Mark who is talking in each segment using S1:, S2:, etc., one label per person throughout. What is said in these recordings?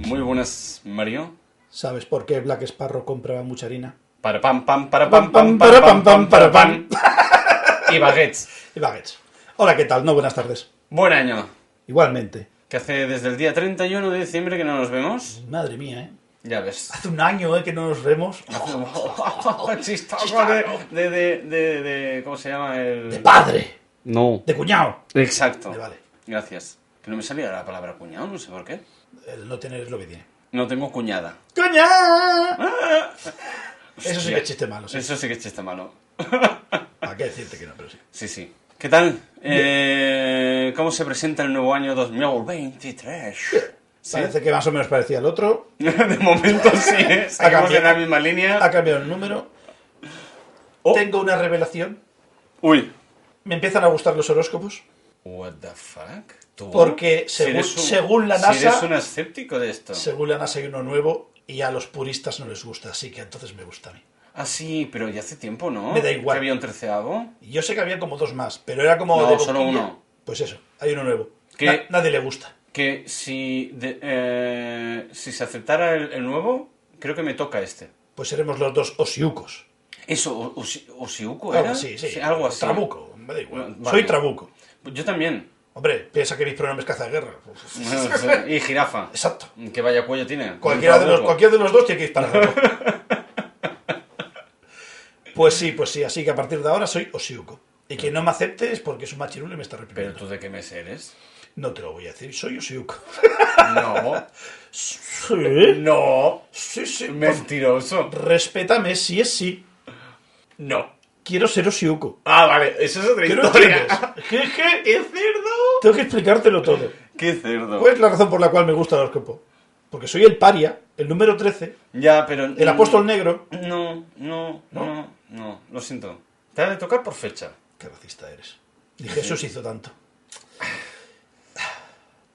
S1: más, Mario?
S2: ¿Sabes por qué Black Sparrow compraba mucha harina?
S1: Para pam, pam, para pam, pam, para pam, pam, para pam. Y baguettes.
S2: Y baguettes. Hola, ¿qué tal? No, buenas tardes.
S1: Buen año.
S2: Igualmente.
S1: Que hace desde el día 31 de diciembre que no nos vemos.
S2: Madre mía, ¿eh?
S1: Ya ves.
S2: Hace un año, ¿eh? Que no nos vemos.
S1: Mm. Chistaco de, de, de, de, de... ¿Cómo se llama?
S2: De
S1: El...
S2: padre.
S3: No.
S2: De cuñado.
S1: Exacto.
S2: Me vale.
S1: Gracias. Que no me salía la palabra cuñado, no sé por qué.
S2: El no tener es lo que tiene.
S1: No tengo cuñada.
S2: ¡Coña! Eso sí que es chiste malo, sí.
S1: Eso sí que es chiste malo.
S2: ¿Para qué decirte que no? Pero sí.
S1: Sí, sí. ¿Qué tal? Eh, ¿Cómo se presenta el nuevo año 2023? ¿Sí?
S2: Parece que más o menos parecía el otro.
S1: De momento sí, ¿eh? seguimos
S2: cambiado.
S1: en la misma
S2: Ha
S1: línea.
S2: cambiado el número.
S1: Oh.
S2: Tengo una revelación.
S1: Uy.
S2: Me empiezan a gustar los horóscopos.
S1: What the fuck? ¿Tú?
S2: Porque
S1: Si
S2: según-
S1: eres
S2: según la
S1: Si
S2: NASA-
S1: eres un escéptico de esto.
S2: Según la NASA hay uno nuevo y a los puristas no les gusta, así que entonces me gusta a mí.
S1: Ah, sí, pero ya hace tiempo, ¿no?
S2: Me da igual.
S1: Que había un treceavo.
S2: Y Yo sé que había como dos más, pero era como.
S1: No,
S2: de
S1: solo
S2: boquilla.
S1: uno.
S2: Pues eso, hay uno nuevo.
S1: ¿Qué?
S2: Na- nadie le gusta.
S1: Que si, de- eh, si se aceptara el, el nuevo, creo que me toca este.
S2: Pues seremos los dos osiucos.
S1: Eso, o- Osi- Osiuco
S2: Algo
S1: era.
S2: así, sí.
S1: Algo así.
S2: Trabuco, me da igual.
S1: Vale.
S2: Soy Trabuco.
S1: Yo también.
S2: Hombre, piensa que mis pronombres cazaguerra. Pues,
S1: y jirafa.
S2: Exacto.
S1: Que vaya cuello tiene.
S2: Cualquiera de los,
S1: Trabuco.
S2: cualquiera de los dos tiene que dispararlo. pues sí, pues sí. Así que a partir de ahora soy Osiuco. Y quien no me acepte es porque es un machirulo y me está
S1: Pero
S2: reprimiendo.
S1: tú de qué mes eres?
S2: No te lo voy a decir, soy Osiuco.
S1: No.
S2: ¿Sí?
S1: No.
S2: Sí, sí.
S1: Mentiroso.
S2: Respétame si es sí.
S1: No.
S2: Quiero ser Osiuco.
S1: Ah, vale, eso es otra
S2: ¿Qué no
S1: historia.
S2: entiendes? Jeje,
S1: ¡Qué cerdo! Pues,
S2: tengo que explicártelo todo.
S1: ¡Qué cerdo!
S2: ¿Cuál es la razón por la cual me gusta el horóscopo? Porque soy el paria, el número 13,
S1: Ya, pero.
S2: el apóstol negro.
S1: No, no,
S2: ¿No?
S1: no, no, lo siento. Te ha de tocar por fecha.
S2: Qué racista eres. Y Jesús hizo tanto.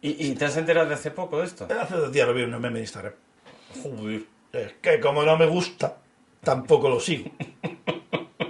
S1: ¿Y, y te has enterado de hace poco de esto?
S2: Hace dos días lo vi en un meme de Instagram.
S1: Joder.
S2: Es que como no me gusta, tampoco lo sigo.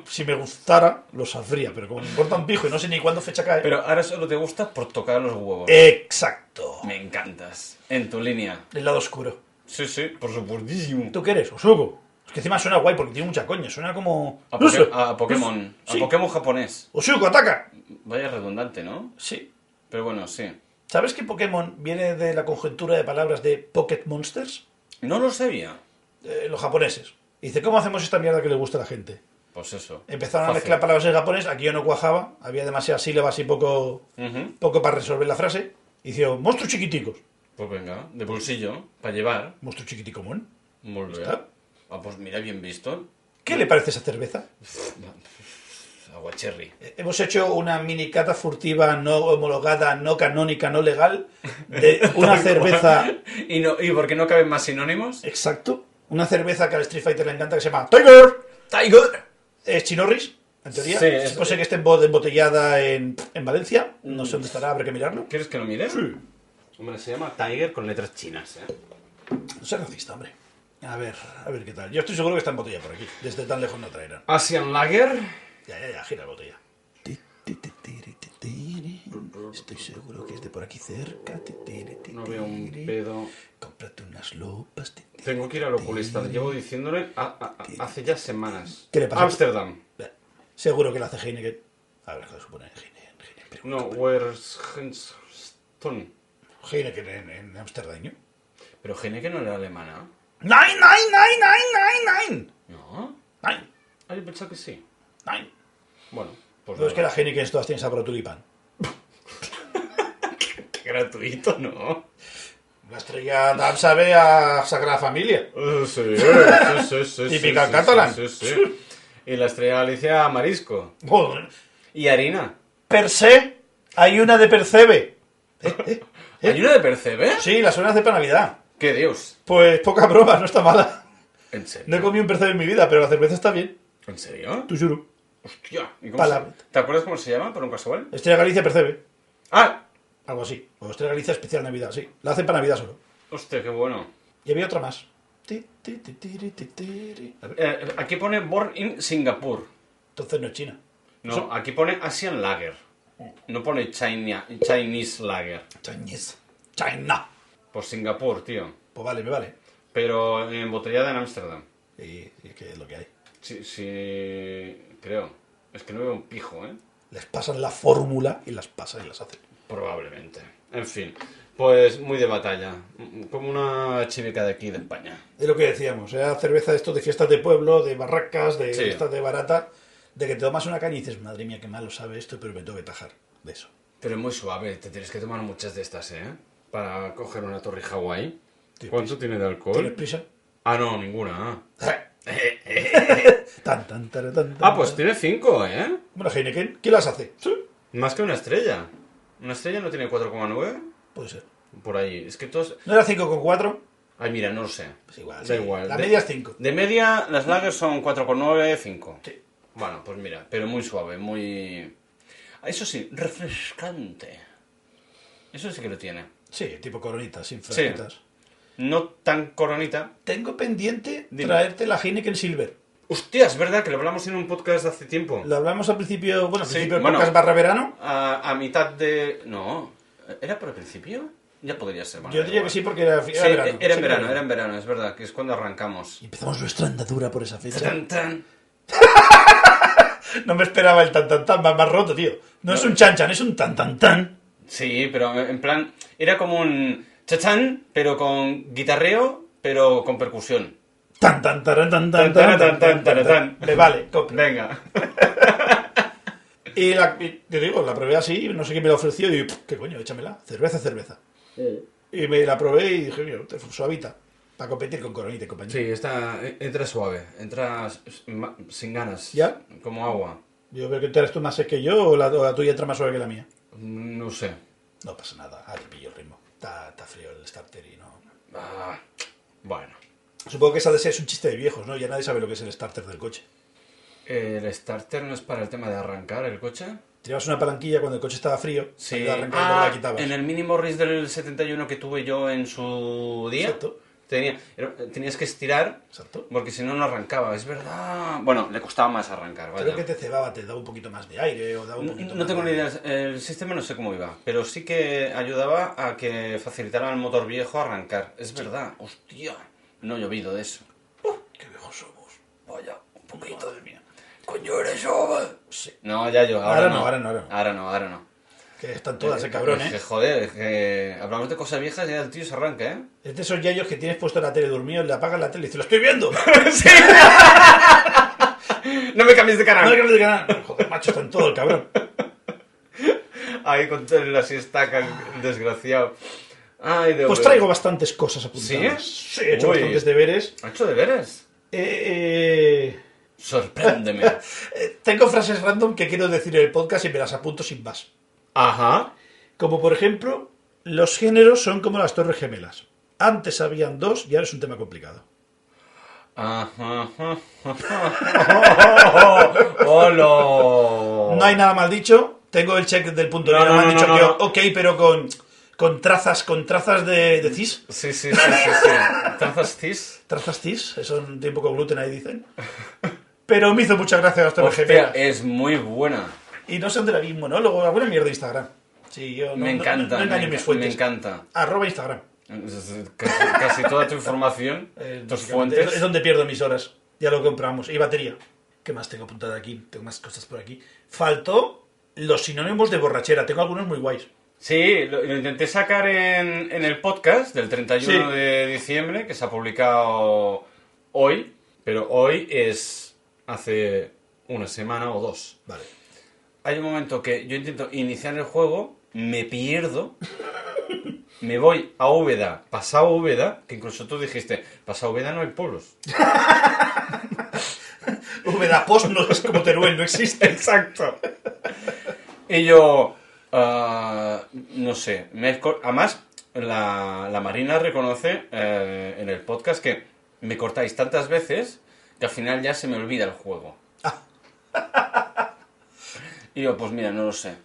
S2: Si me gustara, lo sabría, pero como me importa un pijo y no sé ni cuándo fecha cae.
S1: Pero ahora solo te gusta por tocar los huevos.
S2: Exacto.
S1: Me encantas. En tu línea.
S2: El lado oscuro.
S1: Sí, sí, por supuestísimo.
S2: ¿Tú qué eres? Osugo. Es que encima suena guay porque tiene mucha coña. Suena como...
S1: A,
S2: No
S1: Poké-
S2: sé.
S1: a Pokémon.
S2: Sí.
S1: A Pokémon japonés.
S2: Osugo, ataca.
S1: Vaya redundante, ¿no?
S2: Sí.
S1: Pero bueno, sí.
S2: ¿Sabes que Pokémon viene de la conjetura de palabras de Pocket Monsters?
S1: No lo sabía.
S2: Eh, los japoneses. Y dice, ¿cómo hacemos esta mierda que le gusta a la gente?
S1: Pues eso.
S2: Empezaron a
S1: Fácil.
S2: mezclar palabras en japonés, aquí yo no cuajaba, había demasiadas sílabas y poco,
S1: Ujú.
S2: poco para resolver la frase. Y hicieron, monstruos chiquiticos.
S1: Pues venga, de bolsillo, para llevar.
S2: Monstruo chiquitico, mon.
S1: Muy bien.
S2: ¿Está?
S1: Ah, pues mira, bien visto.
S2: ¿Qué le parece esa cerveza?
S1: Agua cherry.
S2: Eh, Hemos hecho una mini cata furtiva, no homologada, no canónica, no legal, de una cerveza...
S1: ¿Y, no, ¿Y por qué no caben más sinónimos?
S2: Exacto. Una cerveza que al Street Fighter le encanta que se llama Tiger.
S1: ¡Tiger!
S2: Es Chinorris, en teoría.
S1: Sí,
S2: es
S1: es-
S2: Puede ser que esté embo- embotellada en, en Valencia. No sé dónde estará, habrá que mirarlo.
S1: ¿Quieres que lo mire?
S2: Sí.
S3: Hombre, se llama Tiger con letras chinas, ¿eh?
S2: No seas racista, hombre. A ver, a ver qué tal. Yo estoy seguro que está en botella por aquí. Desde tan lejos no traerán.
S3: Asian Lager.
S2: Ya, ya, ya, gira la botella. Estoy seguro que es de por aquí cerca.
S3: No veo un pedo.
S2: Cómprate unas lopas.
S3: Tengo que ir al oculista. Llevo diciéndole a- a- a- hace ya semanas.
S2: ¿Qué le pasa?
S3: Amsterdam.
S2: Seguro que la hace Heineken. A ver, joder, supone Heineken. Heineken, pero-
S3: No, where's Henstone?
S2: Heineken en, en ¿eh? Amsterdam, ¿no?
S1: Pero Gene que no era alemana.
S2: ¡Nine, nine, nine, nine, nine, nine!
S1: ¿No?
S2: ¡Nine,
S3: Ah, yo pensaba que sí.
S2: nine!
S3: Bueno, pues
S2: No es que
S3: nada.
S2: la Heineken todas tienen sabor a tulipán.
S1: Gratuito, ¿no?
S2: La estrella Dan sabe a Sagrada Familia.
S3: Eh, Sí, sí, sí, sí, sí,
S2: Típica
S3: sí,
S2: catalán.
S3: Sí, sí, sí. Y la estrella Galicia, marisco.
S2: Joder.
S3: Y harina.
S2: Per se, hay una de Percebe.
S1: ¿Hay una de Percebe?
S2: eh. Sí, las suenas de para Navidad.
S1: ¡Qué dios!
S2: Pues poca broma, no está mala.
S1: ¿En serio?
S2: No he comido un Percebe en mi vida, pero la cerveza está bien.
S1: ¿En serio?
S2: Tú juro.
S1: Hostia. ¿y cómo
S2: Palab-
S1: se- ¿Te acuerdas cómo se llama por un casual?
S2: Estrella Galicia Percebe.
S1: ¡Ah!
S2: Algo así. O Estrella Galicia Especial Navidad, sí. La hacen para Navidad solo.
S1: Hostia, qué bueno.
S2: Y había otra más. Ti, ti, ti, tiri, ti, tiri. A ver,
S1: Eh, aquí pone Born in Singapore.
S2: Entonces no es China.
S1: No, aquí pone Asian Lager. No pone China- Chinese Lager.
S2: Chinese. China.
S1: Por Singapur, tío.
S2: Pues vale, me vale.
S1: Pero embotellada en Ámsterdam.
S2: Y, y es que es lo que hay.
S1: Sí, sí, creo. Es que no veo un pijo, ¿eh?
S2: Les pasan la fórmula y las pasan y las hacen.
S1: Probablemente. En fin, pues muy de batalla. Mm, Como una chivica de aquí de España.
S2: Es lo que decíamos, era cerveza de estos de fiestas de pueblo, de barracas, de
S1: Sí.
S2: fiestas de barata, de que te tomas una caña y dices, madre mía, qué malo sabe esto, pero me tengo que tajar de eso.
S1: Pero es muy suave, te tienes que tomar muchas de estas, ¿eh? Para coger una torre Hawái.
S2: Tío,
S1: ¿Cuánto tiene de
S2: ¿Tienes
S1: alcohol?
S2: prisa?
S1: Ah, no, ninguna.
S2: tan, tan, tan, tan,
S1: Ah, pues
S2: tan.
S1: tiene cinco, ¿eh?
S2: Bueno, Heineken, ¿quién las hace? Sí,
S1: Más que una estrella. ¿Una estrella no tiene 4,9?
S2: puede ser.
S1: Por ahí. Es que todos...
S2: ¿No era 5,4?
S1: Ay, mira, no lo sé.
S2: Pues igual.
S1: Da
S2: sí.
S1: igual.
S2: La
S1: De-
S2: media es 5.
S4: De media, las lagers son 4,9, 5.
S2: Sí.
S1: Bueno, pues mira, pero muy suave, muy... Eso sí, refrescante. Eso sí que lo tiene.
S2: Sí, tipo coronitas, sin
S1: Sí.
S2: frasquitas.
S1: No tan coronita.
S2: Tengo pendiente
S1: Dime.
S2: traerte la Heineken Silver.
S1: Hostia, es verdad que lo hablamos en un podcast hace tiempo.
S2: La hablamos al principio, bueno, al
S1: Sí,
S2: principio del
S1: bueno.
S2: podcast barra verano.
S1: A, a mitad de... No. ¿Era por el principio? Ya podría ser. bueno,
S2: Yo
S1: da
S2: diría
S1: igual.
S2: que sí porque era, era
S1: Sí,
S2: verano.
S1: Era en
S2: Sí,
S1: verano, era en verano, es verdad, que es cuando arrancamos.
S2: Y empezamos nuestra andadura por esa fecha.
S1: Tan, tan.
S2: No me esperaba el tan tan tan, va más roto, tío. No, es un chan chan, es un tan tan tan.
S1: Sí, pero en plan, era como un chachán, pero con guitarreo, pero con percusión.
S2: Tan tan taran, tan
S1: Tan,
S2: tan
S1: taran,
S2: tan tan tan
S1: tan,
S2: tan
S1: taran,
S2: tan.
S1: tan.
S2: Me vale, compro.
S1: Venga.
S2: Y la, y te digo, la probé así, no sé quién me la ofreció y pff, qué coño, échamela. Cerveza, cerveza. Y me la probé y dije, mira, te- suavita. Para competir con Coronita y compañía.
S1: Sí, está, e, entra suave, entra sin ganas.
S2: ¿Ya?
S1: Como agua.
S2: Yo veo que tú eres tú más es que yo o la, o la tuya entra más suave que la mía.
S1: No sé.
S2: No pasa nada, ah, te pillo el ritmo. Está, está frío el starter y no.
S1: Ah, bueno.
S2: Supongo que esa de ser es un chiste de viejos, ¿no? Ya nadie sabe lo que es el starter del coche.
S1: ¿El starter no es para el tema de arrancar el coche?
S2: Tirabas una palanquilla cuando el coche estaba frío,
S1: Sí.
S2: la arrancabas y luego la
S1: Ah,
S2: quitabas.
S1: en el mínimo RIS del 71 que tuve yo en su día,
S2: Exacto.
S1: tenía, era- tenías que estirar
S2: Exacto.
S1: porque si no, no arrancaba, es verdad. Bueno, le costaba más arrancar, vaya.
S2: Creo que te cebaba, te daba un poquito más de aire o daba un
S1: No,
S2: poquito
S1: no
S2: más
S1: tengo
S2: de-
S1: ni idea, el sistema no sé cómo iba, pero sí que ayudaba a que facilitara al motor viejo a arrancar. Es verdad, hostia, no he llovido de eso.
S2: ¡Oh! Qué viejos somos.
S1: Vaya, un poquito.
S2: Madre mía.
S1: Coño, eres joven. No, ya yo,
S2: Ahora
S1: ahora,
S2: no,
S1: no.
S2: ahora no, ahora no.
S1: Ahora no, ahora no.
S2: Que están todas,
S1: Eh,
S2: ese cabrón,
S1: es que,
S2: ¿eh?
S1: joder, es que hablamos de cosas viejas y ya el tío se arranca, ¿eh?
S2: Es de esos yayos que tienes puesto la tele dormido, le apagas la tele y dices, ¡lo estoy viendo! ¡No
S1: ¡Sí! ¡No me cambies de
S2: hay
S1: canal!
S2: que de canal! Joder, macho, está en todo el cabrón.
S1: Ahí con toda la siestaca, el desgraciado. Ay, de
S2: Pues
S1: verdad.
S2: traigo bastantes cosas apuntadas.
S1: ¿Sí?
S2: he hecho
S1: Uy.
S2: bastantes deberes.
S1: ¿Ha hecho deberes?
S2: Eh, eh,
S1: Sorpréndeme.
S2: eh, tengo frases random que quiero decir en el podcast y me las apunto sin más.
S1: Ajá.
S2: Como por ejemplo, los géneros son como las torres gemelas. Antes habían dos y ahora es un tema complicado.
S1: Ajá. ¡Holo!
S2: No hay nada mal dicho. Tengo el check del punto
S1: Oh. No,
S2: negro.
S1: no,
S2: Me han
S1: no,
S2: dicho
S1: no,
S2: que
S1: no.
S2: ok, pero con, con trazas, con trazas de, de cis.
S1: Sí, sí, sí, sí. sí. ¿Trazas cis?
S2: Trazas cis, eso es un tiempo con gluten ahí dicen. Pero me hizo mucha gracia las torres
S1: Hostia,
S2: gemelas.
S1: es muy buena.
S2: Y no sé dónde la vi, un monólogo, alguna mierda de Instagram. Sí, yo
S1: me
S2: no, no- no-
S1: encanta.
S2: no
S1: me,
S2: engaño
S1: enca-
S2: mis
S1: me
S2: fuentes.
S1: encanta.
S2: Arroba Instagram.
S1: Casi, casi toda tu información,
S2: Eh,
S1: tus
S2: Es
S1: fuentes.
S2: donde pierdo mis horas. Ya lo compramos. Y batería. ¿Qué más tengo apuntada aquí? Tengo más cosas por aquí. Faltó los sinónimos de borrachera. Tengo algunos muy guays.
S1: Sí, lo, lo intenté sacar en, en el podcast del 31
S2: Sí.
S1: de diciembre, que se ha publicado hoy, pero hoy es hace una semana o dos.
S2: Vale.
S1: Hay un momento que yo intento iniciar el juego, me pierdo, me voy a Úbeda, pasado Úbeda, que incluso tú dijiste, pasado Úbeda no hay pueblos.
S2: Humedad post no es como Teruel, no existe.
S1: Exacto. Y yo, ah, no sé, me he cor- además la, la Marina reconoce eh, en el podcast que me cortáis tantas veces que al final ya se me olvida el juego. Y yo, pues mira, no lo sé.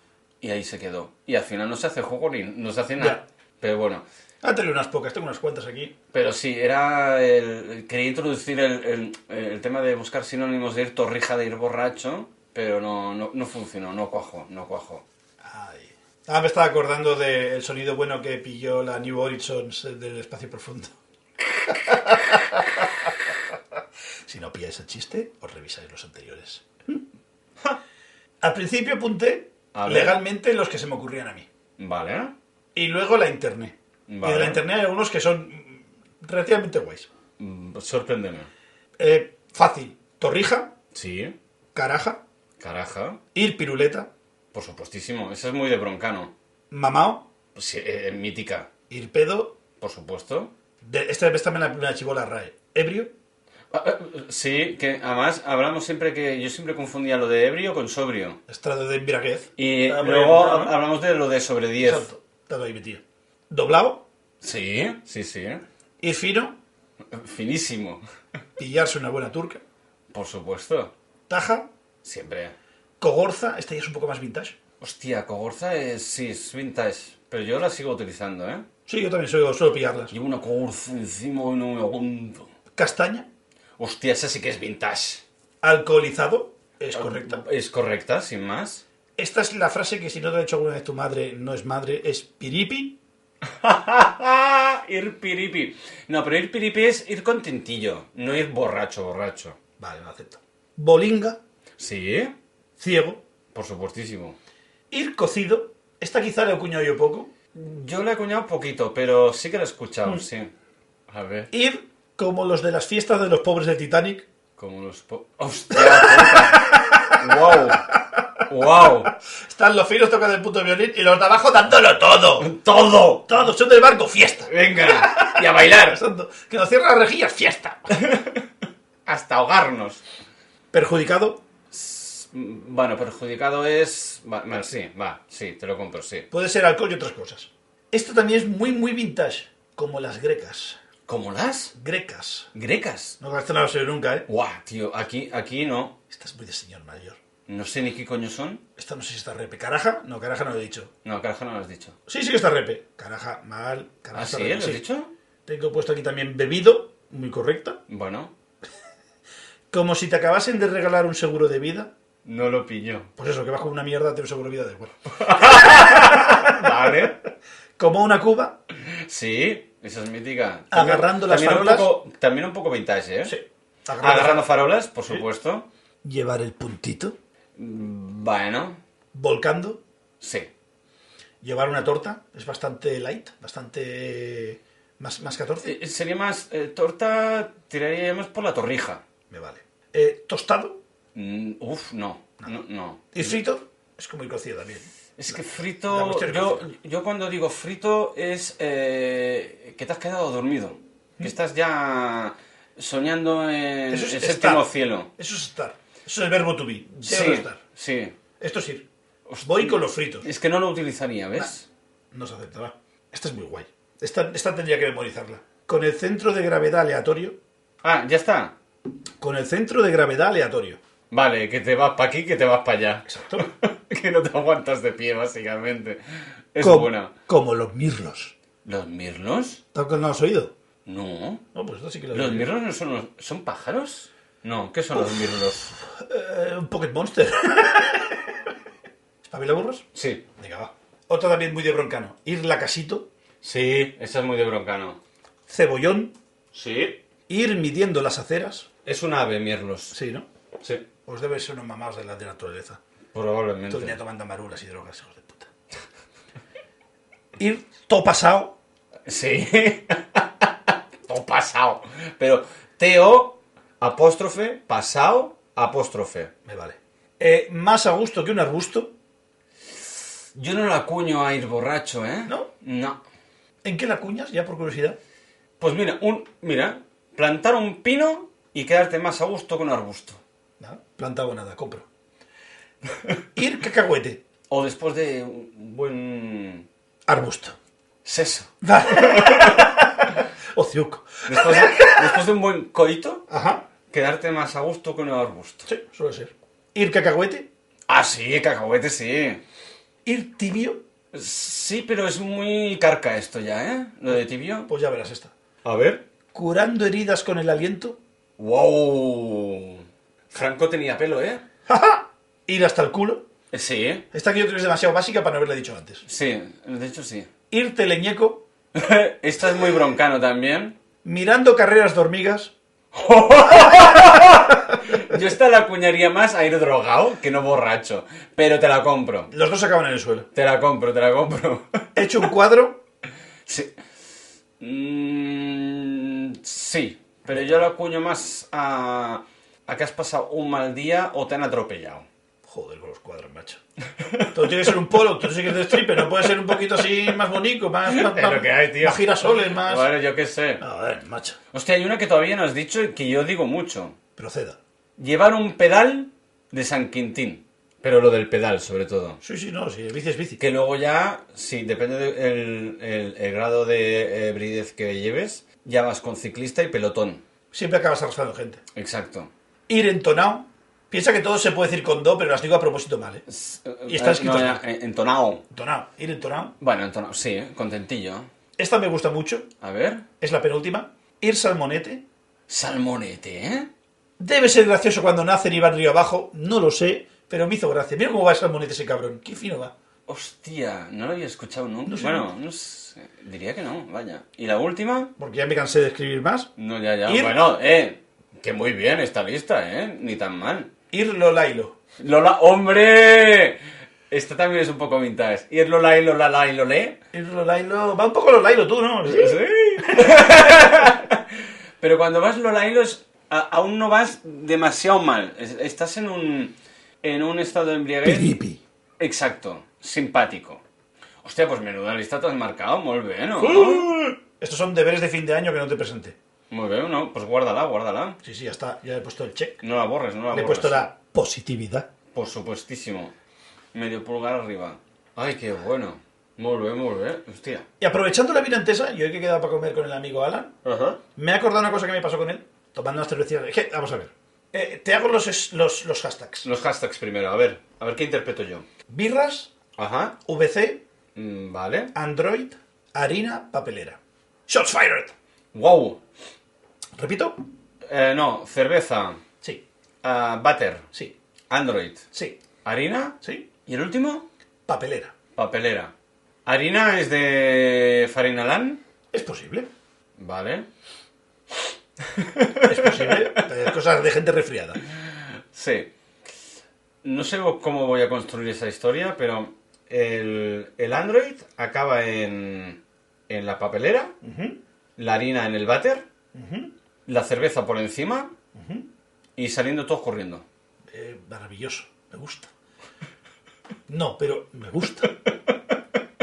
S1: Y ahí se quedó. Y al final no se hace juego ni no se hace nada.
S2: Ya.
S1: Pero bueno,
S2: Ah, tengo unas pocas, tengo unas cuantas aquí.
S1: pero sí, era el, quería introducir el, el- el tema de buscar sinónimos de ir torrija, de ir borracho, pero no, no, no funcionó, no cuajo, no cuajo.
S2: Ay. Ah, me estaba acordando del sonido bueno que pilló la New Horizons del eh, espacio profundo. Si no pilláis el chiste, os revisáis los anteriores. Al principio apunté
S1: A ver.
S2: legalmente los que se me ocurrían a mí.
S1: Vale.
S2: Y luego la internet. Y de
S1: Vale.
S2: la internet hay algunos que son mm, relativamente guays.
S1: Mm, Sorpréndeme.
S2: Eh, fácil. Torrija,
S1: Sí.
S2: caraja,
S1: Caraja.
S2: ir piruleta,
S1: Por supuestísimo. Esa es muy de broncano.
S2: mamao,
S1: Sí, eh, mítica.
S2: ir pedo.
S1: Por supuesto.
S2: De, esta vez también la, primera chivola RAE. Ebrio.
S1: Ah, ah, Sí, que además hablamos siempre que yo siempre confundía lo de ebrio con sobrio.
S2: Estrado de embriaguez.
S1: Y
S2: Ah,
S1: luego
S2: bueno,
S1: hab- hablamos de lo de sobre 10.
S2: Exacto. Estado ahí metido. Doblado,
S1: Sí, sí, sí.
S2: ir fino,
S1: Finísimo.
S2: pillarse una buena turca,
S1: Por supuesto.
S2: taja,
S1: Siempre.
S2: cogorza. Esta ya es un poco más vintage.
S1: Hostia, Cogorza es, sí, es vintage. Pero yo la sigo utilizando, ¿eh?
S2: Sí, yo también soy, suelo pillarlas.
S1: Llevo una Cogorza encima y no me aguanto.
S2: Castaña,
S1: Hostia, esa sí que es vintage.
S2: alcoholizado. Es correcta.
S1: Es correcta, sin más.
S2: Esta es la frase que si no te ha hecho alguna vez tu madre, no es madre, es piripi.
S1: ir piripi. No, pero ir piripi es ir contentillo, no ir borracho, borracho.
S2: Vale, lo acepto. Bolinga,
S1: Sí,
S2: ciego,
S1: por supuestísimo.
S2: ir cocido. Esta quizá le he acuñado yo poco.
S1: Yo la he acuñado poquito, pero sí que la he escuchado, sí. A ver,
S2: Ir como los de las fiestas de los pobres del Titanic.
S1: como los... po- ¡Hostia! puta! ¡Wow! ¡Wow!
S2: Están los finos tocando el puto violín y los de abajo dándolo todo.
S1: ¡Todo!
S2: Todos son del barco, fiesta.
S1: ¡Venga! ¡Y a bailar!
S2: Santo, Que nos cierran las rejillas, fiesta.
S1: ¡Hasta ahogarnos!
S2: Perjudicado,
S1: Mm, Bueno, perjudicado es... Va, bueno, sí, va, sí, te lo compro, sí.
S2: puede ser alcohol y otras cosas. Esto también es muy, muy vintage. Como las grecas.
S1: ¿Como las
S2: Grecas.
S1: grecas?
S2: No, esto no lo sé nunca, ¿eh?
S1: ¡Guau, tío! Aquí, aquí no.
S2: Esta es muy de señor mayor.
S1: No sé ni qué coño son.
S2: Esta no sé si está repe. ¿Caraja? No, caraja no lo he dicho.
S1: No, carajo, no lo has dicho.
S2: Sí, sí que está repe. Caraja, mal. Caraja
S1: ¿Ah,
S2: está
S1: sí?
S2: repe,
S1: ¿Lo has dicho?
S2: Tengo puesto aquí también bebido, muy correcta.
S1: Bueno,
S2: Como si te acabasen de regalar un seguro de vida.
S1: no lo pillo.
S2: Pues eso, que vas con una mierda, te un seguro de vida de igual.
S1: Vale.
S2: Como una cuba,
S1: Sí, esa es mítica.
S2: Agarrando las
S1: también
S2: farolas.
S1: Un poco, también un poco vintage, ¿eh?
S2: sí.
S1: Agarrando farolas, por supuesto.
S2: Llevar el puntito,
S1: Mm, Bueno,
S2: volcando,
S1: sí.
S2: llevar una torta, es bastante light, bastante... más, más 14,
S1: Eh, Sería más eh, torta, tiraría más por la torrija.
S2: me vale. Eh, tostado
S1: Mm, Uf, no, no, no.
S2: y frito, es como ir cocido también.
S1: Es que
S2: la
S1: frito,
S2: cuestión es
S1: yo,
S2: cocina.
S1: yo cuando digo frito es eh, que te has quedado dormido, que estás ya soñando en
S2: ¿Mm? Eso es
S1: el
S2: estar.
S1: séptimo cielo.
S2: Eso es estar, eso es el verbo to be, ser o
S1: sí,
S2: estar.
S1: sí.
S2: Esto es ir. Voy con los fritos.
S1: Es que no lo utilizaría, ¿ves?
S2: No se aceptará. Esta es muy guay. Esta, esta tendría que memorizarla. Con el centro de gravedad aleatorio.
S1: Ah, ya está.
S2: Con el centro de gravedad aleatorio.
S1: Vale, que te vas para aquí, que te vas para allá.
S2: Exacto.
S1: que no te aguantas de pie, básicamente. Es
S2: como,
S1: buena.
S2: como los mirlos.
S1: ¿Los mirlos?
S2: ¿Tal que no has oído?
S1: No.
S2: No, pues esto sí que lo he
S1: ¿Los
S2: oído.
S1: mirlos no son los- ¿Son pájaros? No, ¿qué son los mirlos?
S2: Eh, un Pocket Monster. ¿Espabila burros?
S1: Sí.
S2: Venga, va. Otra también muy de broncano. Ir la casito.
S1: Sí, esa es muy de broncano.
S2: Cebollón.
S1: Sí.
S2: Ir midiendo las aceras.
S1: Es un ave, mirlos.
S2: Sí, ¿no?
S1: Sí.
S2: Os debe ser unos mamados de la de naturaleza. Todo el día
S1: Probablemente.
S2: tomando marulas y drogas, hijos de puta. Ir topasao.
S1: Sí. Todo pasado. Pero T-O, apóstrofe, pasado, apóstrofe.
S2: Me vale. Eh, más a gusto que un arbusto.
S1: Yo no la acuño a ir borracho, ¿eh?
S2: ¿No?
S1: No.
S2: ¿En qué la cuñas, ya por curiosidad?
S1: Pues mira, un, mira, plantar un pino y quedarte más a gusto con un arbusto.
S2: Nada, plantado nada, compro. Ir cacahuete.
S1: O después de un buen
S2: Arbusto.
S1: seso.
S2: Ociuco.
S1: Después de, después de un buen coito,
S2: Ajá.
S1: quedarte más a gusto con un arbusto.
S2: Sí, suele ser. Ir cacahuete.
S1: Ah, sí, cacahuete, sí.
S2: Ir tibio.
S1: Sí, pero es muy carca esto ya, ¿eh? Lo de tibio.
S2: Pues ya verás esta.
S1: A ver.
S2: Curando heridas con el aliento.
S1: ¡Wow! Franco tenía pelo, ¿eh?
S2: Ir hasta el culo.
S1: Sí,
S2: Esta que yo creo que es demasiado básica para no haberla dicho antes.
S1: sí, de hecho sí.
S2: Ir teleñeco.
S1: Esta es muy broncano también.
S2: mirando carreras de hormigas.
S1: Yo esta la cuñaría más a ir drogado que no borracho. Pero te la compro.
S2: Los dos acaban en el suelo.
S1: Te la compro, te la compro.
S2: He hecho un cuadro.
S1: Sí. Mm, sí, pero yo lo acuño más a, a que has pasado un mal día o te han atropellado.
S2: Joder, con los cuadros, macho. Todo tiene que ser un polo, tú sí que es de strip, pero puede ser un poquito así más bonito, más, más,
S1: Es lo
S2: más-
S1: que hay, tío.
S2: más girasoles, más.
S1: Bueno, yo qué sé.
S2: Joder, macho.
S1: Hostia, hay una que todavía no has dicho y que yo digo mucho.
S2: Proceda.
S1: Llevar un pedal de San Quintín. Pero lo del pedal, sobre todo.
S2: Sí, sí, no, sí, el bici es bici.
S1: Que luego ya, sí, depende del el- el grado de hibridez que lleves, ya vas con ciclista y pelotón.
S2: Siempre acabas arrastrando gente.
S1: Exacto.
S2: Ir entonado. Piensa que todo se puede decir con do, pero las digo a propósito mal, ¿eh? Y está
S1: Eh,
S2: escrito
S1: no, ya, eh, entonado.
S2: Entonado. Ir entonado.
S1: Bueno, entonado, sí, eh, contentillo.
S2: Esta me gusta mucho.
S1: A ver.
S2: Es la penúltima. Ir salmonete.
S1: Salmonete, ¿eh?
S2: Debe ser gracioso cuando nacen y van río abajo. No lo sé, pero me hizo gracia. Mira cómo va el salmonete ese cabrón. Qué fino va.
S1: Hostia, no lo había escuchado nunca.
S2: No sé.
S1: bueno, no sé, diría que no, vaya. ¿Y la última?
S2: Porque ya me cansé de escribir más.
S1: No, ya, ya.
S2: Ir-
S1: Bueno, eh. Que muy bien esta lista, ¿eh? Ni tan mal.
S2: Ir lolailo.
S1: Lola, hombre. Esta también es un poco vintage. Ir Lola y Lola la y Lolé.
S2: Ir lolailo. Va un poco lolailo tú, ¿no? Sí.
S1: Pero cuando vas Lola y los, a- aún no vas demasiado mal. Es- Estás en un, en un estado de embriaguez. Exacto, simpático. Hostia, pues menuda lista te has marcado, muy bien, ¿no?
S2: ¡Uh! Ah. Estos son deberes de fin de año que no te presenté.
S1: Muy bien, ¿no? Pues guárdala, guárdala.
S2: Sí, sí, ya está. Ya he puesto el check.
S1: No la borres, no la
S2: Le he
S1: borres.
S2: puesto la positividad.
S1: Por supuestísimo. Medio pulgar arriba. Ay, qué bueno. Muy bien, muy bien. eh. Hostia.
S2: Y aprovechando la vida antesa, yo hoy que he quedado para comer con el amigo Alan,
S1: Ajá.
S2: me he acordado una cosa que me pasó con él, tomando unas cervecitas. Es que, vamos a ver. Eh, te hago los, es- los, los hashtags.
S1: Los hashtags primero, a ver. A ver qué interpreto yo.
S2: Birras,
S1: Ajá.
S2: VC,
S1: Mm, Vale.
S2: Android, harina, papelera. Shots fired.
S1: Wow.
S2: ¿Repito?
S1: Eh, no, cerveza.
S2: Sí,
S1: ah, butter.
S2: sí,
S1: Android.
S2: sí,
S1: Harina.
S2: sí.
S1: ¿Y el último?
S2: Papelera.
S1: Papelera. Harina es de Farinalán.
S2: Es posible.
S1: Vale.
S2: Es posible. Eh, Cosas de gente resfriada.
S1: Sí. No sé cómo voy a construir esa historia, pero el, el Android acaba en, en la papelera,
S2: Ujú,
S1: la harina en el váter,
S2: ujú,
S1: la cerveza por encima
S2: ujú.
S1: y saliendo todos corriendo.
S2: Eh, maravilloso. Me gusta. No, pero me gusta.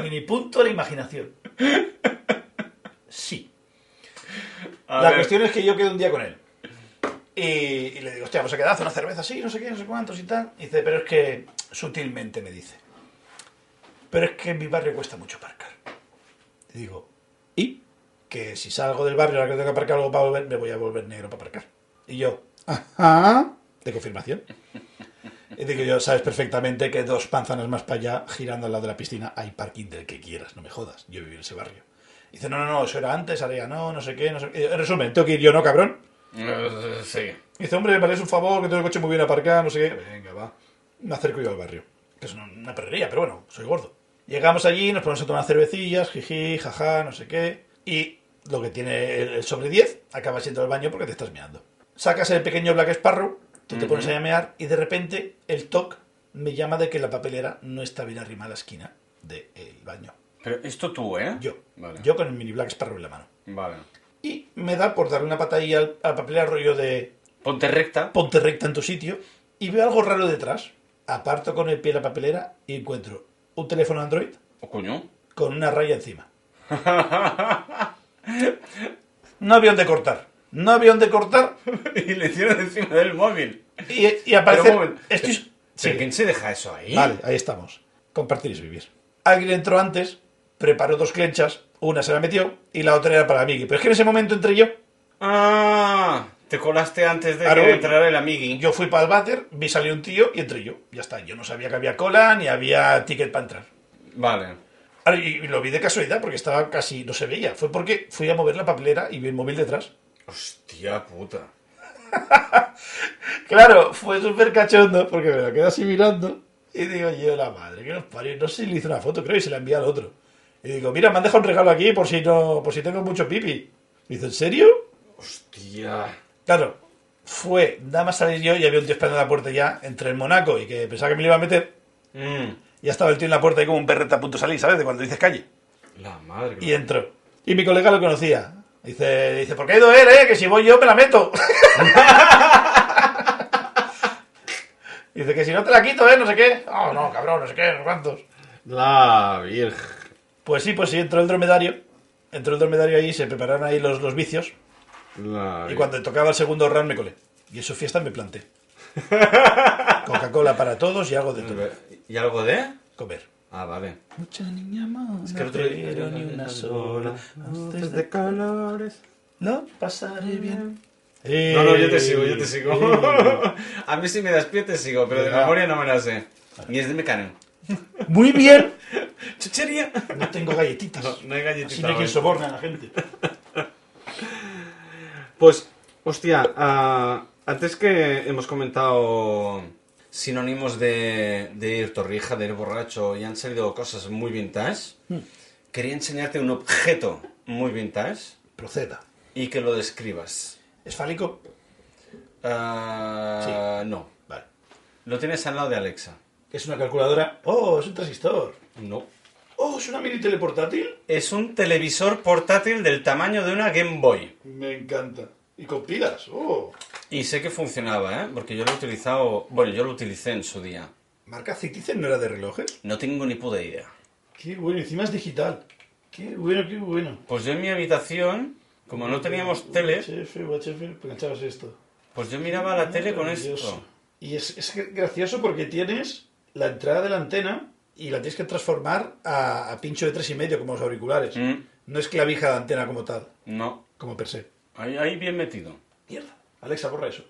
S2: Ni mi punto a la imaginación. Sí. la cuestión es que yo quedé un día con él. Y, y le digo, hostia, pues vamos a quedar, hacer una cerveza así, no sé qué, no sé cuántos y tal. Y dice, pero es que, sutilmente me dice, pero es que en mi barrio cuesta mucho aparcar. Y digo, ¿y? Que si salgo del barrio, ahora que tengo que aparcar algo para volver, me voy a volver negro para aparcar. Y yo, ajá, de confirmación. Y digo yo, sabes perfectamente que dos panzanas más para allá, girando al lado de la piscina, hay parking del que quieras, no me jodas. Yo viví en ese barrio. Y dice, no, no, no, eso era antes, ahora ya no, no sé qué, no sé qué. En resumen, tengo que ir yo, ¿no, cabrón?
S1: Eh, Sí.
S2: Y dice, hombre, me haréis un favor, que tengo el coche muy bien aparcado, no sé qué. Venga, va. Me acerco yo al barrio. Que es una, una perrería, pero bueno, soy gordo. Llegamos allí, nos ponemos a tomar cervecillas, jiji, jaja, no sé qué. Y lo que tiene el, el sobre 10, acabas yendo al baño porque te estás meando. Sacas el pequeño Black Sparrow, tú te pones a llamear y de repente el TOC me llama de que la papelera no está bien arrimada a la esquina del baño.
S1: Pero esto tú, ¿eh?
S2: Yo,
S1: Vale.
S2: yo con el mini Black Sparrow en la mano.
S1: Vale.
S2: Y me da por darle una patadilla al, al papelera rollo de
S1: Ponte recta.
S2: ponte recta en tu sitio y veo algo raro detrás. Aparto con el pie la papelera y encuentro un teléfono Android
S1: Oh, coño.
S2: con una raya encima. No había donde cortar. No había donde cortar.
S1: y le hicieron encima del móvil.
S2: Y, y aparece.
S1: Pero un momento.
S2: Estoy- Sí.
S1: ¿Pero ¿Quién se deja eso ahí?
S2: Vale, ahí estamos. Compartir es vivir. Alguien entró antes, preparó dos clenchas, una se la metió y la otra era para Miki. Pero es que en ese momento entré yo.
S1: Ah, te colaste antes de
S2: Claro.
S1: que entrara el amigui.
S2: Yo fui para el váter, vi salir un tío y entré yo. Ya está. Yo no sabía que había cola ni había ticket para entrar.
S1: Vale.
S2: Ahora, y y lo vi de casualidad porque estaba casi, no se veía. Fue porque fui a mover la papelera y vi el móvil detrás.
S1: Hostia puta.
S2: Claro, fue súper cachondo porque me lo quedo así mirando. Y digo, yo la madre, que nos parió. No sé si le hice una foto, creo, y se la envié al otro. Y digo, mira, me han dejado un regalo aquí por si no, por si tengo mucho pipi. Dice, ¿en serio?
S1: Hostia.
S2: Claro, fue, nada más salir yo y había un tío esperando en la puerta ya entre el Monaco y que pensaba que me lo iba a meter.
S1: Mm,
S2: Ya estaba el tío en la puerta y como un perrete a punto de salir, ¿sabes? De cuando dices calle.
S1: la madre. que
S2: Y
S1: lo-
S2: entró. Y mi colega lo conocía. Dice, dice, ¿por qué ha ido él, eh? Que si voy yo me la meto. dice que si no te la quito, eh, no sé qué. Oh, no, cabrón, no sé qué, no sé cuántos.
S1: La virgen.
S2: Pues sí, pues sí, entró el dromedario. Entró el dromedario ahí, se prepararon ahí los, los vicios.
S1: La
S2: Y
S1: virgen.
S2: cuando tocaba el segundo round me colé. Y en su fiesta me planté. Coca-Cola para todos y algo de todo.
S1: ¿Y algo de?
S2: Comer.
S1: Ah, vale.
S2: Mucha niña más.
S1: Es que el otro día- Luces de colores.
S2: No, pasaré bien. Eh,
S1: No, no, yo te sigo, yo te sigo. A mí si me das pie te sigo, pero de
S2: Venga.
S1: memoria no me la sé. Y es de mecano.
S2: Muy bien.
S1: Chuchería.
S2: No tengo galletitas.
S1: No, no hay galletita
S2: Así no hay
S1: hoy.
S2: quien soborne a la gente.
S1: Pues, hostia, ah, antes que hemos comentado sinónimos de, de ir torrija, de ir borracho, y han salido cosas muy vintage, quería enseñarte un objeto muy vintage
S2: Proceda.
S1: y que lo describas.
S2: ¿Es fálico?
S1: Ah, No.
S2: Vale.
S1: Lo tienes al lado de Alexa.
S2: ¿Es una calculadora? Oh, es un transistor.
S1: No.
S2: Oh, es una mini teleportátil.
S1: Es un televisor portátil del tamaño de una Game Boy.
S2: Me encanta. Y con pilas. Oh.
S1: Y sé que funcionaba, ¿eh? Porque yo lo he utilizado... Bueno, yo lo utilicé en su día.
S2: ¿Marca Citizen no era de relojes?
S1: No tengo ni puta idea.
S2: Qué bueno, encima es digital. Qué bueno, qué bueno.
S1: Pues yo en mi habitación, como no teníamos tele,
S2: UHF, UHF, pues enganchabas esto.
S1: pues yo miraba la tele con
S2: Maravilloso.
S1: esto.
S2: Y es, es gracioso porque tienes la entrada de la antena y la tienes que transformar a, a pincho de tres y medio como los auriculares.
S1: Mm,
S2: No es clavija de antena como tal,
S1: no,
S2: como per se.
S1: ahí, ahí bien metido.
S2: Mierda. Alexa, borra eso.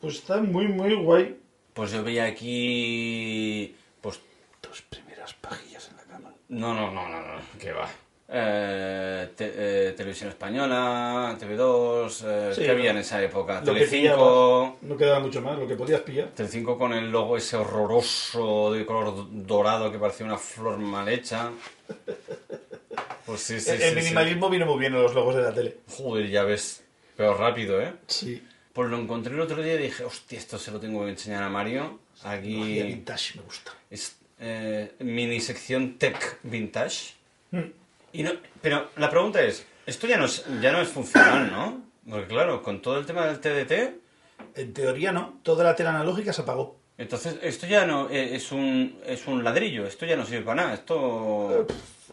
S2: Pues está muy, muy guay.
S1: Pues yo veía aquí... Pues...
S2: Dos primeras pajillas en la cama.
S1: No, no, no, no, no, que va. Eh, te- eh, televisión española, TV2, eh,
S2: Sí,
S1: ¿qué había en
S2: lo-
S1: esa época?
S2: Lo que
S1: Telecinco...
S2: pillabas, no quedaba mucho más, lo que podías pillar.
S1: Telecinco con el logo ese horroroso de color dorado que parecía una flor mal hecha. Pues sí, sí,
S2: el
S1: sí,
S2: el minimalismo vino muy bien en los logos de la tele.
S1: sí. Joder, ya ves. Pero rápido, ¿eh?
S2: Sí.
S1: Pues lo encontré el otro día y dije, hostia, esto se lo tengo que enseñar a Mario.
S2: Magia
S1: Aquí
S2: vintage me gusta.
S1: es eh, mini sección tech vintage. Y no, pero la pregunta es, esto ya no es, ya no es funcional, ¿no? Porque claro, con todo el tema del TDT,
S2: En teoría no, toda la tele analógica se apagó.
S1: entonces esto ya no eh, es un, es un ladrillo, esto ya no sirve para nada, esto...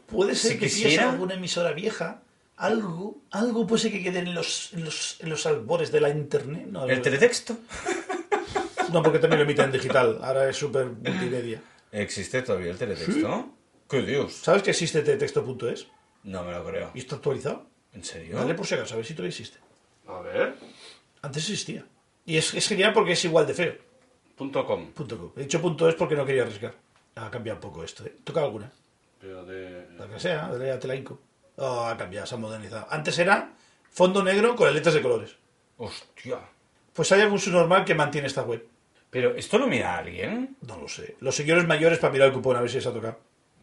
S2: Puede ser
S1: Si
S2: que
S1: quisiera-
S2: pillas alguna emisora vieja, algo, algo puede ser que quede en los, en los, en los albores de la internet. No,
S1: El
S2: no,
S1: teletexto.
S2: no, porque también lo emiten en digital, ahora es súper multimedia.
S1: ¿Existe todavía el teletexto? ¿Qué dios?
S2: ¿Sabes que existe texto.es?
S1: No me lo creo.
S2: ¿Y está actualizado?
S1: ¿En serio?
S2: Dale por si acaso, a ver si todavía existe.
S1: A ver.
S2: Antes existía. Y es, es genial porque es igual de feo.
S1: Punto com.
S2: Punto com. He dicho punto es porque no quería arriesgar. Ha cambiado un poco esto, ¿eh? Toca alguna.
S1: Pero de...
S2: La que sea, de la Telaico. Oh, ha cambiado, se ha modernizado. Antes era fondo negro con las letras de colores.
S1: Hostia.
S2: Pues hay algún subnormal que mantiene esta web.
S1: Pero esto lo mira alguien.
S2: No lo sé. Los señores mayores para mirar el cupón a ver si se ha tocado.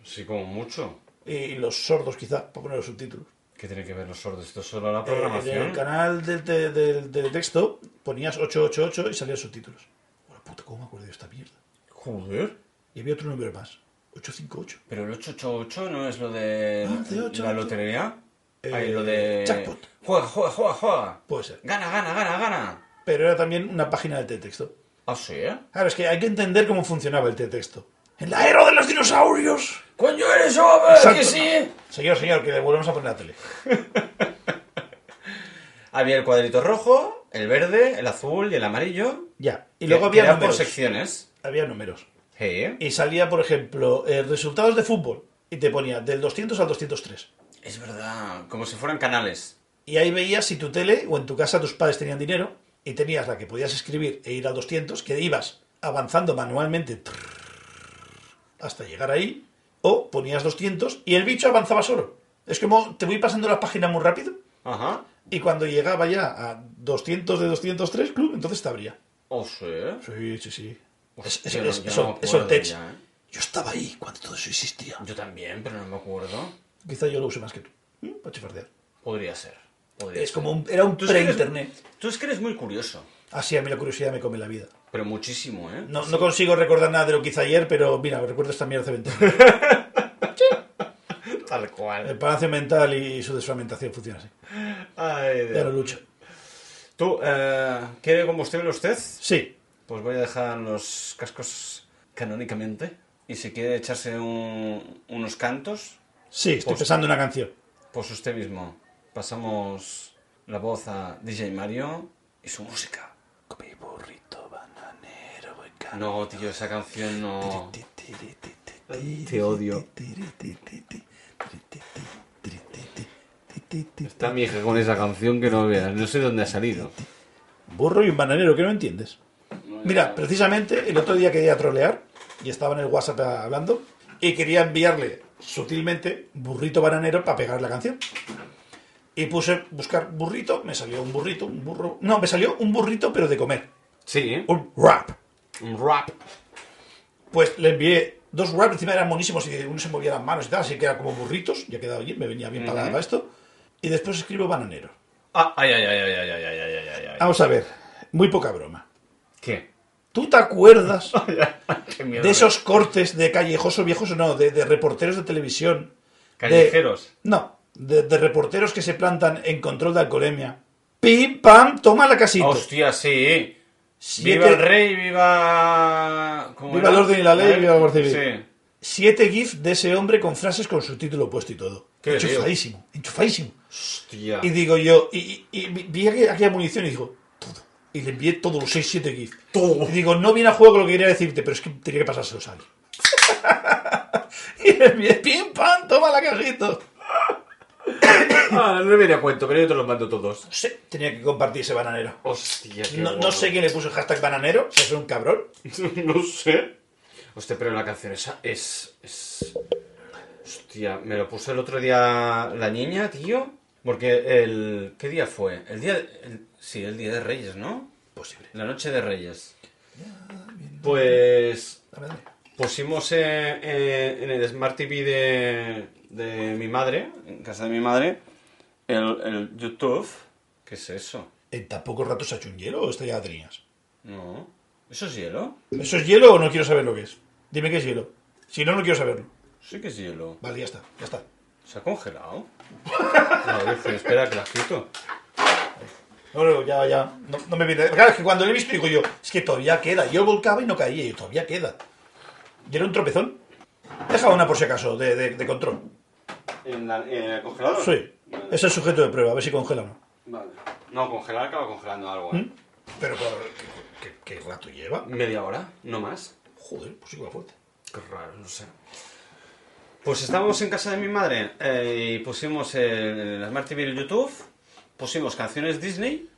S1: Sí, como mucho.
S2: Y los sordos quizá, para poner los subtítulos.
S1: ¿Qué tiene que ver los sordos? Esto es solo la
S2: Eh, En
S1: programación.
S2: el canal del de, del- del texto ponías 888 y salían subtítulos. Hola puta, ¿cómo me acuerdo de esta mierda?
S1: Joder.
S2: Y había otro número más. 858.
S1: Pero el 888 no es lo de
S2: Ah, de ocho,
S1: la
S2: ocho.
S1: lotería.
S2: Eh,
S1: Ay, lo de...
S2: jackpot.
S1: Juega, juega, juega, juega.
S2: Puede ser.
S1: Gana, gana, gana, gana.
S2: Pero era también una página del texto.
S1: Ah, sí, ¿eh?
S2: Claro, es que hay que entender cómo funcionaba el texto. ¡En la era de los dinosaurios!
S1: ¡Coño eres joven!
S2: Exacto.
S1: ¡Que sí!
S2: Señor, señor, que le volvemos a poner la tele.
S1: Había el cuadrito rojo, el verde, el azul y el amarillo.
S2: Ya. Y
S1: que-
S2: luego
S1: que
S2: había
S1: eran por
S2: números.
S1: secciones.
S2: Había números.
S1: Hey.
S2: Y salía, por ejemplo, eh, resultados de fútbol. Y te ponía del 200 al 203.
S1: Es verdad, como si fueran canales.
S2: Y ahí veías si tu tele o en tu casa tus padres tenían dinero y tenías la que podías escribir e ir al 200, que ibas avanzando manualmente hasta llegar ahí, o ponías 200 y el bicho avanzaba solo. Es como te voy pasando la página muy rápido
S1: Ajá.
S2: y cuando llegaba ya a 200 de 203, club, entonces te abría.
S1: O sea.
S2: Sí, sí, sí. Es, es,
S1: Oh, Hostia, no,
S2: es-
S1: yo
S2: es-
S1: no me
S2: es
S1: acuerdo
S2: Soltech.
S1: ya, ¿eh?
S2: Yo estaba ahí cuando todo eso existía.
S1: Yo también, pero no me acuerdo.
S2: Quizá yo lo use más que tú. ¿eh? Para chifardear.
S1: Podría ser. podría
S2: Es
S1: ser.
S2: como un, era un
S1: Tú es que eres-
S2: pre-internet.
S1: Tú es que eres muy curioso.
S2: Así a mí la curiosidad me come la vida.
S1: Pero muchísimo, ¿eh?
S2: No, no consigo recordar nada de lo que hice ayer, pero mira, recuerdo esta mierda hace 20 años.
S1: Tal cual.
S2: El palacio mental y su desfragmentación funciona así.
S1: Ay,
S2: Ya lo
S1: Dios.
S2: lucho.
S1: Tú, eh, ¿quiere combustible usted?
S2: Sí,
S1: Pues voy a dejar los cascos canónicamente. Y si quiere echarse un- unos cantos,
S2: sí, estoy
S1: Pues-
S2: pensando en una canción.
S1: pues usted mismo. Pasamos la voz a DJ Mario y su música.
S2: Mi burrito bananero, voy
S1: No, tío, esa canción no.
S2: Te
S5: Te odio. Está mi hija con esa canción que no veas. No sé dónde ha salido.
S2: Burro y un bananero, que no entiendes. Mira, precisamente el otro día quería trolear y estaba en el WhatsApp hablando y quería enviarle sutilmente burrito bananero para pegar la canción. Y puse buscar burrito, me salió un burrito, un burro. No, me salió un burrito, pero de comer.
S5: Sí, ¿eh?
S2: Un rap.
S5: Un rap.
S2: Pues le envié dos raps, encima eran buenísimos y uno se movía las manos y tal, así que era como burritos, ya quedaba bien, me venía bien para, para esto. Y después escribo bananero.
S1: Ah, ay, ay, ay, ay, ay, ay, ay, ay, ay, ay.
S2: Vamos a ver, muy poca broma.
S1: ¿Qué?
S2: ¿Tú te acuerdas
S1: Qué mierda.
S2: de esos cortes de callejosos viejos o no, de, de reporteros de televisión? de-
S1: Callejeros.
S2: no, de, de reporteros que se plantan en control de alcoholemia. Pim, pam, toma la casita.
S1: Hostia, sí.
S2: Siete-
S1: Viva el rey, viva. ¿cómo
S2: Viva
S1: era?
S2: el orden y la ley,
S1: ¿Eh?
S2: viva la Guardia Civil.
S1: Sí.
S2: Siete gifs de ese hombre con frases con su título puesto y todo.
S1: Qué lío.
S2: enchufadísimo, enchufadísimo.
S1: Hostia.
S2: Y digo yo, y, y- y vi- vi aquella, aquella munición y digo, todo. Y le envié todos los 6-7 GIFs. Y digo, no viene a juego con lo que quería decirte, pero es que tenía que pasárselo a alguien. y le envié, pim, pam, toma la cajita.
S5: Ah, no me viene a cuento, pero yo te los mando todos.
S2: Sí, tenía que compartir ese bananero.
S5: Hostia, qué
S2: No, no
S5: guapo.
S2: sé quién le puso el hashtag bananero, si es un cabrón.
S5: no sé. Hostia, pero la canción esa es, es...
S1: Hostia, me lo puso el otro día la niña, tío. Porque el. ¿Qué día fue? El día. el- sí, el día de Reyes, ¿no?
S2: Posible.
S1: La noche de Reyes. Pues. Pusimos eh, eh, en el Smart TV de, de mi madre, en casa de mi madre, el, el YouTube. ¿Qué es eso?
S2: ¿En tan poco rato se ha hecho un hielo o esto ya la tenías?
S1: No. ¿Eso es hielo?
S2: ¿Eso es hielo o no quiero saber lo que es? Dime qué es hielo. Si no, no quiero saberlo.
S1: Sí que es hielo.
S2: Vale, ya está, ya está.
S1: ¿Se ha congelado? No, Virgen, espera, que la quito.
S2: No, no, ya, ya. No, no me viene. Claro, es que cuando lo he visto digo yo, es que todavía queda. Yo volcaba y no caía, y yo, todavía queda. Y era un tropezón. Deja una por si acaso, de, de- de control.
S1: ¿En, la- en el congelador?
S2: Sí. Es el sujeto de prueba, a ver si congela o no.
S1: Vale. No, congelar acaba congelando algo, ¿eh?
S2: Pero, claro, ¿qué, qué- qué rato lleva?
S1: ¿Media hora? ¿No más?
S2: Joder, pues sí que va fuerte.
S1: Qué raro, no sé. Pues estábamos en casa de mi madre eh, y pusimos el, el Smart TV en YouTube, pusimos canciones Disney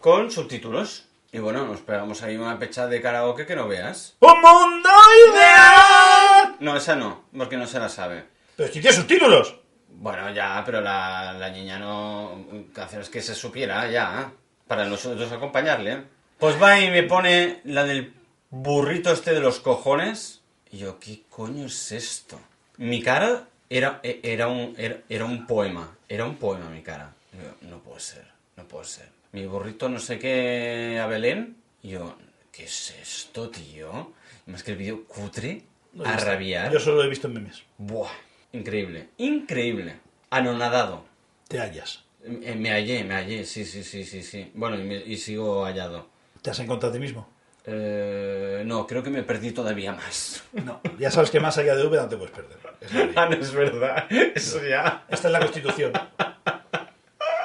S1: con subtítulos. Y bueno, nos pegamos ahí una pecha de karaoke que no veas.
S2: ¡Un mundo ideal!
S1: No, esa no, porque no se la sabe.
S2: Pero si tiene subtítulos.
S1: Bueno, ya, pero la, la niña no. Canciones que se supiera, ya. ¿eh? Para nosotros acompañarle. Pues va y me pone la del burrito este de los cojones. Y yo, ¿qué coño es esto? Mi cara era, e- era, un, era, era un poema. Era un poema mi cara. Y yo, no puede ser, no puede ser. Mi burrito no sé qué a Belén. Y yo, ¿qué es esto, tío? Más que el vídeo cutre a rabiar.
S2: Yo solo lo he visto en memes.
S1: Buah, increíble, increíble. Anonadado.
S2: Te hallas.
S1: Eh, Me hallé, me hallé, sí, sí, sí, sí, sí. Bueno, y, me- y sigo hallado.
S2: ¿Te has encontrado a ti mismo?
S1: Eh, no, creo que me perdí todavía más.
S2: No. Ya sabes que más allá de V no te puedes perder. Es la ley.
S1: Ah, no es verdad. Eso ya.
S2: Esta es la Constitución.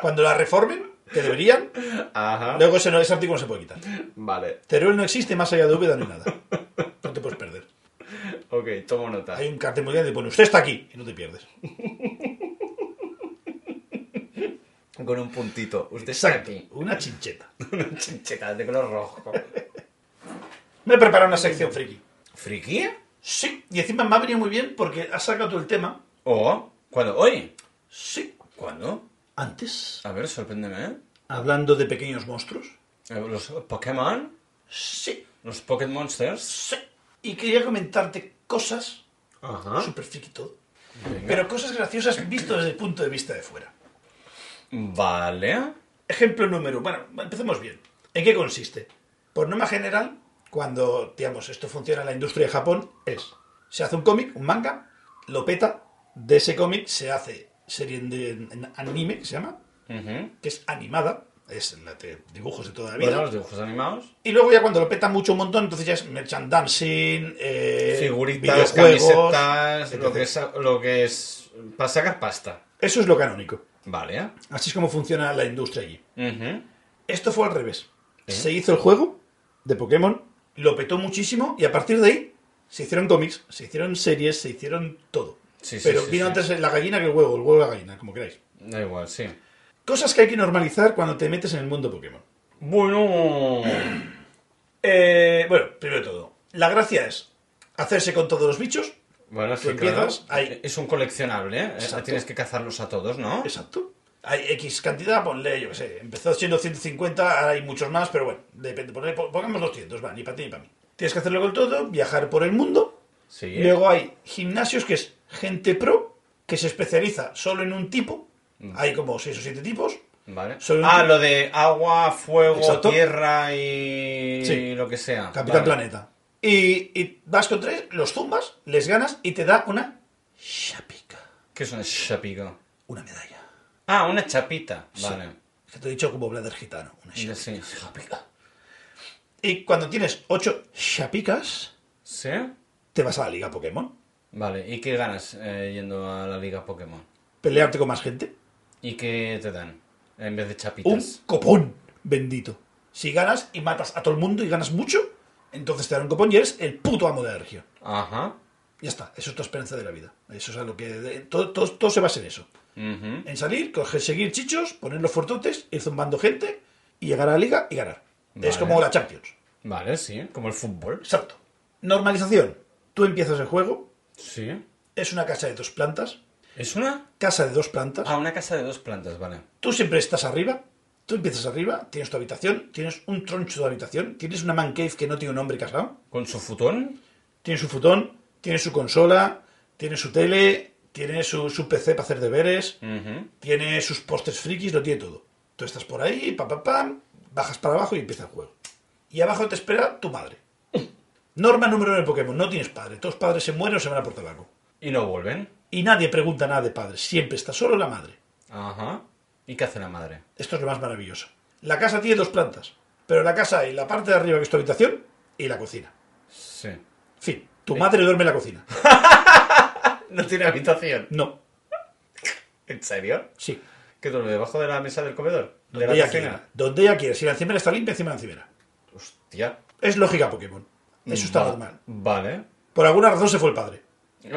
S2: Cuando la reformen, que deberían,
S5: Ajá.
S2: luego ese, no- ese artículo no se puede quitar.
S5: Vale.
S2: Teruel no existe más allá de Úbeda ni nada. No te puedes perder.
S1: Ok, tomo nota.
S2: Hay un cartel muy grande que pone, usted está aquí, y no te pierdes.
S5: Con un puntito. Usted
S2: Exacto. Una chincheta.
S1: Una chincheta de color rojo.
S2: Me he preparado una sección friki.
S1: ¿Friki?
S2: Sí, y encima me ha venido muy bien porque has sacado tú el tema.
S1: ¿O? ¿Cuándo? ¿Hoy?
S2: Sí.
S1: ¿Cuándo?
S2: Antes,
S1: A ver, sorpréndeme. ¿eh?
S2: hablando de pequeños monstruos.
S1: Eh, ¿Los Pokémon?
S2: Sí,
S1: ¿Los Pocket Monsters?
S2: sí. Y quería comentarte cosas,
S5: Ajá.
S2: ¿Ah? súper friki todo, Pero cosas graciosas visto desde el punto de vista de fuera.
S1: Vale.
S2: Ejemplo número. Bueno, empecemos bien. ¿En qué consiste? Por norma general, cuando, digamos, esto funciona en la industria de Japón, es. Se hace un cómic, un manga, lo peta, de ese cómic se hace serie de en anime, que se llama,
S1: Ujú.
S2: que es animada, es la de dibujos de toda la vida.
S1: Bueno, los dibujos animados.
S2: Y luego ya cuando lo peta mucho un montón, entonces ya es merchandising, eh,
S1: Figuritas,
S2: videojuegos,
S1: camisetas, lo
S2: etcétera.
S1: que, es, lo que es... Para sacar pasta.
S2: Eso es lo canónico.
S1: Vale. ¿eh?
S2: Así es como funciona la industria allí.
S1: Ujú.
S2: Esto fue al revés.
S1: ¿Eh?
S2: Se hizo el juego de Pokémon, lo petó muchísimo y a partir de ahí se hicieron cómics, se hicieron series, se hicieron todo.
S1: Sí, sí,
S2: Pero
S1: sí,
S2: vino
S1: sí.
S2: antes la gallina que el huevo, el huevo y la gallina, como queráis.
S1: Da igual, sí.
S2: Cosas que hay que normalizar cuando te metes en el mundo Pokémon.
S1: Bueno...
S2: Eh, bueno, primero de todo, la gracia es hacerse con todos los bichos.
S1: Bueno, sí,
S2: Tú empiezas,
S1: claro.
S2: ahí.
S1: Es un coleccionable, ¿eh?
S2: Exacto.
S1: Tienes que cazarlos a todos, ¿no?
S2: Exacto. Hay X cantidad, ponle, yo qué sé. Empezó siendo 150, ahora hay muchos más, pero bueno, depende. Ponle, po- pongamos 200, va, ni para ti ni para mí. Tienes que hacerlo con todo, viajar por el mundo,
S1: Sí.
S2: Luego hay gimnasios que es gente pro, que se especializa solo en un tipo.
S1: Mm.
S2: Hay como seis o siete tipos.
S1: Vale.
S2: Solo-
S1: Ah, lo de agua, fuego,
S2: Exacto.
S1: tierra y...
S2: Sí.
S1: lo que sea.
S2: Capitán
S1: Vale.
S2: Planeta. Y, y vas con tres, los zumbas, les ganas y te da una chapica.
S1: ¿Qué es una chapica?
S2: Una medalla.
S1: Ah, una chapita. Vale.
S2: Que te he dicho como Blader gitano. Una
S1: Ya
S2: chapica.
S1: sí.
S2: Y cuando tienes ocho chapicas,
S1: ¿Sí?
S2: te vas a la liga Pokémon.
S1: Vale. ¿Y qué ganas eh, yendo a la liga Pokémon?
S2: Pelearte con más gente.
S1: ¿Y qué te dan? En vez de
S2: Un
S1: chapitas.
S2: copón bendito. Si ganas y matas a todo el mundo y ganas mucho, entonces te dan un copón y eres el puto amo de la región.
S1: Uh. Ajá.
S2: Ya está, eso es tu esperanza de la vida. Eso es a lo que. de- todo, todo- todo se basa en eso.
S1: Ujú.
S2: En salir, conseguir chichos, poner los fortotes, ir zumbando gente y llegar a la liga y ganar. Es
S1: Vale.
S2: como la Champions.
S1: Vale, sí. Como el fútbol.
S2: Exacto. Normalización. Tú empiezas el juego,
S1: Sí.
S2: es una casa de dos plantas,
S1: ¿Es una?
S2: casa de dos plantas.
S1: Ah, una casa de dos plantas, vale.
S2: Tú siempre estás arriba, tú empiezas arriba, tienes tu habitación, tienes un troncho de habitación, tienes una man cave que no tiene un hombre casado,
S1: ¿Con su futón?
S2: tiene su futón, tiene su consola, tiene su tele, tiene su, su PC para hacer deberes.
S1: Ujú.
S2: tiene sus postres frikis, lo tiene todo. Tú estás por ahí, pam, pam, pam, bajas para abajo y empieza el juego. Y abajo te espera tu madre. Norma número uno de Pokémon, no tienes padre. Todos los padres se mueren o se van a por tabaco.
S1: Y no vuelven.
S2: Y nadie pregunta nada de padres, siempre está solo la madre.
S1: Ajá. ¿Y qué hace la madre?
S2: Esto es lo más maravilloso. La casa tiene dos plantas, pero la casa hay la parte de arriba que es tu habitación y la cocina.
S1: Sí.
S2: Fin, tu madre duerme en la cocina.
S1: No tiene habitación.
S2: No,
S1: ¿En serio?
S2: sí.
S1: ¿Qué duerme? ¿Debajo de la mesa del comedor? ¿De
S2: Donde
S1: la
S2: ella
S1: cocina?
S2: quiera. Donde ella quiera. Si la encimera está limpia, encima de la encimera.
S1: Hostia.
S2: Es lógica Pokémon. Eso está
S1: Va-
S2: normal.
S1: Vale.
S2: Por alguna razón se fue el padre. Si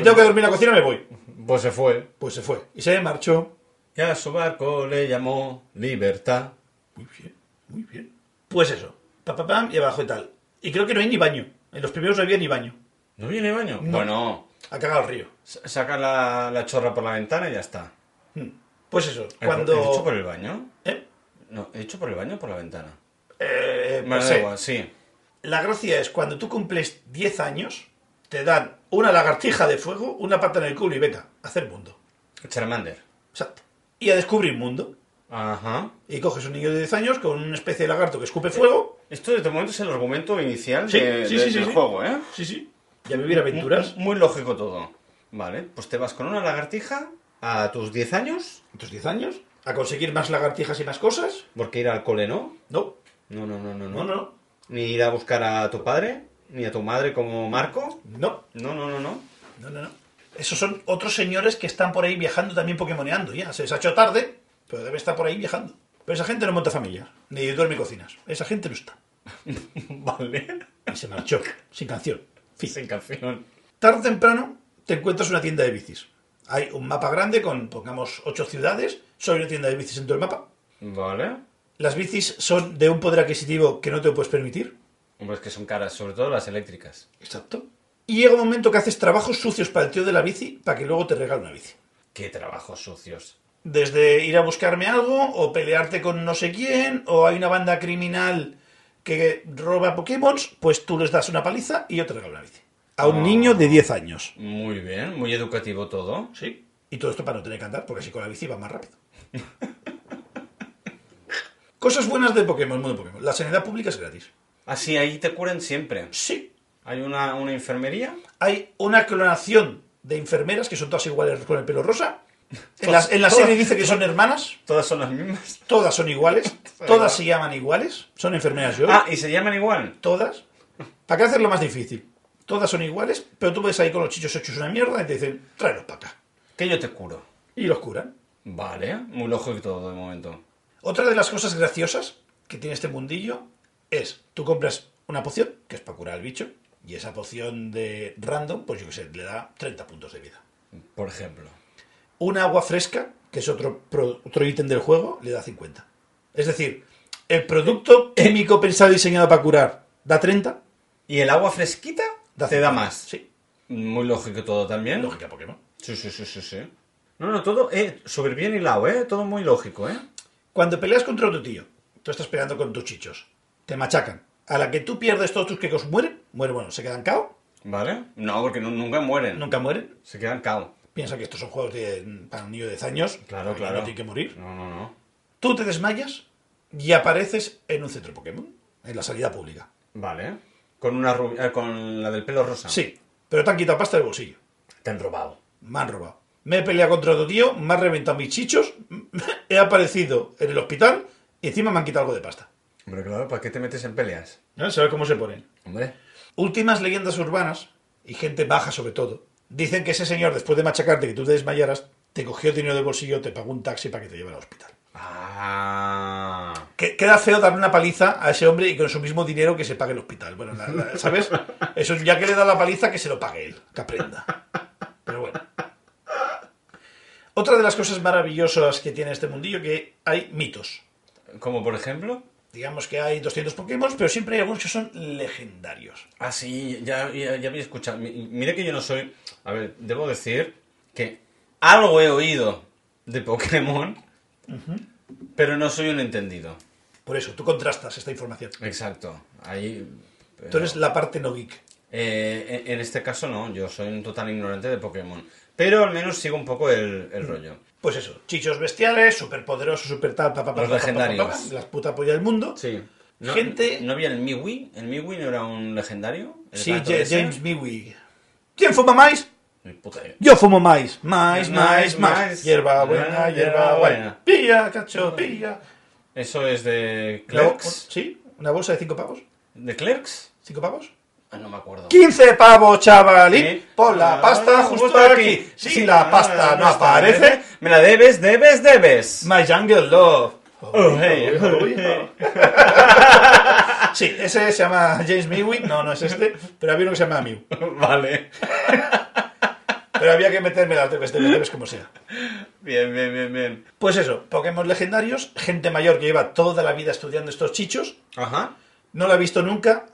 S2: tengo que dormir en la cocina, me voy.
S1: Pues se fue.
S2: Pues se fue. Y se marchó.
S1: Y a su barco le llamó Libertad.
S2: Muy bien, muy bien. Pues eso. Pa, pa, pam, y abajo y tal. Y creo que no hay ni baño. En los primeros no había ni baño.
S1: ¿No viene baño?
S2: No.
S1: Bueno,
S2: Ha cagado el río.
S1: sa- saca la, la chorra por la ventana y ya está.
S2: Pues eso.
S1: ¿He-
S2: Cuando.
S1: ¿He dicho por el baño?
S2: ¿Eh?
S1: No, ¿he dicho por el baño o por la ventana?
S2: Eh,
S1: Me
S2: pues
S1: da
S2: sí.
S1: igual, sí.
S2: La gracia es cuando tú cumples 10 años, te dan una lagartija de fuego, una pata en el culo y venga, a hacer mundo.
S1: Charmander.
S2: Exacto. Y a descubrir mundo.
S1: Ajá.
S2: Y coges un niño de 10 años con una especie de lagarto que escupe fuego.
S1: Esto de momento es el argumento inicial
S2: Sí,
S1: de-
S2: sí,
S1: de-
S2: sí, sí,
S1: del
S2: sí.
S1: juego, ¿eh?
S2: Sí, sí. Y a vivir aventuras.
S1: Muy lógico todo. Vale, pues te vas con una lagartija a tus 10 años,
S2: ¿Tus 10 años? ¿A conseguir más lagartijas y más cosas?
S1: porque ir al cole no.
S2: No.
S1: No, no, no, no,
S2: No,
S1: no.
S2: no.
S1: Ni ir a buscar a tu padre, ni a tu madre como Marco.
S2: No.
S1: No, no, no, no.
S2: No, no, no. Esos son otros señores que están por ahí viajando también pokemoneando ya. Se les ha hecho tarde, pero debe estar por ahí viajando. Pero esa gente no monta familia, ni duerme cocinas. Esa gente no está.
S1: Vale.
S2: Y se marchó, sin canción. Fin.
S1: Sin canción.
S2: Tarde o temprano te encuentras una tienda de bicis. Hay un mapa grande con, pongamos, ocho ciudades. Solo hay una tienda de bicis en todo el mapa.
S1: Vale.
S2: Las bicis son de un poder adquisitivo que no te puedes permitir.
S1: Hombre, es que son caras, sobre todo las eléctricas.
S2: Exacto. Y llega un momento que haces trabajos sucios para el tío de la bici para que luego te regale una bici.
S1: Qué trabajos sucios.
S2: Desde ir a buscarme algo, o pelearte con no sé quién, o hay una banda criminal que roba Pokémon, pues tú les das una paliza y yo te regalo una bici. a un niño de 10 años.
S1: Muy bien, muy educativo todo.
S2: Sí. Y todo esto para no tener que andar, porque así con la bici va más rápido. Cosas buenas de Pokémon, mundo Pokémon. La sanidad pública es gratis.
S1: Así ahí te curan siempre.
S2: Sí.
S1: Hay una, una enfermería.
S2: Hay una clonación de enfermeras que son todas iguales con el pelo rosa. En la, en la serie dice que son hermanas.
S1: Todas son las mismas.
S2: Todas son iguales. Todas se llaman iguales. Son enfermeras yo.
S1: Ah, y se llaman igual.
S2: Todas. ¿Para qué hacerlo más difícil? Todas son iguales, pero tú puedes ahí con los chichos hechos una mierda y te dicen, tráelos para acá.
S1: Que yo te curo.
S2: Y los curan.
S1: Vale, muy lógico y todo de momento.
S2: Otra de las cosas graciosas que tiene este mundillo es, tú compras una poción, que es para curar al bicho, y esa poción de random, pues yo qué sé, le da 30 puntos de vida.
S1: Por ejemplo.
S2: Un agua fresca, que es otro, pro- otro ítem del juego, le da 50. Es decir, el producto químico pensado y diseñado para curar da 30.
S1: ¿Y el agua fresquita?
S2: Da
S1: te da
S2: 50.
S1: más.
S2: Sí,
S1: Muy lógico todo también.
S2: lógica Pokémon.
S1: Sí, sí, sí, sí, sí. No, no, todo eh, súper bien hilado, ¿eh? Todo muy lógico, ¿eh?
S2: Cuando peleas contra tu tío, tú estás peleando con tus chichos, te machacan. A la que tú pierdes todos tus quecos mueren, mueren, bueno, se quedan cao,
S1: ¿Vale? No, porque nu- nunca mueren.
S2: nunca mueren.
S1: Se quedan cao.
S2: Piensa que estos son juegos de, para un niño de 10 años,
S1: Claro,
S2: que
S1: claro.
S2: no tiene que morir.
S1: No, no, no.
S2: Tú te desmayas y apareces en un centro Pokémon, en la salida pública.
S1: Vale. Con una rubi- eh, con la del pelo rosa.
S2: Sí, pero te han quitado pasta del bolsillo.
S5: Te han robado.
S2: Me han robado. Me he peleado contra otro tío, me han reventado mis chichos, he aparecido en el hospital y encima me han quitado algo de pasta.
S1: Hombre, claro, ¿para qué te metes en peleas?
S2: ¿No? ¿Eh? ¿Sabes cómo se ponen?
S1: Hombre.
S2: Últimas leyendas urbanas, y gente baja sobre todo, dicen que ese señor, después de machacarte que tú te desmayaras, te cogió dinero del bolsillo, te pagó un taxi para que te lleve al hospital.
S1: Ah.
S2: Que- queda feo darle una paliza a ese hombre y con su mismo dinero que se pague el hospital. Bueno, la- la- ¿sabes? Eso ya que le da la paliza, que se lo pague él, que aprenda. Pero bueno. Otra de las cosas maravillosas que tiene este mundillo que hay mitos.
S1: Como por ejemplo.
S2: Digamos que hay 200 Pokémon, pero siempre hay algunos que son legendarios.
S1: Ah, sí, ya, ya, ya había escuchado. Mi- Mire que yo no soy. A ver, debo decir que algo he oído de Pokémon, pero no soy un entendido.
S2: Por eso, tú contrastas esta información.
S1: Exacto. Ahí. pero-
S2: Tú eres la parte no geek.
S1: Eh, en en este caso no, yo soy un total ignorante de Pokémon. Pero al menos sigo un poco el, el rollo.
S2: Pues eso, chichos bestiales, superpoderosos, super tal, papá,
S1: Los legendarios.
S2: las puta polla del mundo.
S1: Sí. No,
S2: Gente-
S1: ¿No había el Miwi? ¿El Miwi no era un legendario? ¿El
S2: Sí,
S1: gato
S2: Ja-
S1: ese?
S2: James Miwi. ¿Quién fuma más?
S1: Mi puta idea.
S2: Yo fumo maíz. Maíz, maíz,
S1: Maíz,
S2: maíz.
S1: maíz.
S2: Hierba buena,
S1: Ah,
S2: hierba
S1: hierba
S2: buena.
S1: buena.
S2: Pilla, cacho, pilla.
S1: Eso es de
S2: Una-
S1: Clerks.
S2: ¿Sí? ¿Una bolsa de cinco pavos?
S1: ¿De Clerks?
S2: ¿Cinco pavos?
S1: Ah, no me acuerdo.
S2: ¡15 pavos, chavalín!
S1: ¿Eh?
S2: Pon la
S1: Ah,
S2: pasta justo aquí. ah, Si la pasta no ¿eh? aparece,
S1: Me la debes, debes, debes.
S2: my jungle love.
S1: Oh, hey, oh,
S2: Sí, ese se llama James Miwi. No, no es este. Pero había uno que se llama Mew.
S1: vale.
S2: Pero había que meterme las debes, debes, debes, como sea.
S1: Bien, bien, bien, bien.
S2: Pues eso, Pokémon legendarios, gente mayor que lleva toda la vida estudiando estos chichos,
S1: Ajá.
S2: no lo ha visto nunca,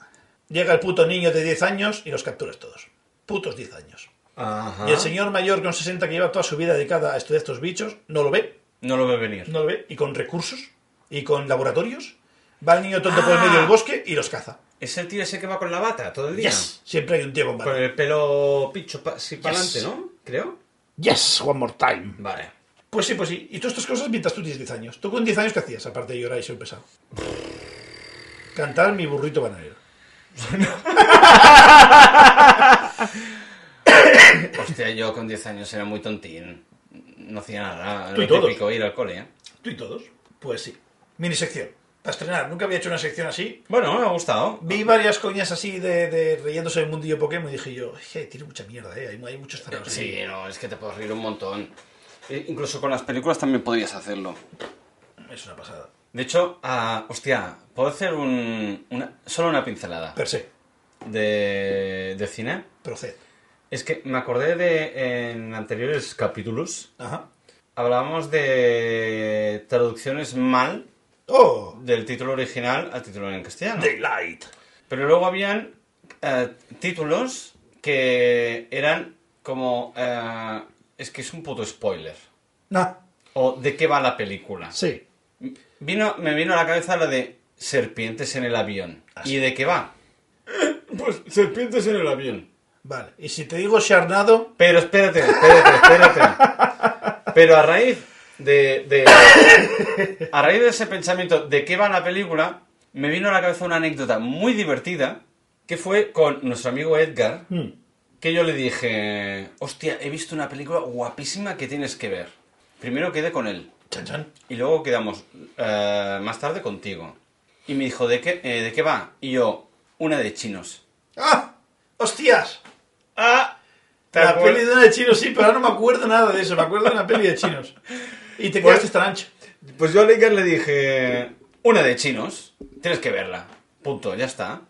S2: llega el puto niño de 10 años y los capturas todos. Putos 10 años.
S1: Ajá.
S2: Y el señor mayor con 60 que lleva toda su vida dedicada a estudiar estos bichos, no lo ve,
S1: No lo ve venir.
S2: no lo ve, y con recursos, y con laboratorios, va el niño tonto por el medio del bosque y los caza.
S1: Es el tío ese que va con la bata todo el día.
S2: Yes. Siempre hay un tío con
S1: Con
S2: bata.
S1: el pelo picho pa sí, para
S2: Yes.
S1: adelante, ¿no? Creo.
S2: Pues- Yes, one more time.
S1: Vale.
S2: Pues sí, pues sí. Y todas estas cosas mientras tú tienes 10 años. ¿Tú con 10 años qué hacías? Aparte de llorar y ser un pesado. Cantar mi burrito bananero.
S1: Hostia, yo con 10 años era muy tontín. No hacía nada.
S2: Tú y
S1: Lo
S2: todos.
S1: típico ir al cole, ¿eh?
S2: ¿Tú y todos? Pues sí. Mini sección. Para estrenar. Nunca había hecho una sección así.
S1: Bueno, me ha gustado.
S2: Vi varias coñas así de, de reyéndose del mundillo Pokémon y dije yo, "Je, tiene mucha mierda, ¿eh? Hay, hay muchos cerrados.
S1: Sí,
S2: aquí".
S1: no, es que te puedes reír un montón.
S4: Eh, incluso con las películas también podrías hacerlo.
S2: Es una pasada.
S1: De hecho, ah, hostia, ¿puedo hacer un, una, solo una pincelada
S2: Per se.
S1: de, de cine?
S2: Proced.
S1: Es que me acordé de en anteriores capítulos
S2: Ajá.
S1: hablábamos de traducciones mal
S2: ¡Oh!
S1: del título original al título en castellano.
S2: Daylight.
S1: Pero luego habían eh, títulos que eran como... eh, es que es un puto spoiler.
S2: Nah.
S1: O de qué va la película.
S2: Ah, Sí.
S1: Vino, me vino a la cabeza la de serpientes en el avión.
S2: Ah,
S1: ¿Y
S2: sí.
S1: de qué va? Pues serpientes en el avión.
S2: Vale. Y si te digo charnado,
S1: Pero espérate, espérate, espérate. Pero a raíz de, de- A raíz de ese pensamiento de qué va la película, me vino a la cabeza una anécdota muy divertida que fue con nuestro amigo Edgar,
S2: hmm.
S1: que yo le dije, hostia, he visto una película guapísima que tienes que ver. Primero quedé con él.
S2: chan chan.
S1: Y luego quedamos eh, más tarde contigo. Y me dijo, ¿de qué, eh, ¿de qué va? Y yo, una de chinos.
S2: ¡Ah! ¡Hostias!
S1: ¡Ah!
S2: La peli de una de chinos, sí, pero ahora no me acuerdo nada de eso. Me acuerdo de una peli de chinos. Y te quedaste tan ancho.
S1: Pues yo a Leiker le dije, una de chinos, tienes que verla. Punto, ya está.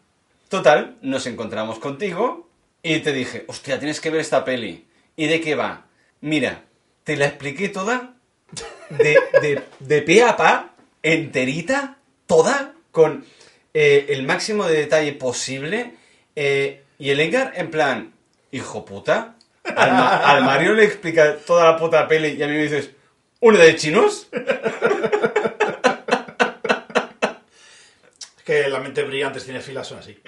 S1: Total, nos encontramos contigo y te dije, hostia, tienes que ver esta peli. ¿Y de qué va? Mira, te la expliqué toda, de, de, de pe a pa, enterita, toda, con eh, el máximo de detalle posible. eh, y el Edgar, en plan, hijo puta, al, Ma- al Mario le explica toda la puta peli y a mí me dices, ¿una de chinos?
S2: Es que las mentes brillantes cinefilas son así.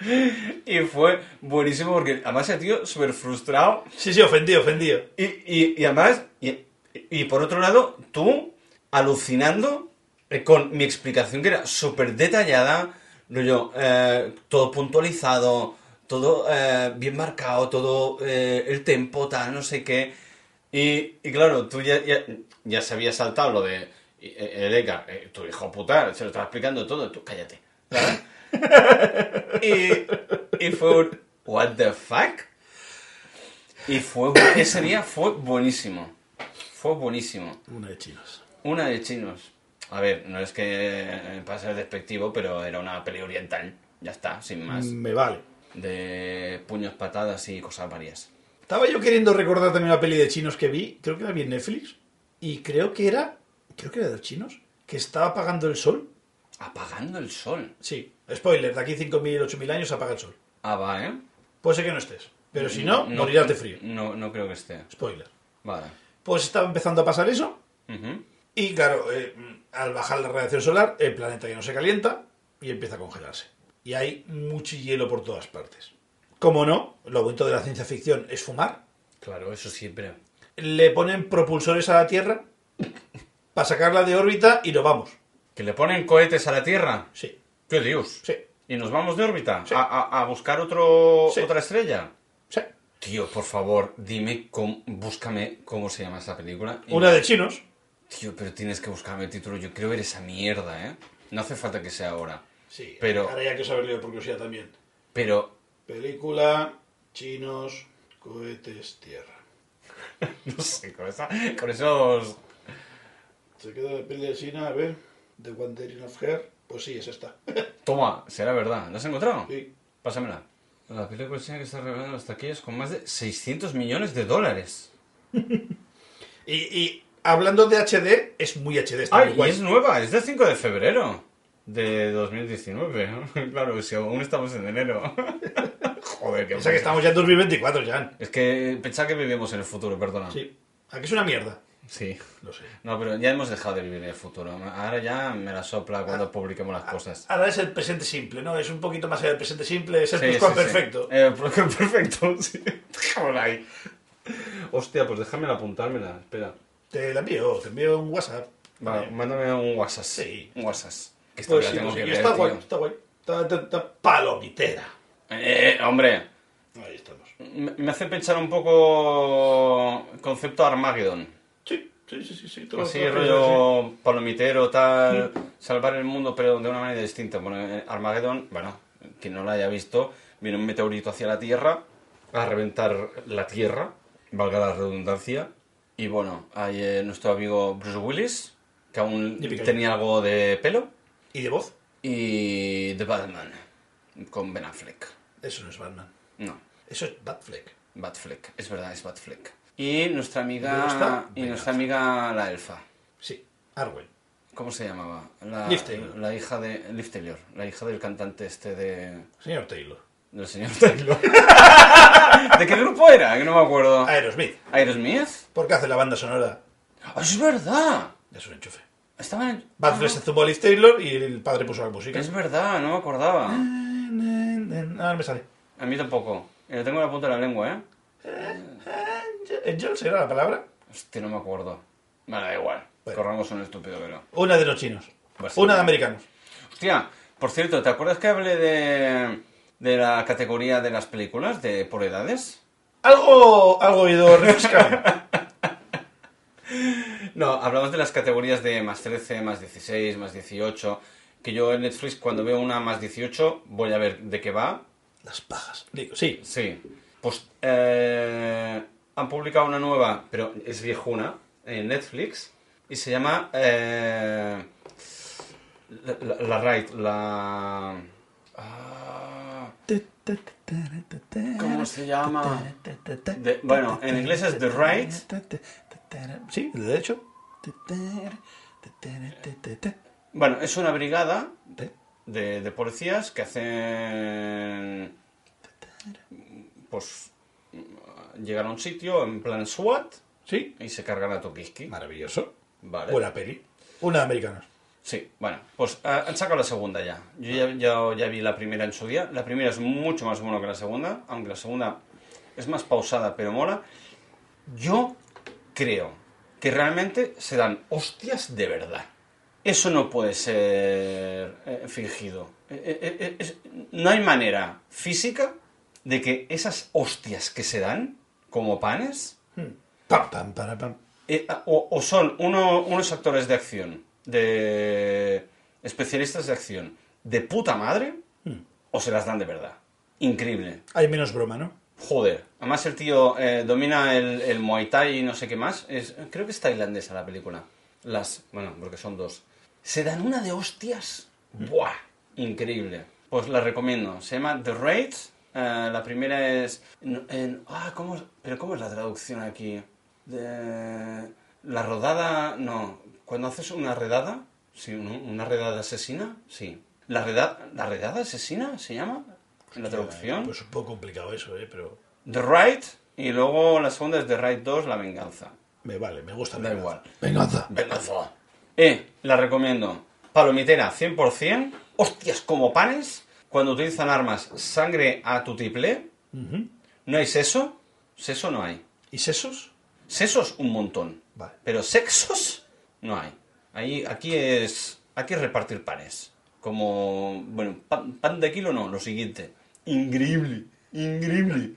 S1: Y fue buenísimo porque además el tío súper frustrado.
S2: Sí, sí, ofendido, ofendido.
S1: Y, y- y además, y, y por otro lado, tú alucinando eh, con mi explicación que era súper detallada, rollo, eh, todo puntualizado, todo eh, bien marcado, todo eh, el tempo, tal, no sé qué. Y, y claro, tú ya, ya, ya se había saltado lo de y- eh, el Edgar, eh, tu hijo puta, se lo está explicando todo, tú cállate. ¿sabes? y, y fue un what the fuck y fue bu- ese día fue buenísimo fue buenísimo
S2: Una de chinos.
S1: una de chinos a ver no es que eh, para ser despectivo pero era una peli oriental ya está sin más
S2: Me vale.
S1: de puños patadas y cosas varias
S2: Estaba yo queriendo recordar también una peli de chinos que vi, creo que la vi en Netflix, y creo que era, creo que era de los chinos, que estaba apagando el sol.
S1: apagando el sol
S2: Sí, spoiler, de aquí 5.000, 8.000 años apaga el sol.
S1: ah va eh
S2: Puede ser que no estés, pero si no,
S1: Mm,
S2: morirás de frío.
S1: no no creo que esté
S2: Spoiler.
S1: vale
S2: Pues estaba empezando a pasar eso,
S1: Ujú.
S2: y claro, eh, al bajar la radiación solar, el planeta ya no se calienta y empieza a congelarse. Y hay mucho hielo por todas partes. Como no, lo bonito de la ciencia ficción es fumar,
S1: claro eso siempre
S2: le ponen propulsores a la Tierra para sacarla de órbita y nos vamos.
S1: que le ponen cohetes a la tierra
S2: Sí,
S1: qué dios
S2: sí,
S1: ¿Y nos vamos de órbita?
S2: Sí.
S1: ¿A, a- a buscar otro,
S2: Sí.
S1: otra estrella?
S2: sí.
S1: Tío, por favor, dime, cómo- búscame cómo se llama esa película. Y-
S2: Una de chinos.
S1: Tío, pero tienes que buscarme el título. Yo quiero ver esa mierda, ¿eh? No hace falta que sea ahora.
S2: Sí,
S1: Pero-
S2: ahora ya que saberlo por curiosidad también.
S1: Pero
S2: Película, chinos, cohetes, Tierra.
S1: no sé, con, esa- con esos...
S2: Se queda la peli de China, a ver, The Wandering of Her. Pues sí, es esta.
S1: Toma, será verdad. ¿La has encontrado?
S2: Sí.
S1: Pásamela. La película china que está revelando las taquillas con más de 600 millones de dólares.
S2: Y, y hablando de HD, es muy HD esta
S1: Ah,
S2: muy
S1: y
S2: guay.
S1: es nueva, es del 5 de febrero de 2019. claro, si aún estamos en enero. Joder, qué
S2: Piensa que estamos ya en 2024, Jan.
S1: Es que pensaba que vivíamos en el futuro, perdona.
S2: Sí. Aquí es una mierda.
S1: Sí.
S2: Lo sé.
S1: No, pero ya hemos dejado de vivir en el futuro. Ahora ya me la sopla
S2: Ah,
S1: cuando publiquemos las cosas.
S2: Ahora es el presente simple, ¿no? Es un poquito más el presente simple, es el
S1: Sí,
S2: pluscuam
S1: sí, sí.
S2: perfecto.
S1: Eh, El pluscuam perfecto, sí. Déjamela ahí. Hostia, pues déjamela apuntármela. Espera.
S2: Te la envío, te envío un WhatsApp.
S1: Va,
S2: Vale.
S1: mándame un WhatsApp.
S2: Sí.
S1: Un WhatsApp. Que esta me
S2: Pues
S1: la
S2: sí,
S1: tengo
S2: pues sí,
S1: que
S2: que
S1: ver,
S2: está guay,
S1: tío.
S2: está guay. Está, está- está palomitera.
S1: Eh, eh, hombre,
S2: Ahí estamos.
S1: me me hace pensar un poco concepto Armageddon.
S2: Sí, sí, sí, sí. sí todo-
S1: Así,
S2: todo-
S1: Pues rollo palomitero, tal, salvar el mundo, pero de una manera distinta. Bueno, eh, Armageddon, bueno, quien no la haya visto, viene un meteorito hacia la Tierra, a reventar la Tierra, valga la redundancia. Y bueno, hay eh, nuestro amigo Bruce Willis, que aún
S2: Yippee.
S1: tenía algo de pelo,
S2: ¿Y de voz?
S1: y The Batman, con Ben Affleck.
S2: Eso no es Batman.
S1: No,
S2: Eso es Batfleck.
S1: Batfleck, es verdad, es Batfleck. Y nuestra
S2: ¿Dónde
S1: amiga,
S2: está?
S1: y
S2: Ben
S1: nuestra amiga la elfa.
S2: Sí, Arwen.
S1: ¿Cómo se llamaba? La,
S2: Liv Taylor.
S1: la hija de. Liv Taylor, la hija del cantante este de.
S2: Señor Taylor.
S1: del señor Taylor. ¿De qué grupo era? Que no me acuerdo.
S2: Aerosmith.
S1: ¿Aerosmith?
S2: ¿Por qué hace la banda sonora?
S1: ¡Ah, ¡Es verdad!
S2: Es un enchufe.
S1: Estaban en.
S2: Batfleck se zumbó a Liv Taylor y el padre puso la música.
S1: Es verdad, no me acordaba.
S2: Ah, no me sale.
S1: A mí tampoco. Eh, Lo tengo en la punta de la lengua, ¿eh?
S2: Angel- ¿Angels era la palabra?
S1: Hostia, no me acuerdo. Bueno, da igual.
S2: Bueno.
S1: Corramos un estúpido velo.
S2: Una de los chinos.
S1: Bastante.
S2: Una de americanos.
S1: Hostia, por cierto, ¿te acuerdas que hablé de, de la categoría de las películas de por edades?
S2: Algo, algo oído refrescado.
S1: No, hablamos de las categorías de más 13, más 16, más 18. Que yo en Netflix, cuando veo una más 18, voy a ver de qué va.
S2: Las pajas. Digo, sí.
S1: Sí. Pues eh, han publicado una nueva, pero es viejuna, en Netflix. Y se llama. eh, la, la, la Raid, la. ah, ¿Cómo se llama? De- bueno, en inglés es The Right.
S2: Sí, el derecho.
S1: Bueno, es una brigada de, de policías que hacen. Pues. Llegan a un sitio en plan SWAT
S2: Sí.
S1: y se cargan a Tokiski.
S2: Maravilloso.
S1: Vale.
S2: Buena peli. Una de americanos.
S1: Sí, bueno, pues ah, han sacado la segunda ya. Yo ya, ya- ya vi la primera en su día. La primera es mucho más buena que la segunda, aunque la segunda es más pausada, pero mola. Yo creo que realmente se dan hostias de verdad. Eso no puede ser eh, fingido. Eh, eh, eh, es- no hay manera física de que esas hostias que se dan como panes
S2: Hmm. Pam, pam, para, pam.
S1: eh, a- o, o son uno- unos actores de acción, de especialistas de acción, de puta madre, o se las dan de verdad. Increíble.
S2: Hay menos broma, ¿no?
S1: Joder. Además el tío eh, domina el, el Muay Thai y no sé qué más. Es- creo que es tailandesa la película. Las, bueno, porque son dos. Se dan una de hostias. Buah. Increíble. Pues la recomiendo. Se llama The Raid. Eh, la primera es... en- en- ah, ¿cómo, es- ¿Pero cómo es la traducción aquí? De- la rodada... No. Cuando haces una redada... Sí, ¿no? ¿Una redada asesina? Sí. ¿La, reda- ¿La redada asesina se llama? En la traducción.
S2: Pues un poco complicado eso, ¿eh? Pero
S1: The Right y luego la segunda es The Right 2, La Venganza.
S2: me vale, me gusta.
S1: Da
S2: venganza.
S1: igual.
S2: Venganza.
S1: Venganza. Eh, la recomiendo. Palomitera 100%, hostias como panes, cuando utilizan armas, sangre a tutiplé.
S2: Ujú.
S1: No hay seso, seso no hay.
S2: ¿Y sesos?
S1: Sesos un montón,
S2: Vale.
S1: pero sexos no hay. Ahí, aquí es aquí es repartir panes. Como, bueno, pan, pan de kilo no, lo siguiente. Increíble, increíble.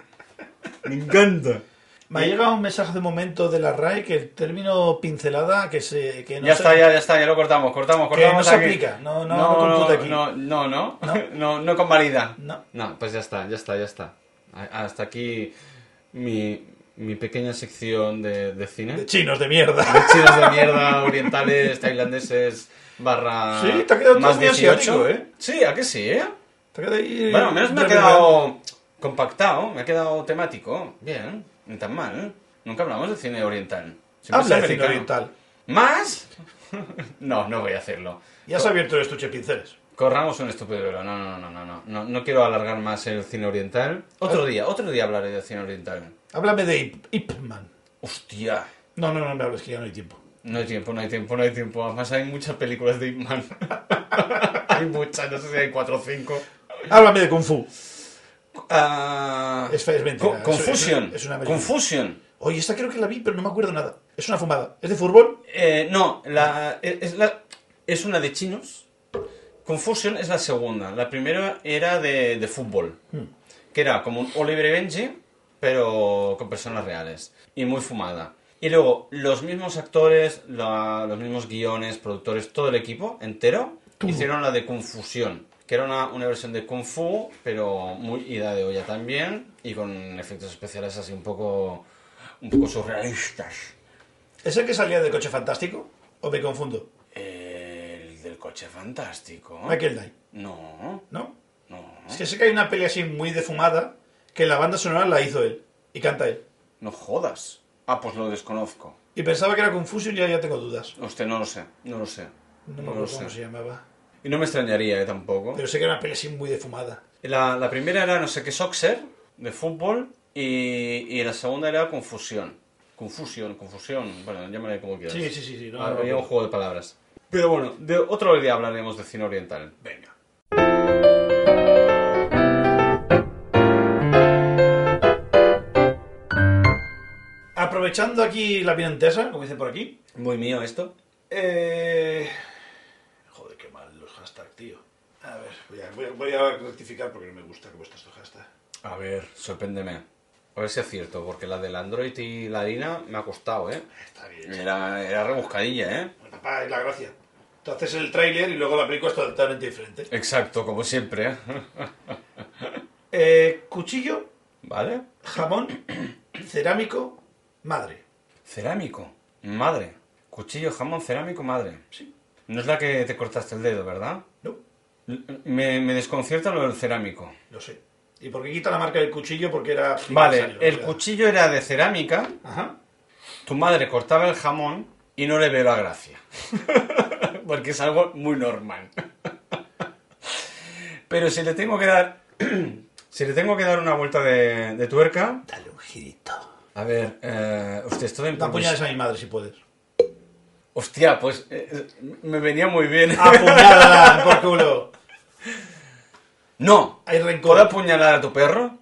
S1: Me encanta.
S2: Me ha llegado un mensaje de momento de la RAE que el término pincelada que se que no
S1: ya
S2: se-
S1: está, ya, ya está, ya lo cortamos, cortamos,
S2: Que
S1: cortamos.
S2: no se
S1: aquí.
S2: aplica, no- no- no computa aquí.
S1: No, no, no,
S2: No.
S1: no, no convalida.
S2: No.
S6: No, pues ya está, ya está, ya está. A- Hasta aquí mi, mi pequeña sección de, de
S2: De
S6: cine.
S2: chinos de mierda.
S6: De chinos de mierda, orientales, tailandeses, barra...
S2: Sí, te ha quedado todo
S6: más
S2: muy
S6: 18.
S2: asiático, ¿eh?
S6: Sí, ¿a que sí, eh?
S2: Te queda ahí-
S1: Bueno, al menos me ha
S2: de verdad.
S1: quedado compactado, me ha quedado temático. Bien, ni tan mal. Nunca hablamos de cine oriental. Siempre
S2: Habla
S1: es
S2: de cine
S1: americano.
S2: oriental.
S1: ¿Más? no, no voy a hacerlo.
S2: Ya has abierto el estuche de pinceles.
S1: Corramos un estúpido velo. No, no, no, no, no, no. No quiero alargar más el cine oriental. Otro día, otro día hablaré de cine oriental.
S2: Háblame de Ip- Ip Man.
S1: Hostia.
S2: No, no, no me hables que ya no hay tiempo.
S1: No hay tiempo, no hay tiempo, no hay tiempo. Además hay muchas películas de Ip Man. hay muchas, no sé si hay cuatro o cinco.
S2: Háblame de Kung Fu.
S1: Ah,
S2: Es- es mentira,
S1: Co-
S2: es-
S1: Confusion.
S2: es- es una americana.
S1: Confusion.
S2: Oye, esta creo que la vi, pero no me acuerdo nada. Es una fumada. ¿Es de fútbol?
S1: Eh, no, la, e, es, la- es una de chinos. Confusion es la segunda. La primera era de, de fútbol. Que era como un Oliver Benji, pero con personas reales. Y muy fumada. Y luego, los mismos actores, la- los mismos guiones, productores, todo el equipo entero, hicieron la de Confusión. Que era una, una versión de Kung Fu, pero muy ida de olla también. Y con efectos especiales así un poco, un poco surrealistas.
S2: ¿Es el que salía del coche fantástico? ¿O me confundo?
S1: El del coche fantástico.
S2: Michael Knight,
S1: No,
S2: ¿no?
S1: no,
S2: Es que sé que hay una peli así muy defumada que la banda sonora la hizo él y canta él.
S1: no jodas. Ah, pues lo desconozco.
S2: Y pensaba que era Confusion y ahora ya tengo dudas.
S1: Usted no lo sé, no lo sé.
S2: No
S1: No
S2: me
S1: lo
S2: acuerdo cómo
S1: sé.
S2: se llamaba.
S1: Y no me extrañaría eh, tampoco.
S2: Pero sé que era una peli así muy defumada.
S1: La, la primera era no sé qué Soxer, de fútbol, y, y la segunda era Confusión. Confusión, confusión, bueno, llámale como quieras. Ah,
S2: Sí, sí, sí, sí. no, no,
S1: Había
S2: no.
S1: un juego de palabras. Pero bueno, de otro día hablaremos de cine oriental.
S2: Venga. aprovechando aquí la pirantesa, como dicen por aquí.
S1: Muy mío esto.
S2: Eh... Joder, qué mal los hashtags, tío. A ver, voy a, voy a- voy a rectificar porque no me gusta cómo está estos hashtags.
S1: A ver, sorpréndeme. A ver si es cierto, porque la del Android y la harina me ha costado, ¿eh?
S2: Está bien. hecho.
S1: Era, era rebuscadilla, ¿eh?
S2: El papá es la gracia. Tú haces el tráiler y luego la película es totalmente diferente.
S1: Exacto, como siempre, ¿eh?
S2: Eh, cuchillo,
S1: ¿Vale?
S2: jamón, cerámico, madre.
S1: Cerámico. Madre. Cuchillo, jamón, cerámico, madre.
S2: Sí.
S1: No es la que te cortaste el dedo, ¿verdad?
S2: No,
S1: L- Me, me desconcierta lo del cerámico.
S2: lo sé. ¿Y por qué quita la marca del cuchillo? Porque era...
S1: Vale,
S2: innecesario,
S1: el
S2: era-
S1: cuchillo era de cerámica,
S2: Ajá.
S1: tu madre cortaba el jamón y no le veo la gracia. Porque es algo muy normal. Pero si le tengo que dar. si le tengo que dar una vuelta de, de tuerca.
S2: Dale un girito.
S1: A ver, eh, hostia, esto de
S2: Da puñales
S1: improvis-
S2: a mi madre si puedes.
S1: Hostia, pues eh, eh, me venía muy bien.
S2: Ah. ¡Apuñálala por culo!
S1: ¡No!
S2: Hay
S1: ¿Puedo
S2: rencor.
S1: apuñalar a tu perro?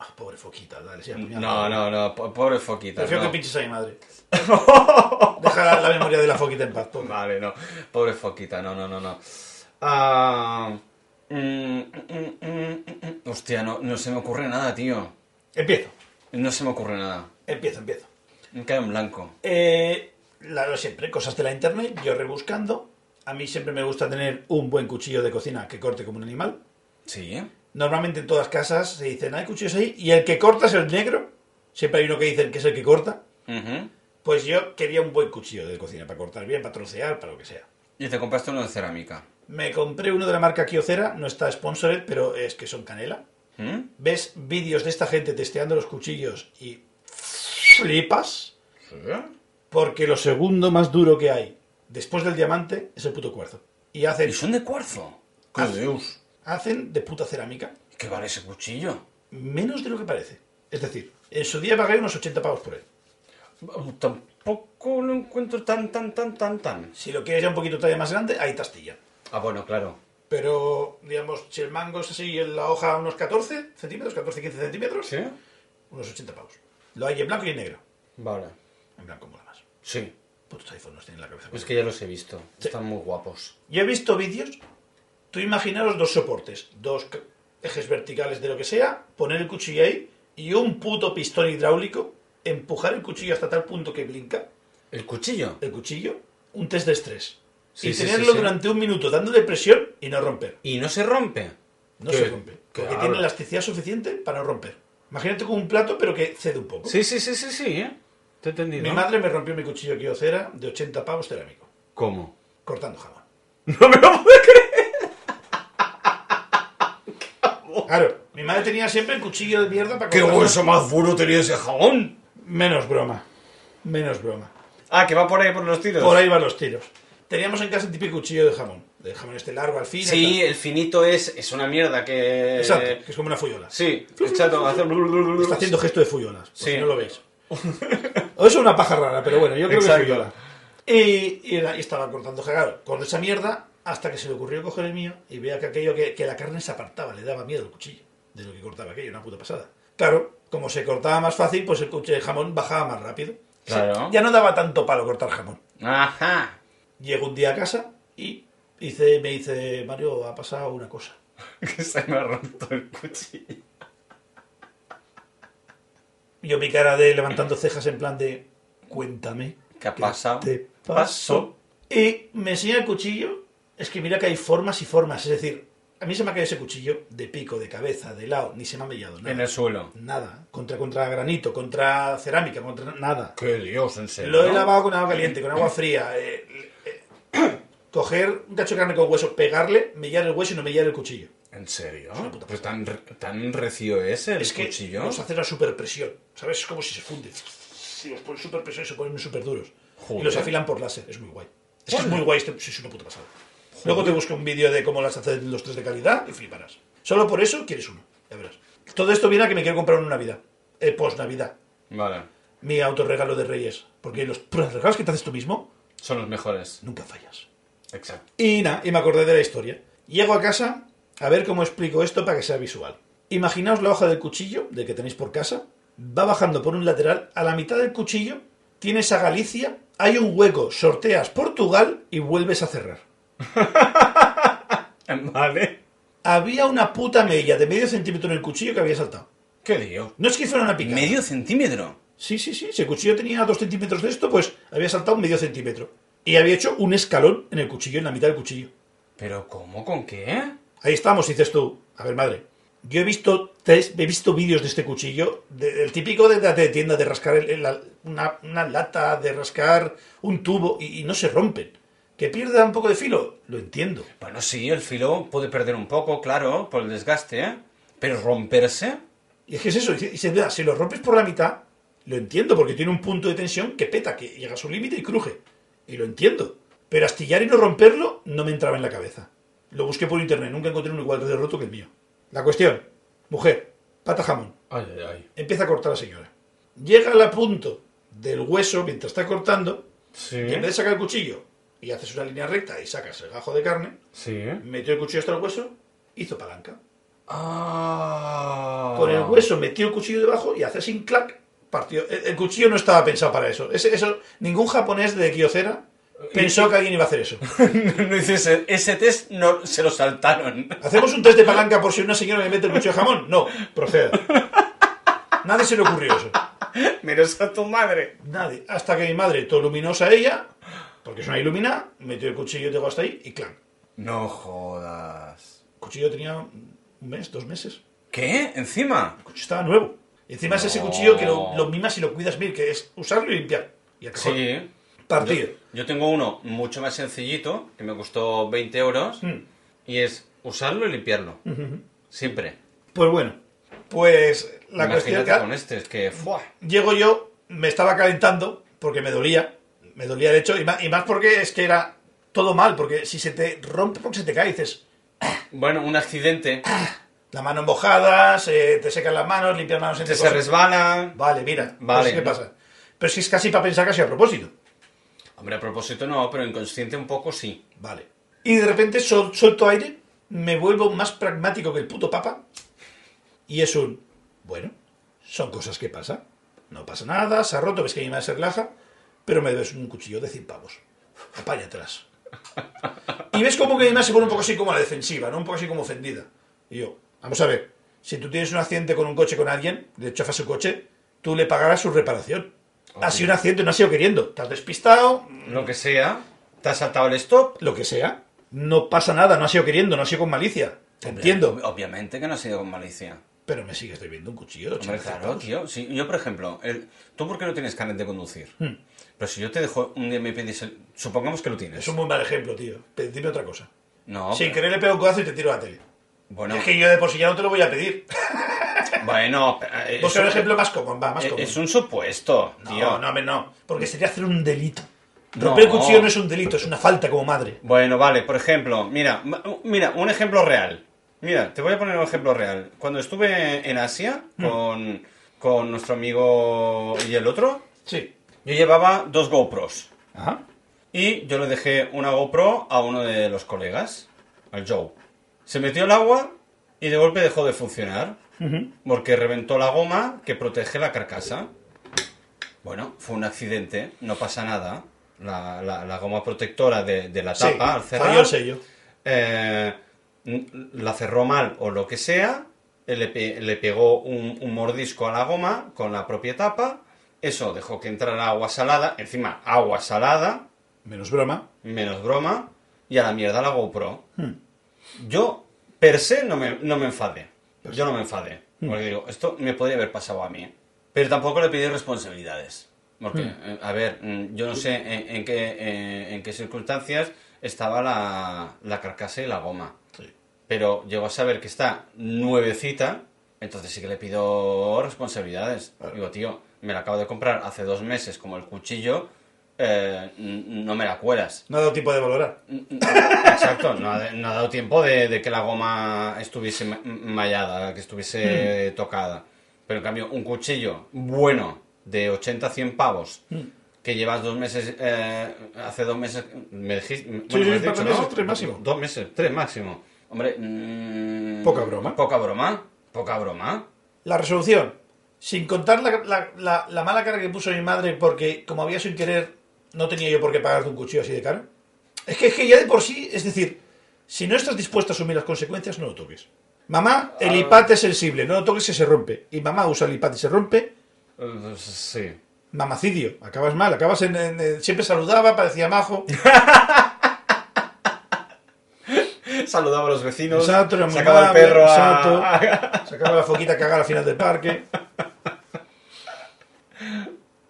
S2: Ah, pobre foquita, dale, sí, apuñálala.
S1: No, no, no, po- pobre foquita.
S2: Prefiero
S1: no.
S2: que pinches a mi madre. Deja la, la memoria de la foquita en paz. toma.
S1: Vale, no. Pobre Foquita, no, no, no, no. Ah, mm, mm, mm, mm, mm. hostia, no, no se me ocurre nada, tío.
S2: Empiezo,
S1: No se me ocurre nada.
S2: empiezo, empiezo.
S1: Me cae en blanco.
S2: Eh, la, lo siempre, cosas de la internet, yo rebuscando. A mí siempre me gusta tener un buen cuchillo de cocina que corte como un animal.
S1: Sí, ¿eh?
S2: Normalmente en todas casas se dicen, hay cuchillos ahí, y el que corta es el negro. Siempre hay uno que dicen que es el que corta.
S1: Ujú.
S2: Pues yo quería un buen cuchillo de cocina para cortar bien, para trocear, para lo que sea.
S1: Y te compraste uno de cerámica.
S2: Me compré uno de la marca Kyocera, no está sponsored, pero es que son canela.
S1: ¿Mm?
S2: ves vídeos de esta gente testeando los cuchillos y flipas,
S1: Sí.
S2: porque lo segundo más duro que hay después del diamante es el puto cuarzo. Y hacen,
S1: Y son de cuarzo.
S2: Ah.
S1: Dios!
S2: hacen de puta cerámica
S1: ¿Qué vale ese cuchillo?
S2: menos de lo que parece. Es decir, en su día pagué unos 80 pavos por él.
S1: Tampoco lo encuentro tan, tan, tan, tan, tan.
S2: Si lo quieres ya un poquito talla más grande, ahí tastilla.
S1: Ah, bueno, claro.
S2: Pero, digamos, si el mango es así y en la hoja unos 14 centímetros, 14-15 centímetros,
S1: ¿Sí?
S2: unos 80 pavos. Lo hay en blanco y en negro.
S1: Vale.
S2: En blanco mola más.
S1: Sí.
S2: Putos iPhone nos tienen la cabeza.
S1: Es que ya los he visto. Están muy guapos.
S2: Yo he visto vídeos, tú imaginaros dos soportes, dos c- ejes verticales de lo que sea, poner el cuchillo ahí y un puto pistón hidráulico, empujar el cuchillo hasta tal punto que blinca
S1: ¿El cuchillo?
S2: el cuchillo, un test de estrés.
S1: Sí,
S2: y
S1: sí,
S2: tenerlo
S1: sí, sí.
S2: durante un minuto dándole presión y no romper.
S1: ¿Y no se rompe?
S2: No
S7: Que-
S2: se rompe.
S7: que
S2: Porque
S7: habla.
S2: tiene elasticidad suficiente para no romper. Imagínate con un plato pero que cede un poco.
S1: Sí, sí, sí, sí, sí, ¿eh? Te he entendido.
S2: Mi madre me rompió mi cuchillo Kyocera de 80 pavos cerámico,
S1: ¿Cómo?
S2: cortando jamón.
S1: No me lo puedo creer.
S2: Claro, mi madre tenía siempre el cuchillo de mierda para
S1: Oh. ¡Qué
S2: cortar
S1: hueso más duro tenía ese jabón!
S2: Menos broma. Menos broma.
S1: Ah, que va por ahí por los tiros.
S2: Por ahí van los tiros. Teníamos en casa el típico cuchillo de jamón. De jamón este largo al fin.
S1: Sí, eh,
S2: y
S1: el finito es, es una mierda que.
S2: tal. Exacto. Que es como una fuyola.
S1: Sí, exacto. hace-
S2: Está haciendo gesto de fuyolas. por
S1: Sí.
S2: Si no lo veis. o es una paja rara, pero bueno, yo creo
S1: Exacto.
S2: que es fuyola. Y, y la- y estaba cortando jagado con esa mierda hasta que se le ocurrió coger el mío y vea que aquello que, que la carne se apartaba, le daba miedo el cuchillo de lo que cortaba aquello, una puta pasada. Claro, como se cortaba más fácil, pues el, cuchillo de jamón bajaba más rápido. O sea,
S1: Claro.
S2: ya no daba tanto palo cortar jamón.
S1: Ajá.
S2: Llego un día a casa y hice, me dice, Mario, ha pasado una cosa.
S1: Que se me ha roto el cuchillo.
S2: Yo mi cara de levantando cejas en plan de, cuéntame.
S1: ¿Qué ha pasado?
S2: Te pasó. Y me enseña el cuchillo. Es que mira que hay formas y formas. Es decir, a mí se me ha caído ese cuchillo de pico, de cabeza, de lado, ni se me ha mellado. Nada.
S1: En el suelo.
S2: Nada. Contra, contra granito, contra cerámica, contra nada.
S1: ¡Qué Dios, en serio!
S2: Lo he lavado con agua caliente, con agua fría. eh, eh, coger un cacho de carne con hueso, pegarle, mellar el hueso y no mellar el cuchillo.
S1: ¿En serio?
S2: una puta
S1: ¿Pero tan, re- tan recio es el
S2: Es que
S1: cuchillo?
S2: nos hace una superpresión, ¿sabes? Es como si se funde. Si los ponen superpresión y se ponen súper duros.
S1: Joder.
S2: Y los afilan por láser, es muy guay. Es que es muy guay, este, sí, es una puta pasada. Luego te busco un vídeo de cómo las hacen los tres de calidad y fliparás. Solo por eso quieres uno, ya verás. Todo esto viene a que me quiero comprar una Navidad, eh, post-Navidad,
S1: Vale.
S2: mi autorregalo de Reyes. Porque los los regalos que te haces tú mismo,
S1: Son los mejores.
S2: nunca fallas.
S1: Exacto.
S2: Y nada, y me acordé de la historia. Llego a casa a ver cómo explico esto para que sea visual. Imaginaos la hoja del cuchillo, de que tenéis por casa, va bajando por un lateral, a la mitad del cuchillo tienes a Galicia, hay un hueco, sorteas Portugal y vuelves a cerrar.
S8: Vale.
S2: Había una puta mella de medio centímetro en el cuchillo que había saltado.
S8: ¿Qué lío?
S2: No es que fuera una picada.
S1: Medio centímetro.
S2: Sí, sí, sí. Si el cuchillo tenía dos centímetros de esto, pues había saltado medio centímetro. Y había hecho un escalón en el cuchillo, en la mitad del cuchillo.
S1: ¿Pero cómo? ¿Con qué?
S2: Ahí estamos, dices tú. A ver, madre. Yo he visto test- he visto vídeos de este cuchillo, de- del típico de, de tienda de rascar el- el- la- una, una lata, de rascar un tubo y, y no se rompen. Que pierda un poco de filo, lo entiendo.
S1: Bueno, sí, el filo puede perder un poco, claro, por el desgaste, ¿eh? Pero romperse.
S2: Y es que es eso, y se- y se- mira, si lo rompes por la mitad, lo entiendo, porque tiene un punto de tensión que peta, que llega a su límite y cruje. Y lo entiendo. Pero astillar y no romperlo no me entraba en la cabeza. Lo busqué por internet, nunca encontré un igual de roto que el mío. La cuestión, mujer, pata jamón,
S9: Ay, ay, ay.
S2: empieza a cortar a la señora. Llega al punto del hueso mientras está cortando,
S9: Sí.
S2: y en vez de sacar el cuchillo y haces una línea recta y sacas el gajo de carne,
S9: Sí.
S2: metió el cuchillo hasta el hueso, hizo palanca.
S9: Ah.
S2: con el hueso metió el cuchillo debajo y hace sin clac, partió. El, el cuchillo no estaba pensado para eso. Ese- eso ningún japonés de Kyocera pensó que alguien iba a hacer eso.
S1: no dices, "Ese- ese test no, se lo saltaron.
S2: ¿Hacemos un test de palanca por si una señora le mete el cuchillo de jamón? No, proceda. Nadie se le ocurrió eso.
S1: Menos a tu madre.
S2: Nadie. Hasta que mi madre, todo luminosa ella, porque es una iluminada, metió el cuchillo llegó hasta ahí y clac.
S1: No jodas.
S2: El cuchillo tenía un mes, dos meses.
S1: ¿Qué? ¿Encima?
S2: El cuchillo estaba nuevo. Encima es ese
S1: No.
S2: cuchillo que lo, lo mimas y lo cuidas mil, que es usarlo y limpiar. Y al cajón.
S1: Sí.
S2: Partido.
S1: Yo tengo uno mucho más sencillito, que me costó 20 euros,
S2: Mm.
S1: y es usarlo y limpiarlo. Siempre.
S2: Pues bueno, pues la cuestión
S1: Imagínate
S2: que
S1: con este, es que... ¡fua!
S2: llego yo, me estaba calentando porque me dolía, me dolía el hecho y más, y más porque es que era todo mal, porque si se te rompe, porque se te cae, dices,
S1: Bueno, un accidente,
S2: Este la mano mojada, se te secan las manos, limpias manos entre
S1: se, se
S2: cosas.
S1: resbala...
S2: Vale, mira,
S1: Vale.
S2: pues, ¿qué pasa? Pero si es casi para pensar casi a propósito.
S1: Hombre, a propósito no, pero inconsciente un poco sí.
S2: Vale. Y de repente sol- suelto aire, me vuelvo más pragmático que el puto papa. Y es un. Bueno, son cosas que pasan. No pasa nada, se ha roto, ves que mi madre se relaja, pero me debes un cuchillo de 100 pavos. Apaña atrás. Y ves como que mi madre se pone un poco así como a la defensiva, ¿no? Un poco así como ofendida. Y yo, vamos a ver, si tú tienes un accidente con un coche con alguien, le chafas su coche, tú le pagarás su reparación. Ha sido un accidente, no ha sido queriendo. Te has despistado,
S1: Lo que sea, te has saltado el stop.
S2: lo que sea, no pasa nada, no ha sido queriendo, no ha sido con malicia. Te entiendo,
S1: Ob- Obviamente que no ha sido con malicia.
S2: pero me sigues debiendo un cuchillo. de
S1: Hombre,
S2: 80
S1: claro,
S2: centavos.
S1: tío. Sí, yo, por ejemplo, el- ¿tú por qué no tienes carnet de conducir?
S2: Hmm.
S1: Pero si yo te dejo un día y me pides el- Supongamos que lo tienes.
S2: Es un muy mal ejemplo, tío. Pe- Dime otra cosa.
S1: No,
S2: Sin
S1: pero-
S2: querer le pego un codazo y te tiro a la tele.
S1: bueno,
S2: Es que yo de por sí ya no te lo voy a pedir.
S1: bueno, pero, eh, es,
S2: Busca un
S1: un-
S2: ejemplo más común, va, más
S1: eh,
S2: común.
S1: es un supuesto,
S2: No,
S1: tío. Mm.
S2: no, hombre, no. Porque sería hacer un delito.
S1: No.
S2: Romper el cuchillo no es un delito, es una falta como madre.
S1: Bueno, vale, por ejemplo, mira, ma- mira, un ejemplo real. Mira, te voy a poner un ejemplo real. Cuando estuve en Asia
S2: Hmm.
S1: con, con nuestro amigo y el otro,
S2: Sí.
S1: yo llevaba dos GoPros.
S2: Ajá.
S1: Y yo le dejé una GoPro a uno de los colegas, al Joe. Se metió al agua y de golpe dejó de funcionar. Porque reventó la goma que protege la carcasa. Bueno, fue un accidente, no pasa nada. La, la- la goma protectora de, de la
S2: Sí,
S1: tapa al cerrar
S2: falló el sello.
S1: eh, la cerró mal o lo que sea, eh, le, pe- le pegó un, un mordisco a la goma con la propia tapa, eso dejó que entrara agua salada, encima agua salada,
S2: Menos broma.
S1: menos broma, y a la mierda la GoPro. Yo, per se, no me, no me enfadé. Yo no me enfadé. Porque digo, esto me podría haber pasado a mí. Pero tampoco le pedí responsabilidades. Porque, eh, a ver, mm, yo no sé en, en qué, eh, en qué circunstancias estaba la, la carcasa y la goma.
S2: Sí.
S1: Pero llego a saber que está nuevecita, entonces sí que le pido responsabilidades.
S2: Claro.
S1: Digo, tío, me la acabo de comprar hace dos meses como el cuchillo, eh, n- no me la cuelas.
S2: No ha dado tiempo de valorar.
S1: Exacto, no ha, no ha dado tiempo de, de que la goma estuviese ma- mallada, que estuviese
S2: Hmm.
S1: tocada. Pero en cambio, un cuchillo bueno de 80 a 100 pavos
S2: Hmm.
S1: que llevas dos meses, eh, hace dos meses, me dijiste. bueno,
S2: sí,
S1: me has
S2: un par de
S1: dicho,
S2: meses,
S1: ¿no?
S2: tres máximo.
S1: Dos meses, tres máximo. Hombre, mm,
S2: Poca broma.
S1: Poca broma, poca broma.
S2: La resolución. Sin contar la, la- la- la mala cara que puso mi madre porque, como había sin querer, no tenía yo por qué pagarte un cuchillo así de caro. Es que, es que ya de por sí, es decir, si no estás dispuesto a asumir las consecuencias, no lo toques. Mamá, el hipate es sensible, no lo toques y se rompe. Y mamá usa el hipate y se rompe.
S1: Eh, Sí.
S2: Mamacidio, acabas mal, acabas en, en- en- Siempre saludaba, parecía majo.
S1: Saludaba a los vecinos.
S2: Exacto, era muy
S1: sacaba el
S2: amable,
S1: perro a-
S2: exacto. Sacaba la foquita cagada al final del parque.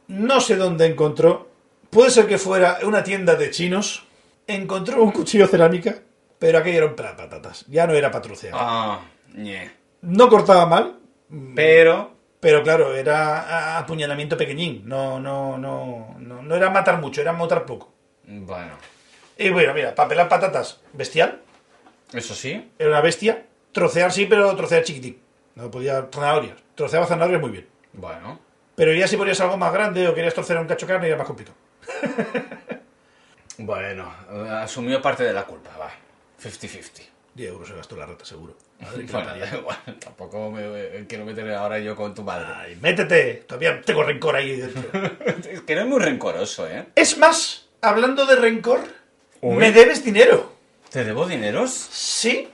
S2: No sé dónde encontró. Puede ser que fuera una tienda de chinos. Encontró un cuchillo cerámica, pero aquello era un para patatas. Ya no era patrucea.
S1: Ah, ñe.
S2: No cortaba mal,
S1: Pero.
S2: pero claro, era a- apuñalamiento pequeñín. No, no, no, no, no era matar mucho, era matar poco.
S1: Bueno.
S2: Y bueno, mira, papelar patatas, bestial.
S1: Eso sí.
S2: Era una bestia. Trocear sí, pero trocear chiquitín. No podía zanahorias. Troceaba zanahorias muy bien.
S1: Bueno.
S2: Pero ya si ponías algo más grande o querías torcer un cacho de carne era más complicado.
S1: Bueno. eh, Asumió parte de la culpa, va. 50-50.
S2: 10 euros se gastó la rata, seguro. Madre que la
S1: Bueno, da
S2: parió.
S1: igual, Tampoco me eh, quiero meter ahora yo con tu madre.
S2: Ay, métete. Todavía tengo rencor ahí dentro.
S1: Es que eres muy rencoroso, ¿eh?
S2: es más, hablando de rencor,
S1: Uy.
S2: me debes dinero.
S1: ¿Te debo dineros?
S2: Sí,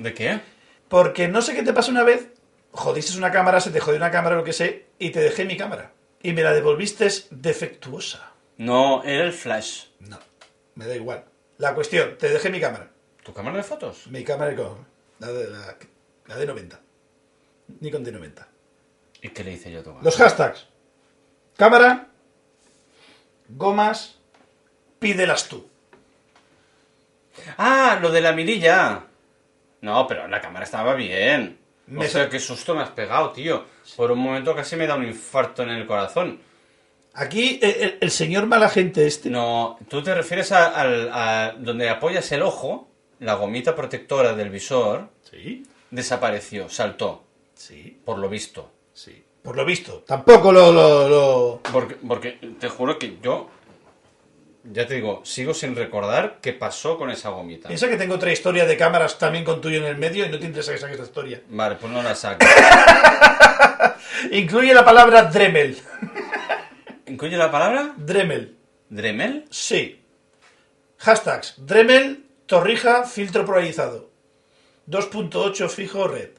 S1: ¿De qué?
S2: porque no sé qué te pasó una vez. Jodiste una cámara, se te jodió una cámara, lo que sé, y te dejé mi cámara. Y me la devolviste defectuosa.
S1: No, era el flash.
S2: No, me da igual. La cuestión, te dejé mi cámara.
S1: ¿Tu cámara de fotos?
S2: Mi cámara de con la de, la, la de 90. Nikon de 90.
S1: ¿Y qué le hice yo a tu cámara?
S2: Los hashtags. Cámara. Gomas. Pídelas tú.
S1: Ah, lo de la mirilla. No, pero la cámara estaba bien.
S2: Me
S1: o sea, qué susto me has pegado, tío. Por un momento casi me da un infarto en el corazón.
S2: Aquí eh, el, el señor mala gente este.
S1: No, tú te refieres a, al- a donde apoyas el ojo, la gomita protectora del visor
S2: Sí,
S1: desapareció, saltó,
S2: sí,
S1: por lo visto.
S2: sí. Por lo visto. Tampoco lo... lo, lo-
S1: Porque, porque te juro que yo, ya te digo, sigo sin recordar qué pasó con esa gomita.
S2: Piensa que tengo otra historia de cámaras también con tuyo en el medio y no te interesa que saques esta historia.
S1: Vale, pues no la saco.
S2: Incluye la palabra Dremel.
S1: ¿Incluye la palabra?
S2: Dremel.
S1: ¿Dremel?
S2: Sí. Hashtags. Dremel, torrija, filtro polarizado. 2.8 fijo red.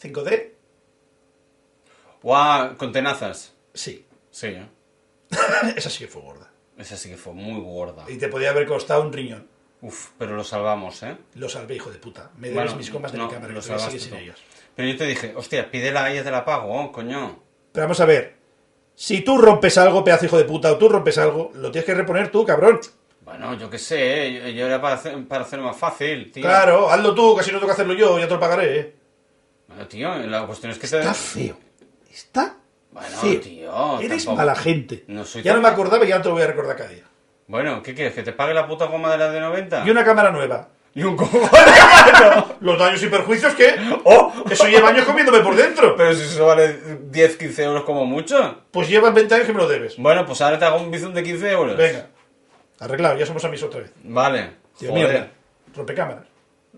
S2: 5D.
S1: ¡Guau! Con tenazas.
S2: Sí.
S1: Sí, ¿eh?
S2: Esa sí que fue gorda.
S1: Esa sí que fue muy gorda.
S2: Y te podía haber costado un riñón.
S1: Uf, pero lo salvamos, ¿eh?
S2: Lo salvé, hijo de puta. Me debes
S1: Bueno,
S2: mis comas de
S1: no,
S2: mi cámara.
S1: lo
S2: que todavía
S1: salvaste
S2: sigue sin
S1: tú.
S2: ellos.
S1: Pero yo te dije, hostia, pídela y ya te la pago, oh, coño.
S2: Pero vamos a ver. Si tú rompes algo, pedazo hijo de puta, o tú rompes algo, lo tienes que reponer tú, cabrón.
S1: Bueno, yo qué sé, ¿eh? yo, yo era para hacer, para hacer más fácil, tío.
S2: Claro, hazlo tú, casi no tengo que hacerlo yo, ya te lo pagaré. ¿eh?
S1: Bueno, tío, la cuestión es que te...
S2: Está feo. Está
S1: Bueno,
S2: feo.
S1: tío,
S2: Eres
S1: tampoco-
S2: mala gente.
S1: No soy
S2: ya
S1: tan-
S2: no me acordaba y ya no te lo voy a recordar cada día.
S1: Bueno, ¿qué quieres? ¿Que te pague la puta goma de la de 90?
S2: Y una cámara nueva.
S1: Y un cojón.
S2: ¿Los daños y perjuicios qué?
S1: ¡Oh!
S2: Eso lleva años comiéndome por dentro.
S1: Pero si eso vale 10, 15 euros como mucho.
S2: Pues llevas 20 años que me lo debes.
S1: Bueno, pues ahora te hago un bizum de 15 euros.
S2: Venga. Arreglado, ya somos amigos otra vez.
S1: Vale.
S2: Tío,
S1: Joder.
S2: mierda. Rompe cámaras.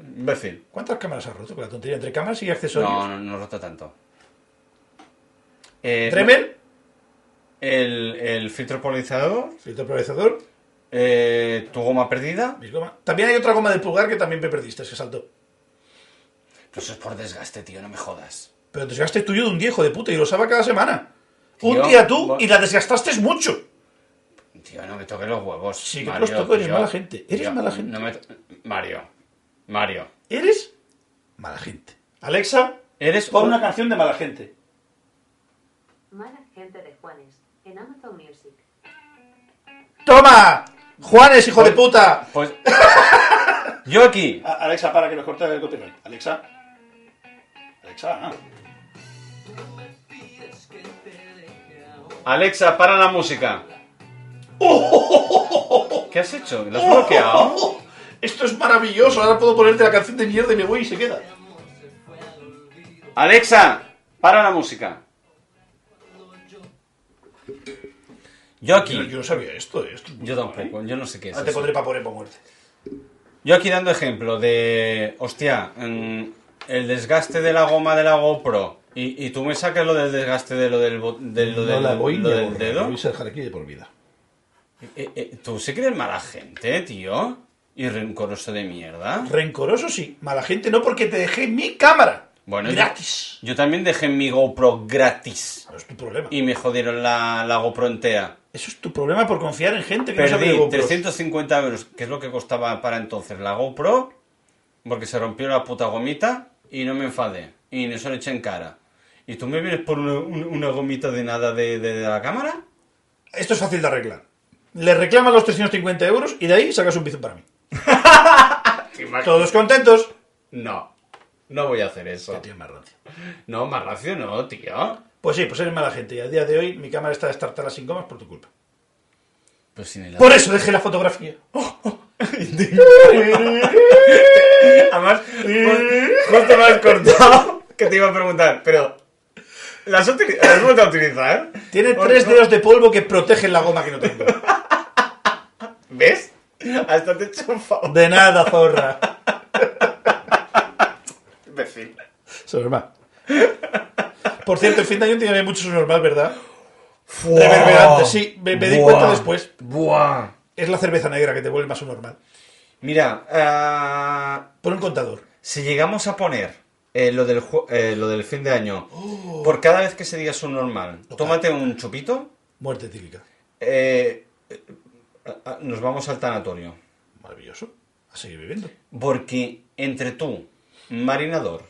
S1: Imbécil.
S2: ¿Cuántas cámaras has roto con la tontería entre cámaras y accesorios?
S1: No, no, no rota tanto. Eh,
S2: Dremel,
S1: El, el filtro polarizador,
S2: filtro polarizador,
S1: eh, tu goma perdida,
S2: mis gomas. También hay otra goma del pulgar que también me perdiste, es que saltó.
S1: pues eso es por desgaste, tío, no me jodas.
S2: Pero el desgaste es tuyo de un día, hijo de puta, y lo usaba cada semana.
S1: Tío,
S2: un día tú
S1: bueno.
S2: y la desgastaste mucho.
S1: Tío, no me toques los huevos.
S2: Sí, que te los toco, eres mala gente, eres mala gente.
S1: no me to- Mario, Mario,
S2: Eres mala gente. Alexa,
S1: eres
S2: pon
S1: un-
S2: una canción de mala gente.
S10: Mala gente de Juanes, en Amazon Music.
S2: ¡Toma! ¡Juanes, hijo
S1: Pues-
S2: de puta!
S1: Pues... Yo aquí.
S2: A- Alexa, para que nos corte el copyright. Alexa. Alexa. ah.
S1: Alexa, para la música. ¿Qué has hecho? ¿Lo has bloqueado?
S2: Esto es maravilloso. Ahora puedo ponerte la canción de mierda y me voy y se queda.
S1: Alexa, para la música. Yo
S2: Yo, yo
S1: aquí.
S2: no sabía esto. eh. Esto es muy
S1: Yo
S2: guay.
S1: tampoco, yo no sé qué es.
S2: Ahora te
S1: eso.
S2: pondré para poner para muerte.
S1: Yo aquí dando ejemplo de. Hostia, mm, el desgaste de la goma de la GoPro y, y tú me sacas lo del desgaste de lo del, bo- de lo
S2: no
S1: del,
S2: la voy eh,
S1: lo
S2: ni a
S1: del
S2: borrar, la
S1: dedo.
S2: voy a dejar aquí de por vida.
S1: Eh, eh, tú se crees mala gente, tío. Y rencoroso de mierda.
S2: Rencoroso sí, mala gente no, porque te dejé mi cámara.
S1: Bueno, yo-
S2: gratis.
S1: Yo, también dejé mi GoPro gratis.
S2: No es tu problema.
S1: Y me jodieron la, la GoPro entera.
S2: Eso es tu problema por confiar en gente que no sabe de
S1: Perdí
S2: GoPros.
S1: 350 euros, que es lo que costaba para entonces la GoPro, porque se rompió la puta gomita y no me enfadé. Y no se lo eché en cara. ¿Y tú me vienes por una, un- una gomita de nada de, de- de la cámara?
S2: Esto es fácil de arreglar. Le reclamas los 350 euros y de ahí sacas un bizum para mí. Todos contentos.
S11: No, no voy a hacer eso.
S2: Tío, más rancio.
S11: No, más racio no, tío.
S2: Pues sí, pues eres mala gente y al día de hoy mi cámara está destartada sin gomas por tu culpa.
S1: Pues sin el
S2: Por eso dejé la fotografía.
S11: Además, ju- justo me has cortado que te iba a preguntar, pero. ¿Las, util- las has vuelto a utilizar?
S2: Tiene
S11: Por-
S2: tres dedos de polvo que protegen la goma que no tengo.
S11: ¿Ves? Hasta te he hecho un favor.
S2: De nada, zorra.
S11: Imbécil.
S2: normal. Por cierto, el fin de año tiene mucho normal, ¿verdad? Reverberante, sí. Me, me di cuenta después.
S1: Buah.
S2: Es la cerveza negra que te vuelve más normal.
S1: Mira, ah,
S2: Por un contador.
S1: si llegamos a poner eh, lo, del ju- eh, lo del fin de año,
S2: Oh.
S1: por cada vez que se diga su normal, tómate un chupito,
S2: Muerte típica.
S1: eh, eh, ah, ah, nos vamos al tanatorio.
S2: Maravilloso. A seguir viviendo.
S1: Porque entre tú, Marinador,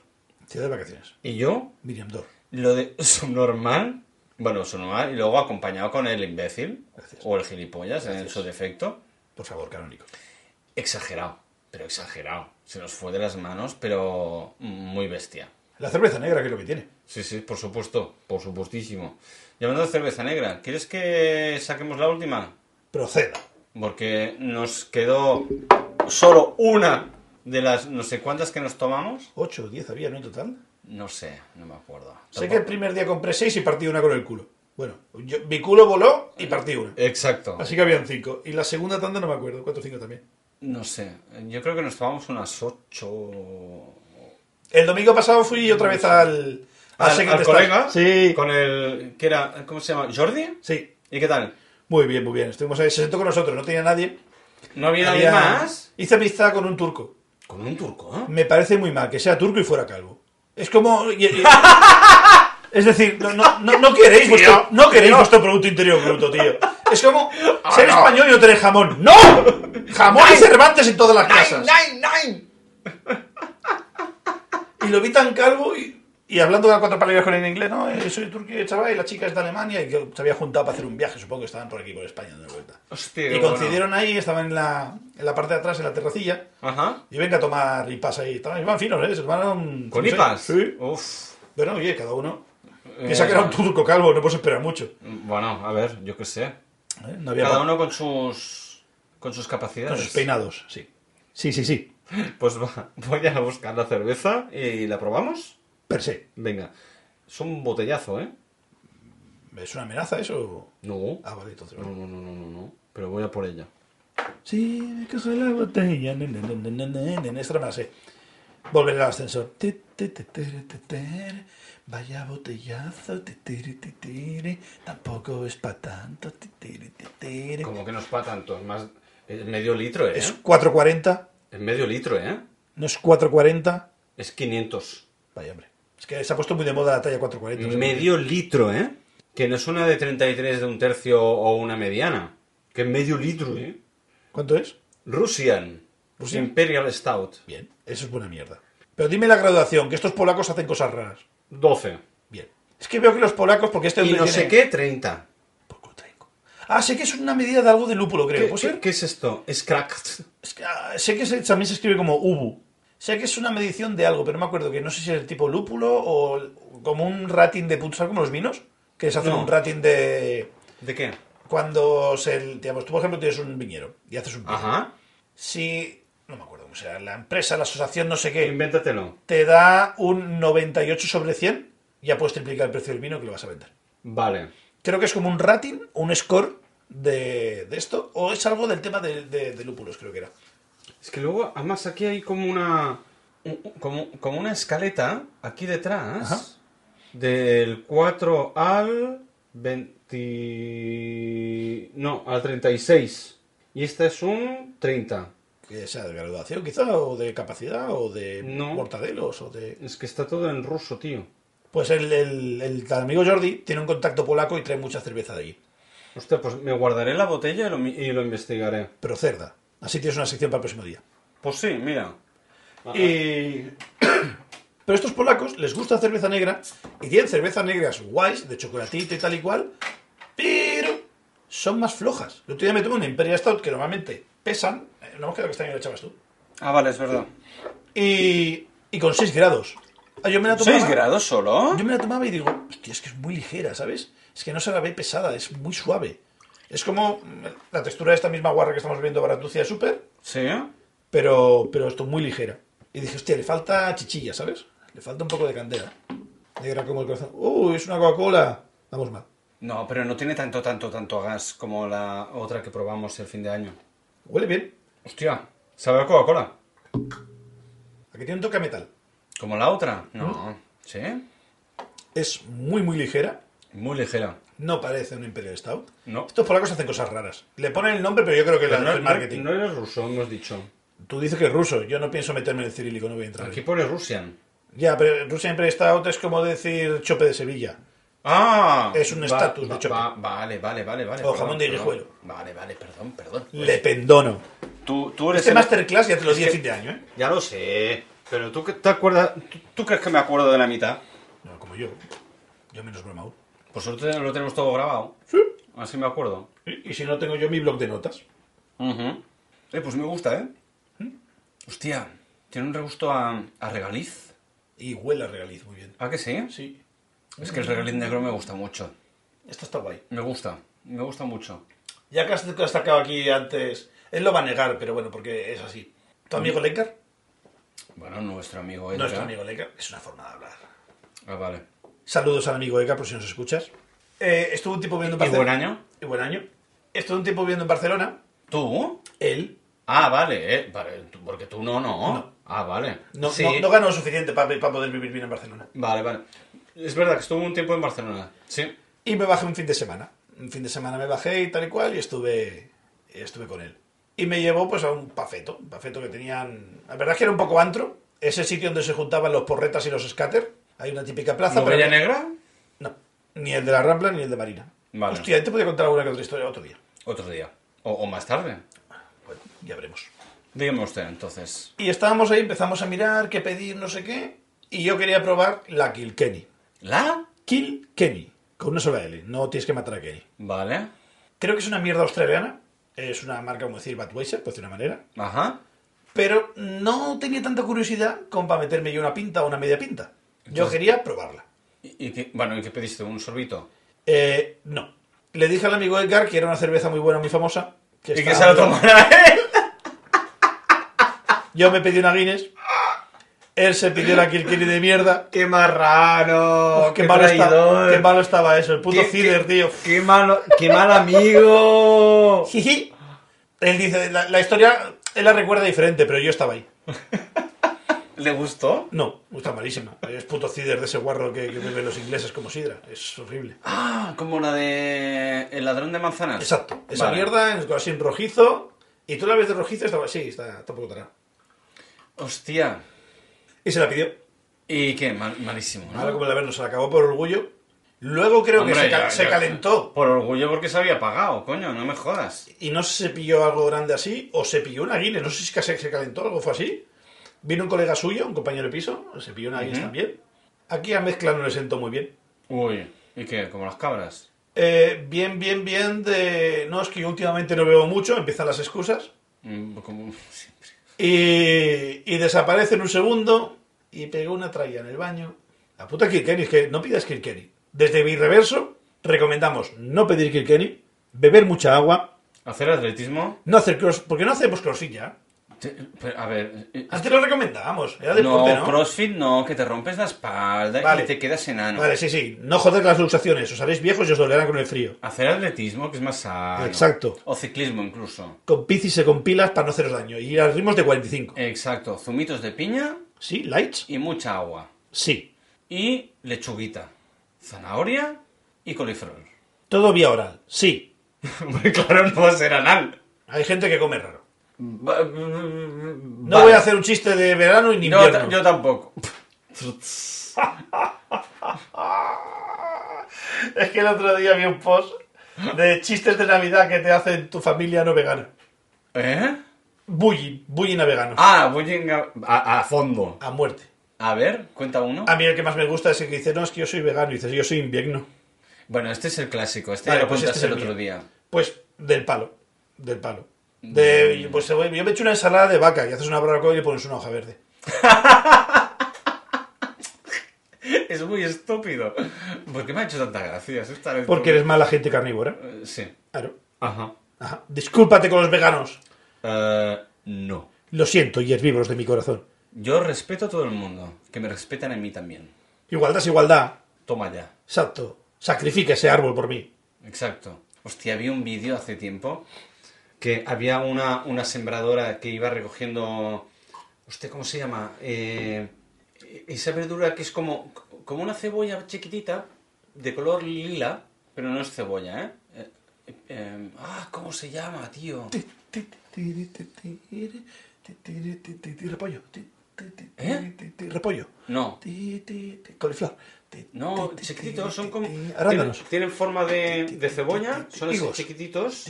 S2: Ciudad de vacaciones.
S1: y yo,
S2: Miriam Dor.
S1: lo de subnormal, bueno, subnormal, y luego acompañado con el imbécil,
S2: Gracias.
S1: o el gilipollas en
S2: Gracias.
S1: su defecto,
S2: Por favor, canónico.
S1: exagerado, pero exagerado. Se nos fue de las manos, pero muy bestia.
S2: La cerveza negra, que es lo que tiene.
S1: Sí, sí, por supuesto, por supuestísimo. Llamando a cerveza negra, ¿quieres que saquemos la última?
S2: Proceda.
S1: Porque nos quedó solo una de las no sé cuántas que nos tomamos.
S2: 8 o 10 había, ¿no? En total.
S1: No sé, no me acuerdo.
S2: Sé que el primer día compré 6 y partí una con el culo. Bueno, yo- mi culo voló y partí una.
S1: Exacto.
S2: Así que habían 5. Y la segunda tanda no me acuerdo. 4 o 5 también.
S1: No sé, yo creo que nos tomamos unas ocho...
S2: El domingo pasado fui otra vez al... al
S1: Al,
S2: Secret
S1: al
S2: Stash.
S1: colega,
S2: Sí.
S1: con el... ¿Qué era? ¿Cómo se llama? ¿Jordi?
S2: Sí.
S1: ¿Y qué tal?
S2: Muy bien, muy bien. Estuvimos ahí. Se sentó con nosotros. No tenía nadie.
S1: ¿No había nadie
S2: Había-
S1: más?
S2: Hice amistad con un turco.
S1: ¿Con un turco?
S2: Me parece muy mal que sea turco y fuera calvo. Es como... y- y- Es decir, no, no, no, no queréis, vuestro, no queréis vuestro producto interior bruto, tío. Es como
S1: Ah,
S2: ser español y no tener jamón. ¡No! Jamón y Cervantes en todas las casas.
S11: ¡Nine, nine!
S2: Y lo vi tan calvo y, y hablando de cuatro palabras con él en inglés, ¿no? Eh, Soy turquía, chaval, y la chica es de Alemania y que se había juntado para hacer un viaje, supongo que estaban por aquí, por España, dando vuelta.
S1: Hostia,
S2: y
S1: bueno.
S2: coincidieron ahí, estaban en la, en la parte de atrás, en la terracilla,
S1: Ajá.
S2: y venga a tomar IPAs ahí. Estaban, iban finos, ¿eh? Se tomaron...
S1: ¿Con
S2: no sé,
S1: IPAs?
S2: Sí.
S1: Uf.
S2: Bueno, oye, cada uno...
S1: Eh,
S2: Piensa que era un turco calvo, no puedes esperar mucho.
S1: Bueno, a ver, yo qué sé.
S2: ¿eh? No había
S1: Cada uno con sus con sus
S2: Con
S1: capacidades.
S2: sus peinados, sí. Sí, sí, sí.
S1: Pues va, voy a buscar la cerveza y la probamos.
S2: Per se.
S1: Venga. Es un botellazo, ¿eh?
S2: ¿Es una amenaza eso?
S1: No.
S2: Ah, vale, entonces...
S1: No,
S2: vale.
S1: no, no, no, no, no. Pero voy a por ella.
S2: Sí, me coge la botella. ne, ne, ne, ne, ne, ne, ne. Esta no me la sé. Volver al ascensor. Ti, ti, ti, tiri, ti, tiri. Vaya botellazo. ti, tiri, ti, tiri. Tampoco es para tanto. ti, tiri, ti, tiri.
S1: Como que no es para tanto, es más. Es medio litro, ¿eh?
S2: Es
S1: Es,
S2: 4.40.
S1: medio litro, ¿eh?
S2: No es 4.40.
S1: Es 500.
S2: Vaya, hombre. Es que se ha puesto muy de moda la talla 4.40. no sé por qué.
S1: Medio litro, ¿eh? Que no es una de 33 de un tercio o una mediana. Que es medio litro, ¿eh?
S2: ¿Cuánto es?
S1: Russian.
S2: Russian.
S1: Imperial Stout.
S2: Bien. Eso es buena mierda. Pero dime la graduación, que estos polacos hacen cosas raras.
S1: 12.
S2: Bien. Es que veo que los polacos, porque este
S1: Y
S2: hombre
S1: no sé qué,
S2: tiene-
S1: 30.
S2: Poco tengo. Ah, sé que es una medida de algo de lúpulo, creo.
S1: ¿Qué,
S2: ¿Puede
S1: qué-
S2: ser?
S1: qué es esto? ¿Es cracked?
S2: Es que, ah, sé que se- también se escribe como ubu. Sé que es una medición de algo, pero no me acuerdo que no sé si es el tipo lúpulo o el- como un rating de puntos, ¿sabes como los vinos? Que se hacen
S1: No.
S2: un rating de...
S1: ¿De qué?
S2: Cuando se... Digamos, tú por ejemplo tienes un viñero y haces un vino.
S1: Ajá.
S2: Si... No me acuerdo cómo será. La empresa, la asociación, no sé qué,
S1: Invéntatelo.
S2: te da un 98 sobre 100, ya puedes triplicar el precio del vino que lo vas a vender.
S1: Vale.
S2: Creo que es como un rating, un score de, de esto, o es algo del tema de, de- de lúpulos, creo que era.
S1: Es que luego, además, aquí hay como una, un- como, como una escaleta aquí detrás del 4 al 20... No, al 36. Y este es un 30.
S2: Que sea de graduación, quizá, o de capacidad, o de
S1: No.
S2: mortadelos, o de.
S1: Es que está todo en ruso, tío.
S2: Pues el, el, el tal amigo Jordi tiene un contacto polaco y trae mucha cerveza de allí.
S1: Hostia, pues me guardaré la botella y lo, mi- y lo investigaré.
S2: Pero cerda. Así tienes una sección para el próximo día.
S1: Pues sí, mira.
S2: Y- Pero estos polacos les gusta cerveza negra y tienen cervezas negras guays, de chocolatito y tal y cual, pero son más flojas. Yo otro día me tomé una Imperial Stout que normalmente pesan, eh, no hemos quedado que esta año la echabas tú,
S1: Ah, vale, es verdad.
S2: y, y con 6 grados. Ah, Yo me la tomaba,
S1: ¿6 grados solo?
S2: Yo me la tomaba y digo, hostia, es que es muy ligera, ¿sabes? Es que no se la ve pesada, es muy suave. Es como mm, la textura de esta misma guarra que estamos viendo para Tucia Super,
S1: Sí.
S2: pero, pero esto muy ligera. Y dije, hostia, le falta chichilla, ¿sabes? Le falta un poco de candela. Negra como el corazón. ¡Uh, es una Coca-Cola! Vamos mal.
S1: No, pero no tiene tanto, tanto, tanto gas como la otra que probamos el fin de año.
S2: Huele bien.
S1: Hostia, ¿sabe a Coca-Cola?
S2: Aquí tiene un toque a metal.
S1: ¿Como la otra?
S2: ¿Mm?
S1: No. ¿Sí?
S2: Es muy, muy ligera.
S1: Muy ligera.
S2: No parece un Imperial Stout.
S1: No.
S2: Estos polacos hacen cosas raras. Le ponen el nombre, pero yo creo que la-
S1: no,
S2: el marketing.
S1: no eres ruso, hemos dicho.
S2: Tú dices que es ruso. Yo no pienso meterme en el cirílico, no voy a entrar.
S1: Aquí
S2: ahí.
S1: pone Rusian.
S2: Ya, pero Rusia Imperial Stout es como decir chope de Sevilla.
S1: ¡Ah!
S2: Es un
S1: Va-
S2: estatus de
S1: va-
S2: chope.
S1: va- Vale, vale, vale, vale.
S2: O jamón de
S1: perdón.
S2: guijuelo.
S1: Vale, vale, perdón, perdón. Pues
S2: Le pendono.
S1: Tú, tú eres
S2: Este
S1: el-
S2: masterclass ya te lo
S1: Pues Es
S2: di a
S1: que-
S2: fin de año, ¿eh?
S1: Ya lo sé. Pero tú que te acuerdas... ¿tú, tú crees que me acuerdo de la mitad?
S2: No, como yo. Yo menos broma aún.
S1: Por suerte lo tenemos todo grabado. Así me acuerdo.
S2: Y y si no tengo yo mi blog de notas.
S1: Eh, pues me gusta, ¿eh?
S2: ¿Mm?
S1: Hostia, tiene un regusto a, a regaliz.
S2: Y huele a regaliz muy bien.
S1: ¿Ah, que sí?
S2: Sí.
S1: Es que el regaliz negro me gusta mucho.
S2: Esta está guay.
S1: Me gusta, me gusta mucho.
S2: Ya que has que has sacado aquí antes. Él lo va a negar, pero bueno, porque es así.
S1: Mm.
S2: ¿Tu amigo Lencar?
S1: Bueno, nuestro amigo Edgar.
S2: Nuestro amigo Lencar. Es una forma de hablar.
S1: Ah, vale.
S2: Saludos al amigo Eka, por si nos escuchas. Eh, estuvo un tiempo viviendo en
S1: ¿Y buen
S2: Barcelona.
S1: año?
S2: Y buen año. Estuvo un tiempo viviendo en Barcelona.
S1: ¿Tú?
S2: Él
S1: Ah, vale, eh, vale, tú- porque tú no, no. Ah, vale.
S2: no,
S1: Sí.
S2: no, no ganó lo suficiente para, poder vivir bien en Barcelona.
S1: Vale, vale. Es verdad que estuvo un tiempo en Barcelona. Sí.
S2: Y me bajé un fin de semana. Un fin de semana me bajé y tal y cual y estuve, estuve con él. Y me llevó pues a un pafeto, un pafeto que tenían... La verdad es que era un poco antro, ese sitio donde se juntaban los porretas y los scatter. Hay una típica plaza,
S1: ¿Novella negra?
S2: No, ni el de la Rambla ni el de Marina.
S1: Vale.
S2: Hostia, te podía contar alguna que otra historia otro día.
S1: Otro día. O, o más tarde.
S2: Bueno, ya veremos.
S1: Dígame usted, entonces.
S2: Y estábamos ahí, empezamos a mirar, qué pedir, no sé qué. Y yo quería probar la Kilkenny.
S1: ¿La?
S2: Kilkenny, con una sola L, no tienes que matar a Kenny.
S1: Vale.
S2: Creo que es una mierda australiana. Es una marca, como decir, Budweiser, pues de una manera.
S1: Ajá.
S2: Pero no tenía tanta curiosidad como para meterme yo una pinta o una media pinta. Yo quería probarla.
S1: ¿Y, y qué- bueno, ¿y qué pediste? ¿Un sorbito?
S2: Eh, no. Le dije al amigo Edgar que era una cerveza muy buena, muy famosa. Que
S1: ¿Y que se
S2: estaba-
S1: lo tomara él?
S2: Yo me pedí una Guinness. Él se pidió la Kilkenny de mierda.
S12: ¡Qué
S1: Oh,
S12: marrano!
S2: qué, malo está-
S12: traidor!
S2: qué malo estaba eso, el puto
S12: Qué-
S2: cider, tío.
S12: ¡Qué malo! ¡Qué mal amigo!
S2: Jiji. Él dice, la, la historia, él la recuerda diferente, pero yo estaba ahí.
S1: ¿Le gustó?
S2: No, está malísima. Es puto cider de ese guarro que, que beben los ingleses como sidra. Es horrible.
S1: Ah, como la de El ladrón de manzanas.
S2: Exacto. Esa
S1: Vale.
S2: mierda en así en rojizo. Y tú la ves de rojizo y estaba, sí, está, está poco tará.
S1: Hostia.
S2: Y se la pidió.
S1: ¿Y qué? Mal- malísimo, ¿no?
S2: Ahora como la ver, se la acabó por orgullo. Luego creo que
S1: Ah. Hombre,
S2: se, ca-
S1: ya-
S2: se
S1: ya-
S2: calentó.
S1: Por orgullo porque se había pagado, coño, no me jodas.
S2: Y no sé si se pilló algo grande así o se pilló una Guinness. No sé si es que se, se calentó algo, fue así. Vino un colega suyo, un compañero de piso, se pilló una Guinness también. Aquí a mezcla no le sentó muy bien.
S1: Uy, ¿y qué? ¿Como las cabras?
S2: Eh, bien, bien, bien de... No, es que yo últimamente no veo mucho, empiezan las excusas.
S1: Mm, como- siempre.
S2: Y, y desaparece en un segundo y pegó una tralla en el baño. La puta Kilkenny, es que no pidas Kilkenny. Desde mi reverso, recomendamos no pedir Kilkenny, beber mucha agua,
S1: ¿Hacer atletismo?
S2: no hacer cross, porque no hacemos crossfit ya.
S1: Te- pero, A ver... eh,
S2: Antes lo recomendábamos, era
S1: No,
S2: deporte, ¿no?
S1: crossfit no, que te rompes la espalda
S2: Vale.
S1: y te quedas enano.
S2: Vale, sí, sí, no joder las luxaciones, os haréis viejos y os dolerán con el frío.
S1: Hacer atletismo, que es más sano.
S2: Exacto.
S1: O ciclismo incluso.
S2: Con bicis se compilas para no haceros daño y a ritmos de 45.
S1: Exacto, zumitos de piña
S2: ¿Sí? ¿Lights?
S1: y mucha agua.
S2: Sí.
S1: Y lechuguita, zanahoria y coliflor.
S2: Todo vía oral. Sí.
S1: Hombre, claro, no va a ser anal.
S2: Hay gente que come raro. mm,
S1: No
S2: No voy a hacer un chiste de verano y ni
S1: Yo, ta-
S2: invierno.
S1: yo tampoco.
S2: Es que el otro día vi un post de chistes de Navidad que te hacen tu familia no vegana.
S1: ¿Eh?
S2: Bullying, bullying a veganos.
S1: Ah, bullying a, a- a fondo.
S2: A muerte.
S1: A ver, cuenta uno.
S2: A mí el que más me gusta es el que dice, no, es que yo soy vegano. Y dices, yo soy invierno.
S1: Bueno, este es el clásico. Este
S2: Vale,
S1: ya lo
S2: pues
S1: contaste
S2: este es
S1: el
S2: el
S1: otro
S2: mío.
S1: día. Mm.
S2: Pues del palo. Del palo. De, pues yo me echo una ensalada de vaca y haces una barbacoa y le pones una hoja verde.
S1: Es muy estúpido. ¿Por qué me ha hecho tanta gracia? Eso está en-
S2: Porque eres mala gente carnívora.
S1: Eh, Sí.
S2: Claro.
S1: Ajá.
S2: Ajá. Discúlpate con los veganos.
S1: Eh, no.
S2: Lo siento, y herbívoros de mi corazón.
S1: Yo respeto a todo el mundo. Que me respetan a mí también.
S2: Igualdad es igualdad.
S1: Toma ya.
S2: Exacto. Sacrifica ese árbol por mí.
S1: Exacto. Hostia, vi un vídeo hace tiempo que había una, una sembradora que iba recogiendo... Hostia, ¿cómo se llama? Eh, esa verdura que es como, como una cebolla chiquitita, de color lila, pero no es cebolla, ¿eh? Eh, eh, eh, ah, ¿cómo se llama, tío?
S2: Repollo.
S1: ¿Eh?
S2: Repollo.
S1: No,
S2: Coliflor.
S1: no, chiquititos, son como... Tienen,
S2: Arándanos.
S1: tienen forma de, de cebolla, son así
S2: Higos.
S1: chiquititos.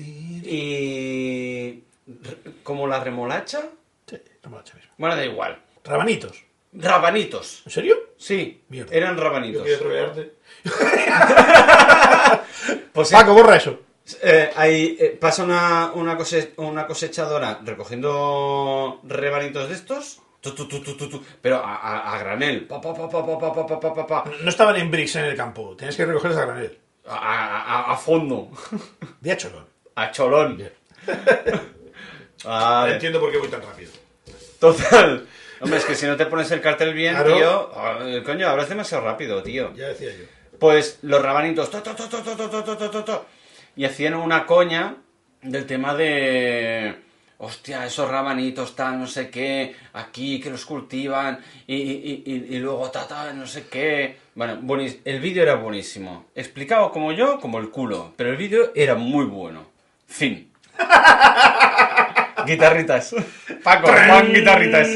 S1: Y... re- Como la remolacha.
S2: Sí, remolacha mismo.
S1: Bueno, da igual.
S2: Rabanitos.
S1: Rabanitos.
S2: ¿En serio?
S1: Sí,
S2: Mierda.
S1: eran rabanitos.
S2: trolearte.
S1: Pues sí,
S2: Paco, borra eso.
S1: eh, ahí eh, pasa una, una, cose- una cosechadora recogiendo rebanitos de estos, tu, tu, tu, tu, tu, tu, pero a, a- a granel, pa, pa, pa, pa, pa, pa, pa, pa, pa, pa, pa,
S2: No estaban en bricks en el campo. Tienes que recogerlos a granel.
S1: a, a- a- a fondo,
S2: De Acholón.
S1: a cholón.
S2: Bien.
S1: Vale.
S2: Entiendo por qué voy tan rápido.
S1: Total. Hombre, es que si no te pones el cartel bien,
S2: Claro.
S1: tío, ah, coño, hablas demasiado rápido, tío.
S2: Ya decía yo.
S1: Pues los rabanitos. to, to, to, to, to, to, to, to, to, to, to. y hacían una coña del tema de. Hostia, esos rabanitos tan no sé qué, aquí que los cultivan y, y- y- y- y luego ta, ta, no sé qué. Bueno, buenis- el vídeo era buenísimo. Explicado como yo, como el culo. Pero el vídeo era muy bueno. Fin. guitarritas. Paco, Juan, guitarritas.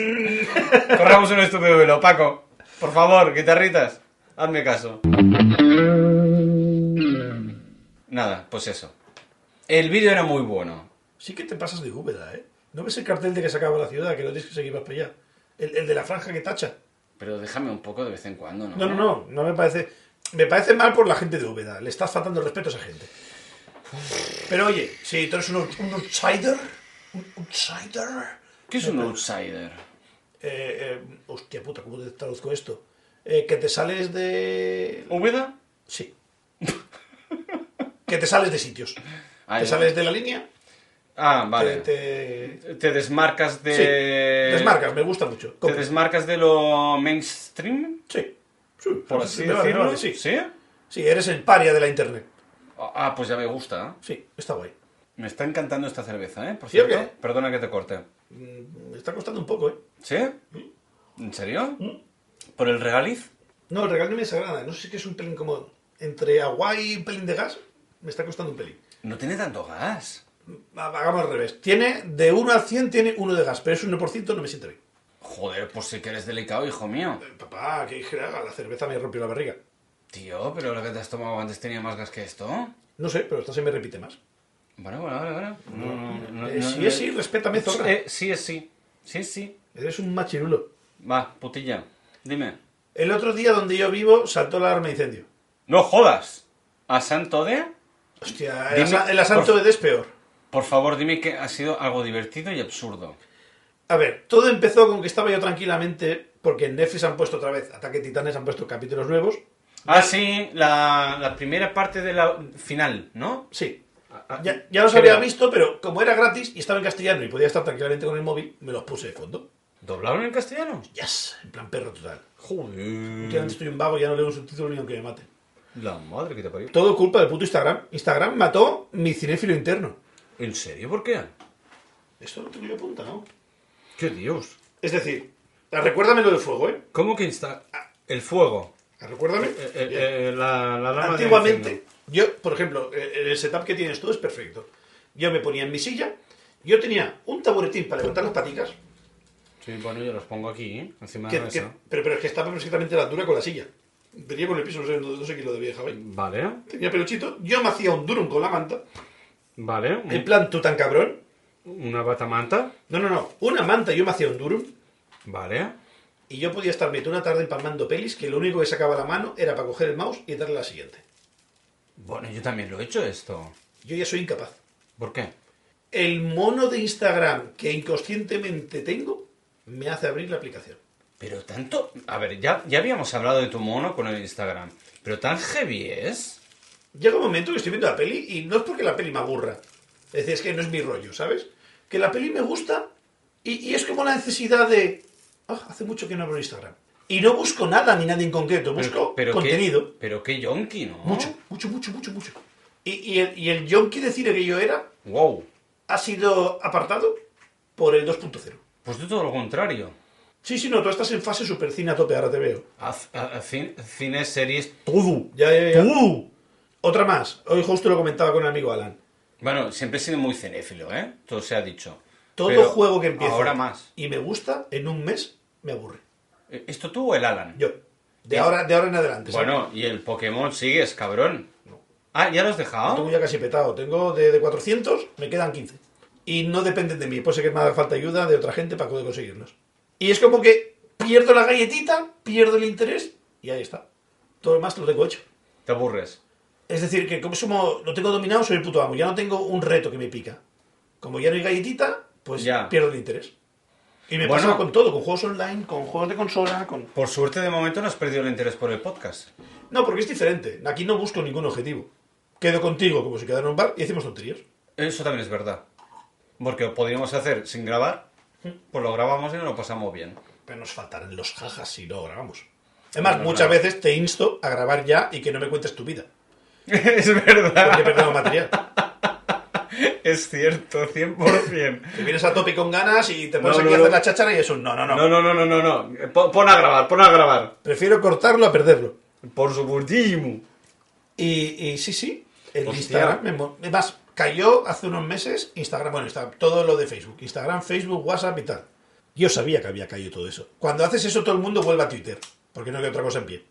S1: Corramos un estúpido velo. Paco, por favor, guitarritas. Hazme caso. Nada, pues eso. El vídeo era muy bueno.
S2: Sí que te pasas de Úbeda, ¿eh? ¿No ves el cartel de que se acaba la ciudad? Que lo tienes que seguir más para allá. El, el de la franja que tacha.
S1: Pero déjame un poco de vez en cuando, ¿no?
S2: No, no, no. No me parece... Me parece mal por la gente de Úbeda. Le estás faltando el respeto a esa gente. Pero oye, si tú eres un, out- un outsider... Un outsider...
S1: ¿Qué es un outsider?
S2: Eh, eh, hostia puta, ¿cómo te traduzco esto? Eh, que te sales de...
S1: ¿Úbeda?
S2: Sí. que te sales de sitios.
S1: Ah,
S2: te
S1: ya.
S2: sales de la línea.
S1: Ah, vale. Te,
S2: Te, te-
S1: desmarcas de...
S2: Sí, desmarcas, me gusta mucho.
S1: Te
S2: Compro.
S1: desmarcas de lo mainstream,
S2: Sí. Sí,
S1: por
S2: sí,
S1: así
S2: sí, me vale,
S1: decirlo.
S2: Pues, vale, sí.
S1: ¿Sí?
S2: Sí, eres el paria de la internet.
S1: Ah, pues ya me gusta.
S2: Sí, está guay.
S1: Me está encantando esta cerveza, ¿eh? Por
S2: ¿Sí o
S1: cierto,
S2: qué?
S1: perdona que te corte.
S2: Mm, Me está costando un poco, ¿eh?
S1: ¿Sí? ¿En serio? ¿Por el regaliz?
S2: No, el regalo no me desagrada. No sé si es que es un pelín como entre agua y un pelín de gas. Me está costando un pelín. Mm,
S1: No tiene tanto gas.
S2: Ha- Hagamos al revés. Tiene de 1 a 100, tiene 1 de gas, pero es 1%, no me siento bien.
S1: Joder, pues sí que eres delicado, hijo mío.
S2: Eh, Papá, que que haga? La cerveza me rompió la barriga.
S1: Tío, pero lo que te has tomado antes tenía más gas que esto.
S2: No sé, pero esta se me repite más.
S1: Bueno, bueno, bueno, bueno. No, no, no, no,
S2: Eh,
S1: no,
S2: si
S1: no.
S2: es sí, respétame, zorra.
S1: Eh, sí, es sí. Sí, es sí.
S2: Eres un machirulo.
S1: Va, putilla. Dime.
S2: El otro día donde yo vivo saltó la alarma de incendio.
S1: ¡No jodas! ¿A santo de?
S2: Hostia, el,
S1: Dime,
S2: asa- el asalto
S1: por-
S2: de es peor.
S1: Por favor, dime que ha sido algo divertido y absurdo.
S2: A ver, todo empezó con que estaba yo tranquilamente, porque en Netflix han puesto otra vez Ataque de Titanes, han puesto capítulos nuevos.
S1: Ah, sí, la, la primera parte de la final, ¿no?
S2: Sí.
S1: ah,
S2: Ya, ya los
S1: creo.
S2: había visto, pero como era gratis y estaba en castellano y podía estar tranquilamente con el móvil, me los puse de fondo.
S1: ¿Doblaron en castellano?
S2: Yes, en plan perro total. Últimamente
S1: Joder.
S2: estoy un vago, ya no leo un subtítulo ni aunque me maten.
S1: La madre que te parió.
S2: Todo culpa del puto Instagram. Instagram mató mi cinéfilo interno.
S1: ¿En serio? ¿Por qué?
S2: Esto no tengo yo punta, ¿no?
S1: ¡Qué dios!
S2: Es decir, Recuérdame lo del fuego, ¿eh?
S1: ¿Cómo que insta? Ah, El fuego.
S2: Recuérdame.
S1: Eh, eh, eh, la, la llama de
S2: Antiguamente,
S1: encender.
S2: yo, por ejemplo, eh, el el setup que tienes tú es perfecto. Yo me ponía en mi silla, yo tenía un taburetín para levantar las paticas,
S1: Sí, bueno, yo los pongo aquí, ¿eh? encima
S2: que-
S1: de la
S2: que-
S1: mesa.
S2: pero, pero es que estaba perfectamente a la altura con la silla. Tenía con el piso, no sé, no, no sé quién lo debía dejar ahí.
S1: Vale,
S2: Tenía peluchito, yo me hacía un durum con la manta,
S1: vale. un-
S2: en plan tú tan cabrón.
S1: Una batamanta.
S2: No, no, no, una manta yo me hacía un durum
S1: Vale.
S2: y yo podía estar metido una tarde empalmando pelis que lo único que sacaba la mano era para coger el mouse y darle a la siguiente.
S1: Bueno, yo también lo he hecho esto.
S2: Yo ya soy incapaz.
S1: ¿Por qué?
S2: El mono de Instagram que inconscientemente tengo me hace abrir la aplicación.
S1: Pero tanto... A ver, ya, ya habíamos hablado de tu mono con el Instagram. Pero tan heavy es...
S2: Llega un momento que estoy viendo la peli y no es porque la peli me aburra. Es decir, es que no es mi rollo, ¿sabes? Que la peli me gusta y, y es como la necesidad de... "Ah, hace mucho que no abro Instagram. Y no busco nada ni nada en concreto, busco
S1: qué-
S2: contenido.
S1: pero qué yonki, ¿no?
S2: Mucho, mucho, mucho, mucho, mucho. Y, y el, y el yonki de cine que yo era
S1: Wow.
S2: ha sido apartado por el 2.0.
S1: Pues tú todo lo contrario.
S2: Sí, sí, no, tú estás en fase super cine a tope, ahora te veo.
S1: Haz- haz- haz cin- cine, series, todo.
S2: Ya, ya, ya.
S1: Todo.
S2: Otra más. Hoy justo lo comentaba con el amigo Alan.
S1: Bueno, siempre he sido muy cinéfilo, ¿eh? Todo se ha dicho.
S2: Todo
S1: Pero
S2: juego que empieza
S1: Ahora más.
S2: y me gusta, en un mes me aburre.
S1: Eh, ¿Esto tú o el Alan?
S2: Yo. De ahora, de ahora en adelante. ¿sabes?
S1: Bueno, y el Pokémon sigues, cabrón. Ah, ¿ya lo has
S2: Lo
S1: dejado?
S2: Tengo ya casi petado. Tengo de, de 400, me quedan 15. Y no dependen de mí. Pues sé que me haga falta ayuda de otra gente para poder conseguirlos. Y es como que pierdo la galletita, pierdo el interés y ahí está. Todo lo demás lo tengo hecho.
S1: Te aburres.
S2: Es decir, que como somos- lo tengo dominado, soy el puto amo. Ya no tengo un reto que me pica. Como ya no hay galletita, pues
S1: Ya.
S2: pierdo el interés. Y me
S1: Bueno.
S2: pasa con todo, con juegos online, con juegos de consola, con...
S1: Por suerte, de momento no has perdido el interés por el podcast.
S2: No, porque es diferente. Aquí no busco ningún objetivo. Quedo contigo como si quedara en un bar y hacemos tonterías.
S1: Eso también es verdad. Porque lo podríamos hacer sin grabar, pues lo grabamos y nos lo pasamos bien.
S2: Pero nos faltarán los jajas si no grabamos. Además,
S1: No,
S2: muchas
S1: claro.
S2: veces te insto a grabar ya y que no me cuentes tu vida.
S1: es verdad.
S2: Porque he perdido material.
S1: Es cierto, 100%.
S2: Que vienes a tope con ganas y te pones
S1: No,
S2: aquí
S1: no,
S2: a hacer
S1: no.
S2: la cháchara y es un no, no, no.
S1: No, no, no, no, no, no. Eh, Po- Pon a grabar, pon a grabar.
S2: Prefiero cortarlo a perderlo.
S1: Por supuestísimo.
S2: Y, y sí, sí, el
S1: Hostia.
S2: Instagram. me mo- Además, cayó hace unos meses Instagram, bueno, Instagram, todo lo de Facebook. Instagram, Facebook, WhatsApp y tal. Yo sabía que había caído todo eso. Cuando haces eso, todo el mundo vuelve a Twitter. Porque no queda otra cosa en pie.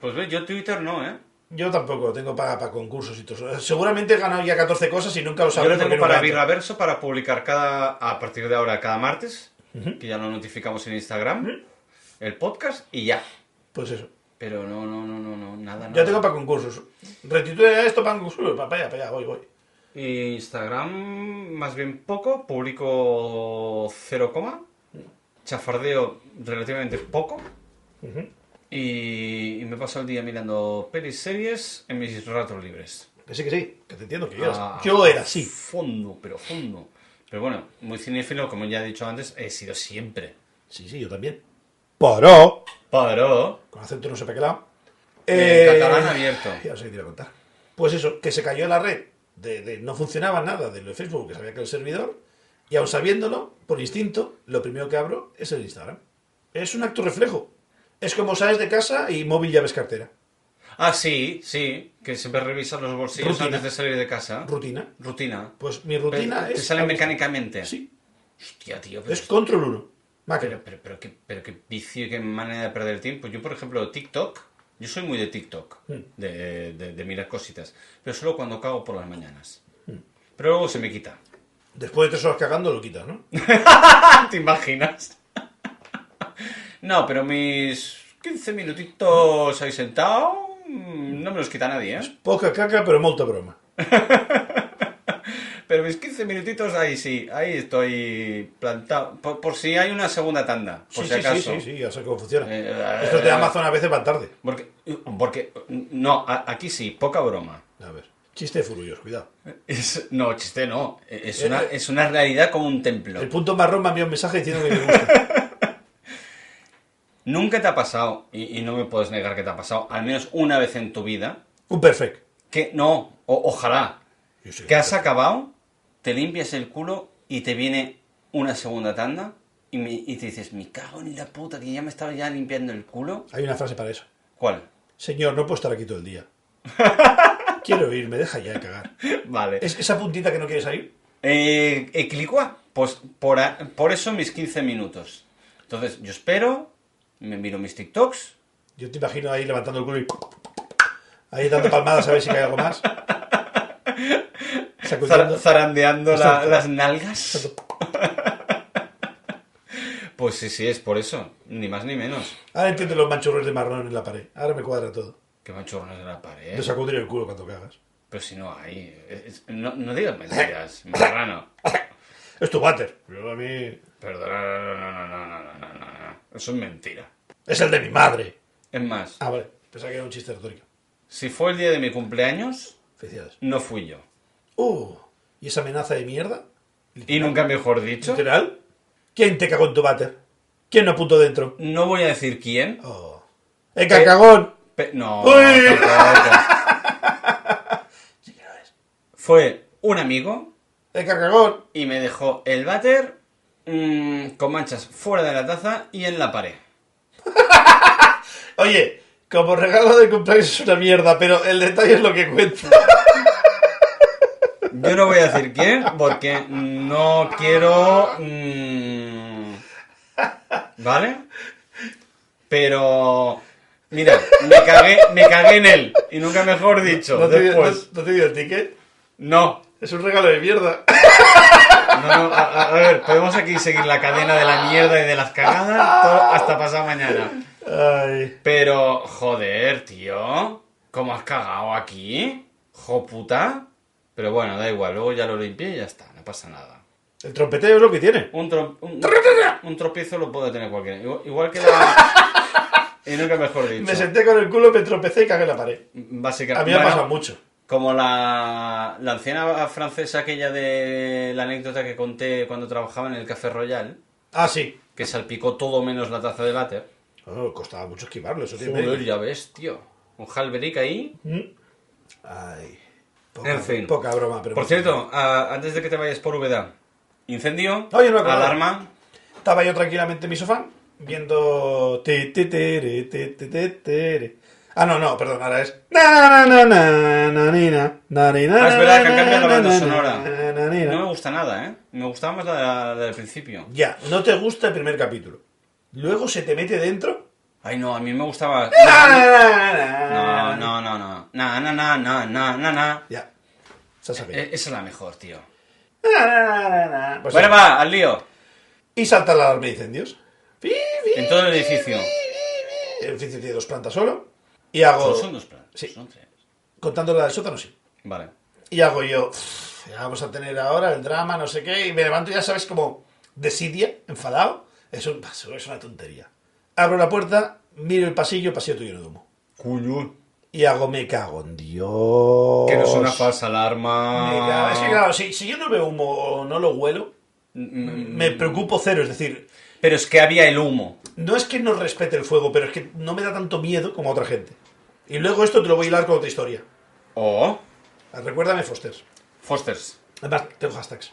S1: Pues ve, yo Twitter no, ¿eh?
S2: Yo tampoco tengo para, para concursos y todo eso. Seguramente he ganado ya 14 cosas y nunca lo
S1: Yo
S2: sabré.
S1: lo tengo
S2: porque no
S1: para
S2: me entro.
S1: Virraverso para publicar cada a partir de ahora cada martes, que ya lo notificamos en Instagram, el podcast y ya.
S2: Pues eso.
S1: Pero no, no, no, no, no nada, nada.
S2: Yo tengo para concursos. Retitúe esto para concursos. Para allá, para allá, voy, voy.
S1: Y Instagram más bien poco, publico 0, coma, chafardeo relativamente poco y, y me paso el día mirando pelis, series en mis ratos libres.
S2: Que sí, que sí. Que te entiendo que yo era
S1: Ah,
S2: así. Yo era así.
S1: Fondo, pero fondo. Pero bueno, muy cinéfilo, como ya he dicho antes, he sido siempre.
S2: Sí, sí, yo también. Paró.
S1: Pero...
S2: Con acento no sé para qué lado.
S1: Eh,
S2: Eh,
S1: catalán abierto.
S2: Ya no sé qué te iba a contar. Pues eso, que se cayó la red. De, de- no funcionaba nada de lo de Facebook, que sabía que el servidor. Y aun sabiéndolo, por instinto, lo primero que abro es el Instagram. Es un acto reflejo. Es como sales de casa y móvil llaves cartera.
S1: Ah, sí, sí, que siempre revisas los bolsillos
S2: Rutina.
S1: antes de salir de casa.
S2: Rutina.
S1: Rutina.
S2: Pues mi rutina
S1: Pero
S2: es.
S1: Te sale mecánicamente.
S2: Sí.
S1: Hostia, tío, pero,
S2: Es control 1.
S1: pero, pero, pero qué, pero qué vicio y qué manera de perder el tiempo. Yo, por ejemplo, TikTok, yo soy muy de TikTok,
S2: Mm.
S1: de, de- de mirar cositas, pero solo cuando cago por las mañanas.
S2: Mm.
S1: Pero luego se me quita.
S2: Después de tres horas cagando lo quitas, ¿no? Ah,
S1: ¿Te imaginas? no, pero mis 15 minutitos ahí sentado, mm, no me los quita nadie, ¿eh?
S2: Poca caca, pero molta broma.
S1: Pero mis 15 minutitos ahí sí, ahí estoy plantado. Por, por si hay una segunda tanda, por
S2: sí,
S1: si
S2: sí,
S1: acaso.
S2: sí, sí, sí, ya sé cómo funciona.
S1: Eh,
S2: Estos de
S1: eh,
S2: Amazon a veces van tarde.
S1: Porque, porque, no, a- aquí sí, poca broma.
S2: A ver. Chiste furioso, cuidado.
S1: Es- no, chiste no, es
S2: Eh,
S1: una,
S2: eh.
S1: es una realidad como un templo.
S2: El punto marrón me envió un mensaje diciendo que me gusta.
S1: Nunca te ha pasado, y, y no me puedes negar que te ha pasado, al menos una vez en tu vida,
S2: un perfect.
S1: que no, o- ojalá,
S2: Yo sé
S1: que has acabado, te limpias el culo y te viene una segunda tanda y, me- y te dices, me cago en la puta, que ya me estaba ya limpiando el culo.
S2: Hay una frase para eso.
S1: ¿Cuál?
S2: Señor, no puedo estar aquí todo el día. Quiero irme, deja ya de cagar.
S1: Vale.
S2: Es esa puntita que no quiere salir.
S1: Eh, ¿Eclicua? Pues por, a- por eso mis 15 minutos. Entonces, yo espero, me miro mis TikToks.
S2: Yo te imagino ahí levantando el culo y. Ahí dando palmadas a ver si cae algo más.
S1: zar-
S2: Sacudiendo.
S1: zarandeando la-
S2: Exacto.
S1: las nalgas. Pues sí, sí, es por eso. Ni más ni menos.
S2: Ahora entiendo los manchurros de marrón en la pared. Ahora me cuadra todo.
S1: Que manchurrones de la pared.
S2: Te sacudir el culo cuando cagas.
S1: Pero si no hay. es- no, no digas mentiras, marrano.
S2: Es tu váter. Yo a mí-
S1: Perdona, no, no, no, no, no, no, no, no. Eso es mentira.
S2: Es el de mi madre.
S1: Es más,
S2: Ah, vale. Pensaba que era un chiste retórico.
S1: si fue el día de mi cumpleaños,
S2: Felicidades.
S1: no fui yo.
S2: Uh, ¿y esa amenaza de mierda?
S1: Y nunca mejor dicho,
S2: ¿Literal? ¿Quién te cagó en tu váter? ¿Quién no apuntó dentro?
S1: no voy a decir quién.
S2: Oh. ¡El cacagón!
S1: pe- no,
S2: Uy.
S1: tampoco.
S2: Sí que lo es.
S1: Fue un amigo
S2: ¡El cacagón!
S1: y me dejó el váter mm, con manchas fuera de la taza y en la pared.
S2: Oye, como regalo de cumpleaños es una mierda, pero el detalle es lo que cuenta.
S1: Yo no voy a decir quién porque no quiero. mm, ¿Vale? Pero. Mira, me cagué, me cagué en él. Y nunca mejor dicho.
S2: ¿No te, dio-
S1: después.
S2: no- no te dio el ticket?
S1: No.
S2: Es un regalo de mierda.
S1: no, no, a, a ver, podemos aquí seguir la cadena de la mierda y de las cagadas to- hasta pasado mañana.
S2: Ay.
S1: Pero, joder, tío. ¿Cómo has cagado aquí? Joputa. Pero bueno, da igual, luego ya lo limpié y ya está, no pasa nada.
S2: El trompeteo es lo que tiene.
S1: Un, tro- un, un tropiezo lo puede tener cualquiera. Igual, igual que la. y nunca mejor
S2: Me
S1: dicho.
S2: senté con el culo, me tropecé y cagué en la pared. A mí
S1: Básicamente.
S2: me ha
S1: bueno,
S2: pasado mucho.
S1: como la, la anciana francesa aquella de la anécdota que conté cuando trabajaba en el Café Royal,
S2: Ah, sí.
S1: que salpicó todo menos la taza de váter.
S2: Oh, costaba mucho esquivarlo, eso tiene
S1: Joder,
S2: mérito.
S1: ya ves, tío. Un halberic ahí.
S2: Mm. Ay. Poca,
S1: En fin.
S2: Poca broma, pero.
S1: Por cierto, a- antes de que te vayas por Úbeda, incendio,
S2: Oye, no me acordaba.
S1: alarma.
S2: Estaba yo tranquilamente en mi sofá viendo. ti, ti, tere, ti, ti, ti, tere. Ah, no, no, perdón, ahora es. na, na, na, na, na, ni, na, na, ni, na,
S1: Ah, es verdad que
S2: na,
S1: han cambiado la
S2: na, na,
S1: banda
S2: na, na,
S1: sonora.
S2: ni, na.
S1: No me gusta nada, ¿eh? Me gustaba más la, la del principio.
S2: Ya, no te gusta el primer capítulo. Luego se te mete dentro.
S1: Ay, no, a mí me gustaba... No,
S2: Na, na, na, na, na.
S1: no, no, no. Na, na, na, na, na, na, na.
S2: Ya. Se sabe.
S1: Eh, Esa es la mejor, tío.
S2: Na, na, na, na, na. Pues
S1: Bueno,
S2: sí.
S1: va, al lío.
S2: Y salta la alarma de incendios. Pi, pi,
S1: En todo el edificio.
S2: pi. El edificio tiene dos plantas solo. Y hago.
S1: No son dos planos,
S2: Sí.
S1: son tres.
S2: Contando la del sótano, sí.
S1: Vale.
S2: Y hago yo, "Uf, ya vamos a tener ahora el drama, no sé qué, y me levanto, ya sabes, como desidia, enfadado. Es, un, es una tontería. Abro la puerta, miro el pasillo, pasillo tuyo de humo.
S1: Cuyo.
S2: Y hago, me cago en Dios.
S1: Que no es una falsa
S2: Me cago-
S1: alarma.
S2: Es que claro, si, si yo no veo humo o no lo huelo,
S1: Mm,
S2: me preocupo cero. Es decir,
S1: Pero es que había el humo.
S2: no es que no respete el fuego, pero es que no me da tanto miedo como a otra gente. Y luego esto te lo voy a hilar con otra historia.
S1: O...
S2: Recuérdame Fosters.
S1: Fosters.
S2: Además, tengo hashtags.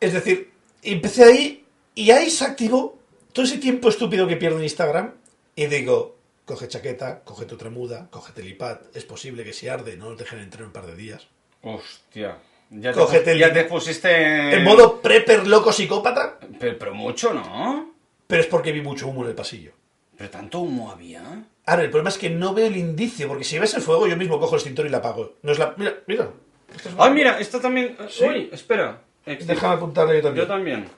S2: Es decir, empecé ahí y ahí se activó todo ese tiempo estúpido que pierdo en Instagram. Y digo, coge chaqueta, coge tu tremuda, cógete el iPad. Es posible que si arde no nos dejen entrar en un par de días.
S1: Hostia. Ya te,
S2: Cógete el-
S1: ya te pusiste...
S2: En modo prepper loco psicópata,
S1: Pe- Pero, mucho, ¿no?
S2: pero es porque vi mucho humo en el pasillo.
S1: Pero tanto humo había.
S2: Ahora, el problema es que no veo el indicio, porque si ves el fuego, yo mismo cojo el extintor y la apago. No es la... Mira, mira. Esto es una-
S1: Ay, Ah, mira, esta también... eh, Uy, espera.
S2: Déjame apuntarle yo también.
S1: Yo también.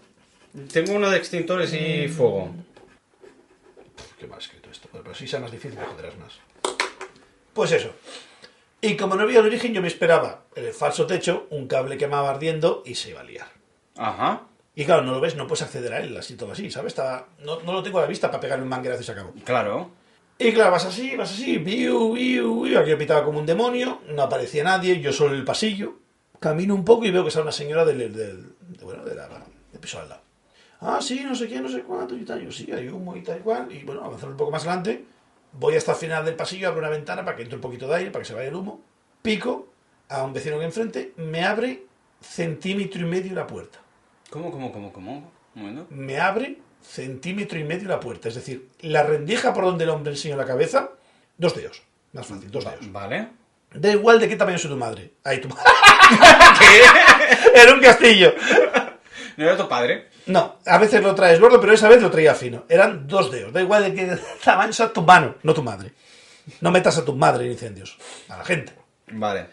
S1: Tengo uno de extintores y fuego.
S2: Qué mal escrito esto. Bueno, pero si sea más difícil, joderás más. Pues eso. Y como no había el origen, yo me esperaba en el falso techo un cable quemaba ardiendo y se iba a liar.
S1: Ajá.
S2: Y claro, no lo ves, no puedes acceder a él así todo así, ¿sabes? Estaba- no, no lo tengo a la vista para pegar un manguerazo y se acabó.
S1: Claro.
S2: Y claro, vas así, vas así, biu, biu, biu. Aquí yo pitaba como un demonio, no aparecía nadie, yo solo en el pasillo. Camino un poco y veo que está una señora del, del- de- bueno, de la, del piso al lado. Ah, sí, no sé qué, no sé cuánto y tal. Yo sí, hay humo y tal y cual. Y bueno, avanzamos un poco más adelante. Voy hasta el final del pasillo, abro una ventana para que entre un poquito de aire, para que se vaya el humo. Pico a un vecino que enfrente, me abre centímetro y medio la puerta.
S1: ¿Cómo, cómo, cómo, cómo? Un momento.
S2: Me abre centímetro y medio la puerta. Es decir, la rendija por donde el hombre enseñó la cabeza, dos dedos. Más fácil, dos dedos.
S1: Vale.
S2: Da igual de qué tamaño sea tu madre. Ahí tu madre. Era un castillo.
S1: No era tu padre.
S2: No, a veces lo traes gordo, pero esa vez lo traía fino. Eran dos dedos. Da igual de qué tamaño sea tu mano, no tu madre. No metas a tu madre en incendios. A la gente.
S1: Vale.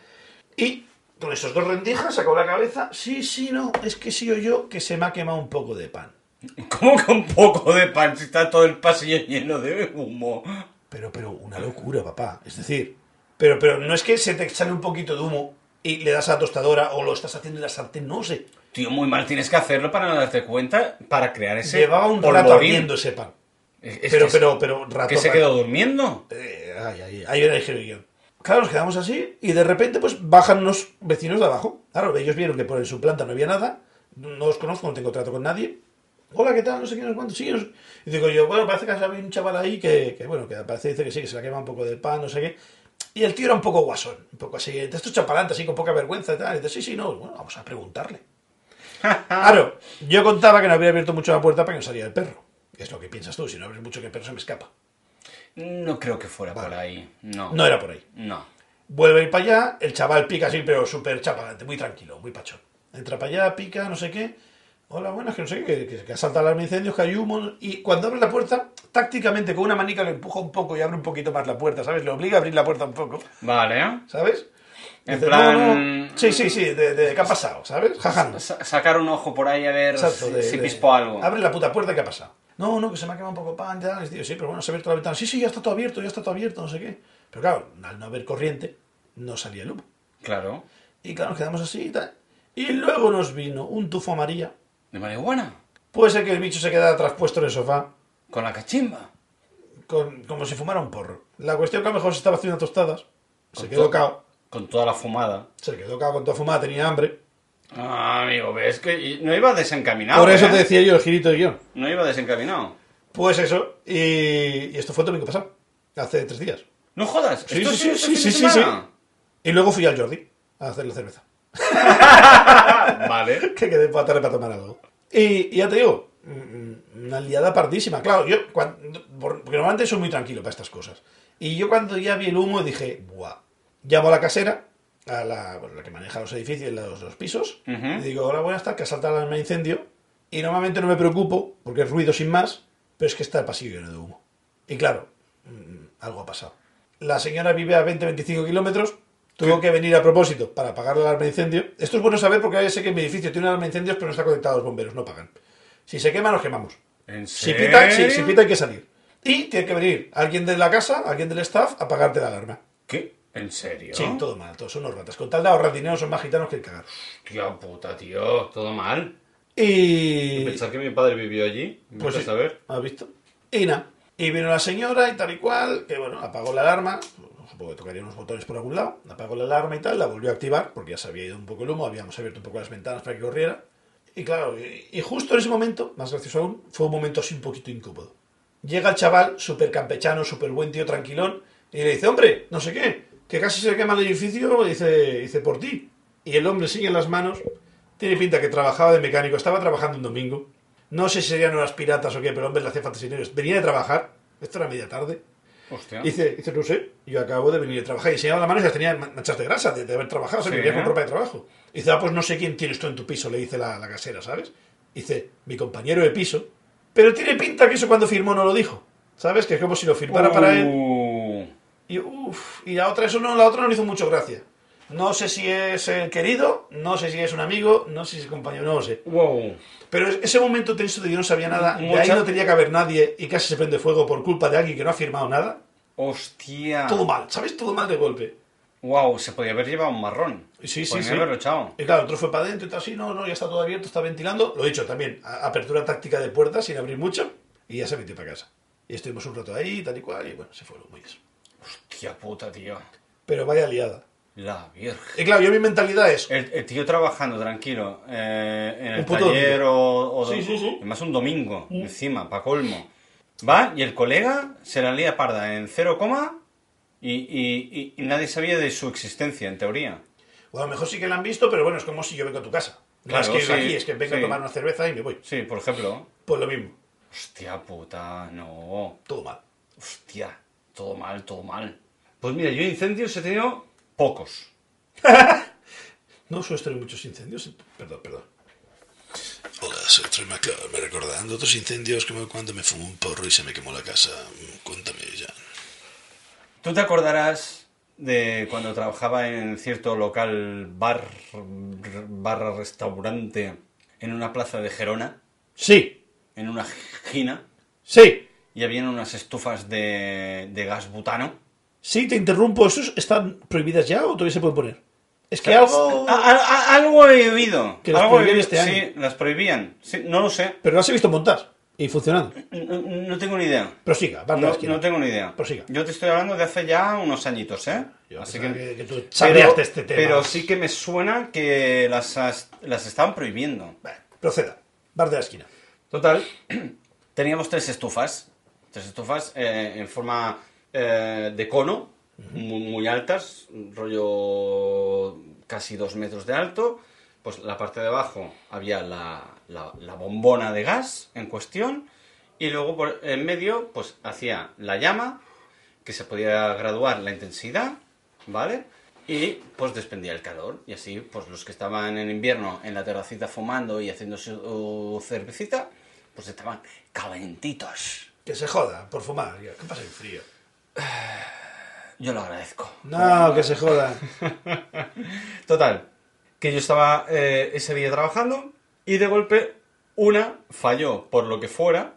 S2: Y con esos dos rendijas sacó la cabeza. Sí, sí, no. Es que sí o yo que se me ha quemado un poco de pan.
S1: ¿Cómo que un poco de pan si está todo el pasillo lleno de humo?
S2: Pero, pero, una locura, papá. Es decir, pero, pero no es que se te sale un poquito de humo y le das a la tostadora o lo estás haciendo en la sartén, no sé.
S1: Tío, muy mal tienes que hacerlo para no darte cuenta, para crear ese.
S2: Llevaba un rato
S1: polvorín.
S2: abriendo ese pan.
S1: Es- es
S2: Pero,
S1: que-
S2: pero, pero, rato.
S1: Que se
S2: rato.
S1: quedó durmiendo.
S2: Eh, ay, ay, ahí viene el giro guión. Claro, nos quedamos así y de repente pues bajan unos vecinos de abajo. Claro, ellos vieron que por su planta no había nada, no los conozco, no tengo trato con nadie. Hola, ¿qué tal? No sé qué, no sé cuánto. Sí, no sé- Y digo yo, bueno, parece que había un chaval ahí que, que, bueno, que parece dice que sí, que se le quema un poco de pan, no sé qué. Y el tío era un poco guasón, un poco así, de estos chapalantes, así con poca vergüenza y tal. Y dice, sí, sí, no, bueno, vamos a preguntarle. Claro, yo contaba que no había abierto mucho la puerta para que no saliera el perro. Es lo que piensas tú, si no abres mucho que el perro se me escapa.
S1: No creo que fuera por
S2: Vale.
S1: ahí. No.
S2: No era por ahí.
S1: No.
S2: Vuelve a ir para allá, el chaval pica así, pero súper chapalante, muy tranquilo, muy pachón. Entra para allá, pica, no sé qué. Hola, buenas, que no sé qué, que, que asalta el alarma de incendios, que hay humo. Y cuando abre la puerta, tácticamente con una manica le empuja un poco y abre un poquito más la puerta, ¿sabes? Le obliga a abrir la puerta un poco,
S1: Vale.
S2: ¿sabes?
S1: En
S2: Dice,
S1: plan-
S2: Sí, sí, sí, de, de- ¿qué ha pasado? ¿Sabes? Jaja. no.
S1: Sa- sacar un ojo por ahí a ver
S2: Exacto,
S1: si,
S2: de-
S1: si
S2: de-
S1: pispo algo.
S2: Abre la puta puerta, ¿qué ha pasado? No, no, que se me ha quemado un poco de pan, tal, y digo, sí, pero bueno, se ha abierto la ventana. Sí, sí, ya está todo abierto, ya está todo abierto, no sé qué. Pero claro, al no haber corriente, no salía el humo.
S1: Claro.
S2: Y claro, nos quedamos así y tal. Y luego nos vino un tufo amarillo.
S1: De marihuana.
S2: Puede ser que el bicho se quedara traspuesto en el sofá,
S1: Con la cachimba.
S2: con- como si fumara un porro. La cuestión que a lo mejor se estaba haciendo tostadas. Se
S1: Con
S2: quedó
S1: to-
S2: cao.
S1: Con toda la fumada.
S2: Se quedó cao con toda fumada, tenía hambre.
S1: Ah, amigo, ves que y- no iba desencaminado.
S2: Por eso
S1: ¿eh?
S2: te decía yo el girito de guión.
S1: No iba desencaminado.
S2: Pues eso, y, y esto fue el domingo pasado, hace tres días.
S1: No jodas.
S2: Sí,
S1: esto
S2: sí,
S1: sí,
S2: sí,
S1: este
S2: sí,
S1: fin
S2: sí,
S1: de
S2: sí,
S1: semana.
S2: Y luego fui al Jordi a hacer la cerveza.
S1: Vale.
S2: que quedé para tarde para tomar algo. Y, y ya te digo, mm, mm, una liada pardísima. Claro, yo, cuando, por- porque normalmente soy muy tranquilo para estas cosas. Y yo cuando ya vi el humo dije, ¡buah! Llamo a la casera, a la, bueno, la que maneja los edificios, los, los pisos,
S1: Ujú.
S2: y digo, hola, buenas tardes, que asalta el alarma de incendio. Y normalmente no me preocupo, porque es ruido sin más, pero es que está el pasillo lleno de humo. Y claro, mm, algo ha pasado. La señora vive a 20-25 kilómetros. Tuvo que venir a propósito para pagar el alarma de incendio. Esto es bueno saber porque ahora ya sé que mi edificio tiene alarma de incendios, pero no está conectado a los bomberos, no pagan. Si se quema, nos quemamos.
S1: ¿En
S2: Si
S1: serio?
S2: pita, sí, si pita hay que salir. Y tiene que venir alguien de la casa, alguien del staff, a pagarte la alarma.
S1: ¿Qué? ¿En serio?
S2: Sí, todo mal, todos son unos ratas. Con tal de ahorrar dinero, son más gitanos que el cagar.
S1: Hostia puta, tío. Todo mal.
S2: Y.
S1: Pensar que mi padre vivió allí. Pues
S2: sí,
S1: a saber.
S2: ¿Has visto? Y nada. Y vino la señora y tal y cual, que bueno, apagó la alarma. Supongo que tocaría unos botones por algún lado. Apagó la alarma y tal, la volvió a activar, porque ya se había ido un poco el humo, habíamos abierto un poco las ventanas para que corriera. Y claro, y, y justo en ese momento, más gracioso aún, fue un momento así un poquito incómodo. Llega el chaval, súper campechano, súper buen tío, tranquilón, y le dice, hombre, no sé qué, que casi se quema el edificio, dice, dice, por ti. Y el hombre sigue en las manos, tiene pinta que trabajaba de mecánico, estaba trabajando un domingo. No sé si serían horas piratas o qué, pero el hombre le hacía falta sin ellos. Venía de trabajar, esto era media tarde.
S1: Hostia.
S2: Dice, dice, no sé, yo acabo de venir de trabajar. Y enseñaba la mano y las tenía man- manchas de grasa, de, de haber trabajado, se
S1: Sí.
S2: me veía con ropa de trabajo. Dice, ah, pues no sé quién tienes tú en tu piso, le dice la, la casera, ¿sabes? Dice, mi compañero de piso. Pero tiene pinta que eso cuando firmó no lo dijo. ¿Sabes? Que es como si lo firmara para él.
S1: Uh,
S2: Y, uf, y la otra, eso no, la otra no le hizo mucho gracia. No sé si es el querido, no sé si es un amigo, no sé si es compañero, no lo sé.
S1: Wow.
S2: Pero es- ese momento tenso de yo no sabía nada, de ahí
S1: Mucha-
S2: no tenía que haber nadie y casi se prende fuego por culpa de alguien que no ha firmado nada.
S1: Hostia.
S2: Todo mal, ¿sabes? Todo mal de golpe.
S1: Wow, se podía haber llevado un marrón.
S2: Sí, sí,
S1: Podía
S2: sí.
S1: haberlo echado.
S2: Y claro, otro fue para adentro y tal, sí, no, no, ya está todo abierto, está ventilando. Lo he dicho también, a- apertura táctica de puertas sin abrir mucho y ya se metió para casa. Y estuvimos un rato ahí, tal y cual, y bueno, se fueron muy eso.
S1: Hostia puta, tío.
S2: Pero vaya liada.
S1: La virgen.
S2: Y claro, yo mi mentalidad es,
S1: El, el tío trabajando tranquilo eh, en el
S2: Un puto
S1: taller o, o
S2: Sí, sí, sí.
S1: además un domingo encima pa colmo va y el colega se la lía parda en cero coma y, y- y- y nadie sabía de su existencia en teoría
S2: o a lo mejor sí que la han visto, pero bueno, es como si yo vengo a tu casa. No
S1: Claro,
S2: es que viva
S1: sí,
S2: aquí, es que vengo
S1: sí.
S2: a tomar una cerveza y me voy.
S1: sí por ejemplo
S2: Pues lo mismo.
S1: Hostia puta, no.
S2: Todo mal.
S1: Hostia, todo mal, todo mal. Pues mira, yo incendios he tenido pocos.
S2: No suelo tener muchos incendios. Perdón, perdón. Hola, soy Troy McClure. Me recordando otros incendios como cuando me fumó un porro y se me quemó la casa. Mm, Cuéntame ya.
S1: ¿Tú te acordarás de cuando trabajaba en cierto local bar barra restaurante en una plaza de Gerona,
S2: Sí,
S1: en una gina,
S2: sí,
S1: y habían unas estufas de, de gas butano?
S2: sí, te interrumpo. ¿Estos están prohibidas ya o todavía se pueden poner? Es
S1: Ah,
S2: que algo.
S1: A- a- a- algo he oído.
S2: Oh. Que las
S1: algo he
S2: prohibían
S1: oído.
S2: este año.
S1: Sí, las prohibían. Sí, no lo sé.
S2: Pero las he visto montar y funcionando.
S1: No, no tengo ni idea.
S2: Prosiga, va a la
S1: No,
S2: esquina.
S1: no tengo ni idea.
S2: Prosiga.
S1: Yo te estoy hablando de hace ya unos añitos, ¿eh?
S2: Pues Yo
S1: Así
S2: pensaba
S1: que...
S2: que, que tú sabrías de este tema.
S1: pero sí que me suena que las, as- las estaban prohibiendo.
S2: Bueno, proceda. Bar de la esquina.
S1: Total, teníamos tres estufas, tres estufas eh, en forma eh, de cono, muy, muy altas, rollo casi dos metros de alto. Pues la parte de abajo había la, la- la bombona de gas en cuestión y luego por en medio pues hacía la llama que se podía graduar la intensidad, ¿vale? Y pues despendía el calor. Y así, pues los que estaban en invierno en la terracita fumando y haciendo su cervecita, pues estaban calentitos.
S2: Que se joda por fumar. ¿Qué pasa en frío?
S1: Yo lo agradezco.
S2: No, que se joda.
S1: Total, que yo estaba eh, ese día trabajando y de golpe una falló por lo que fuera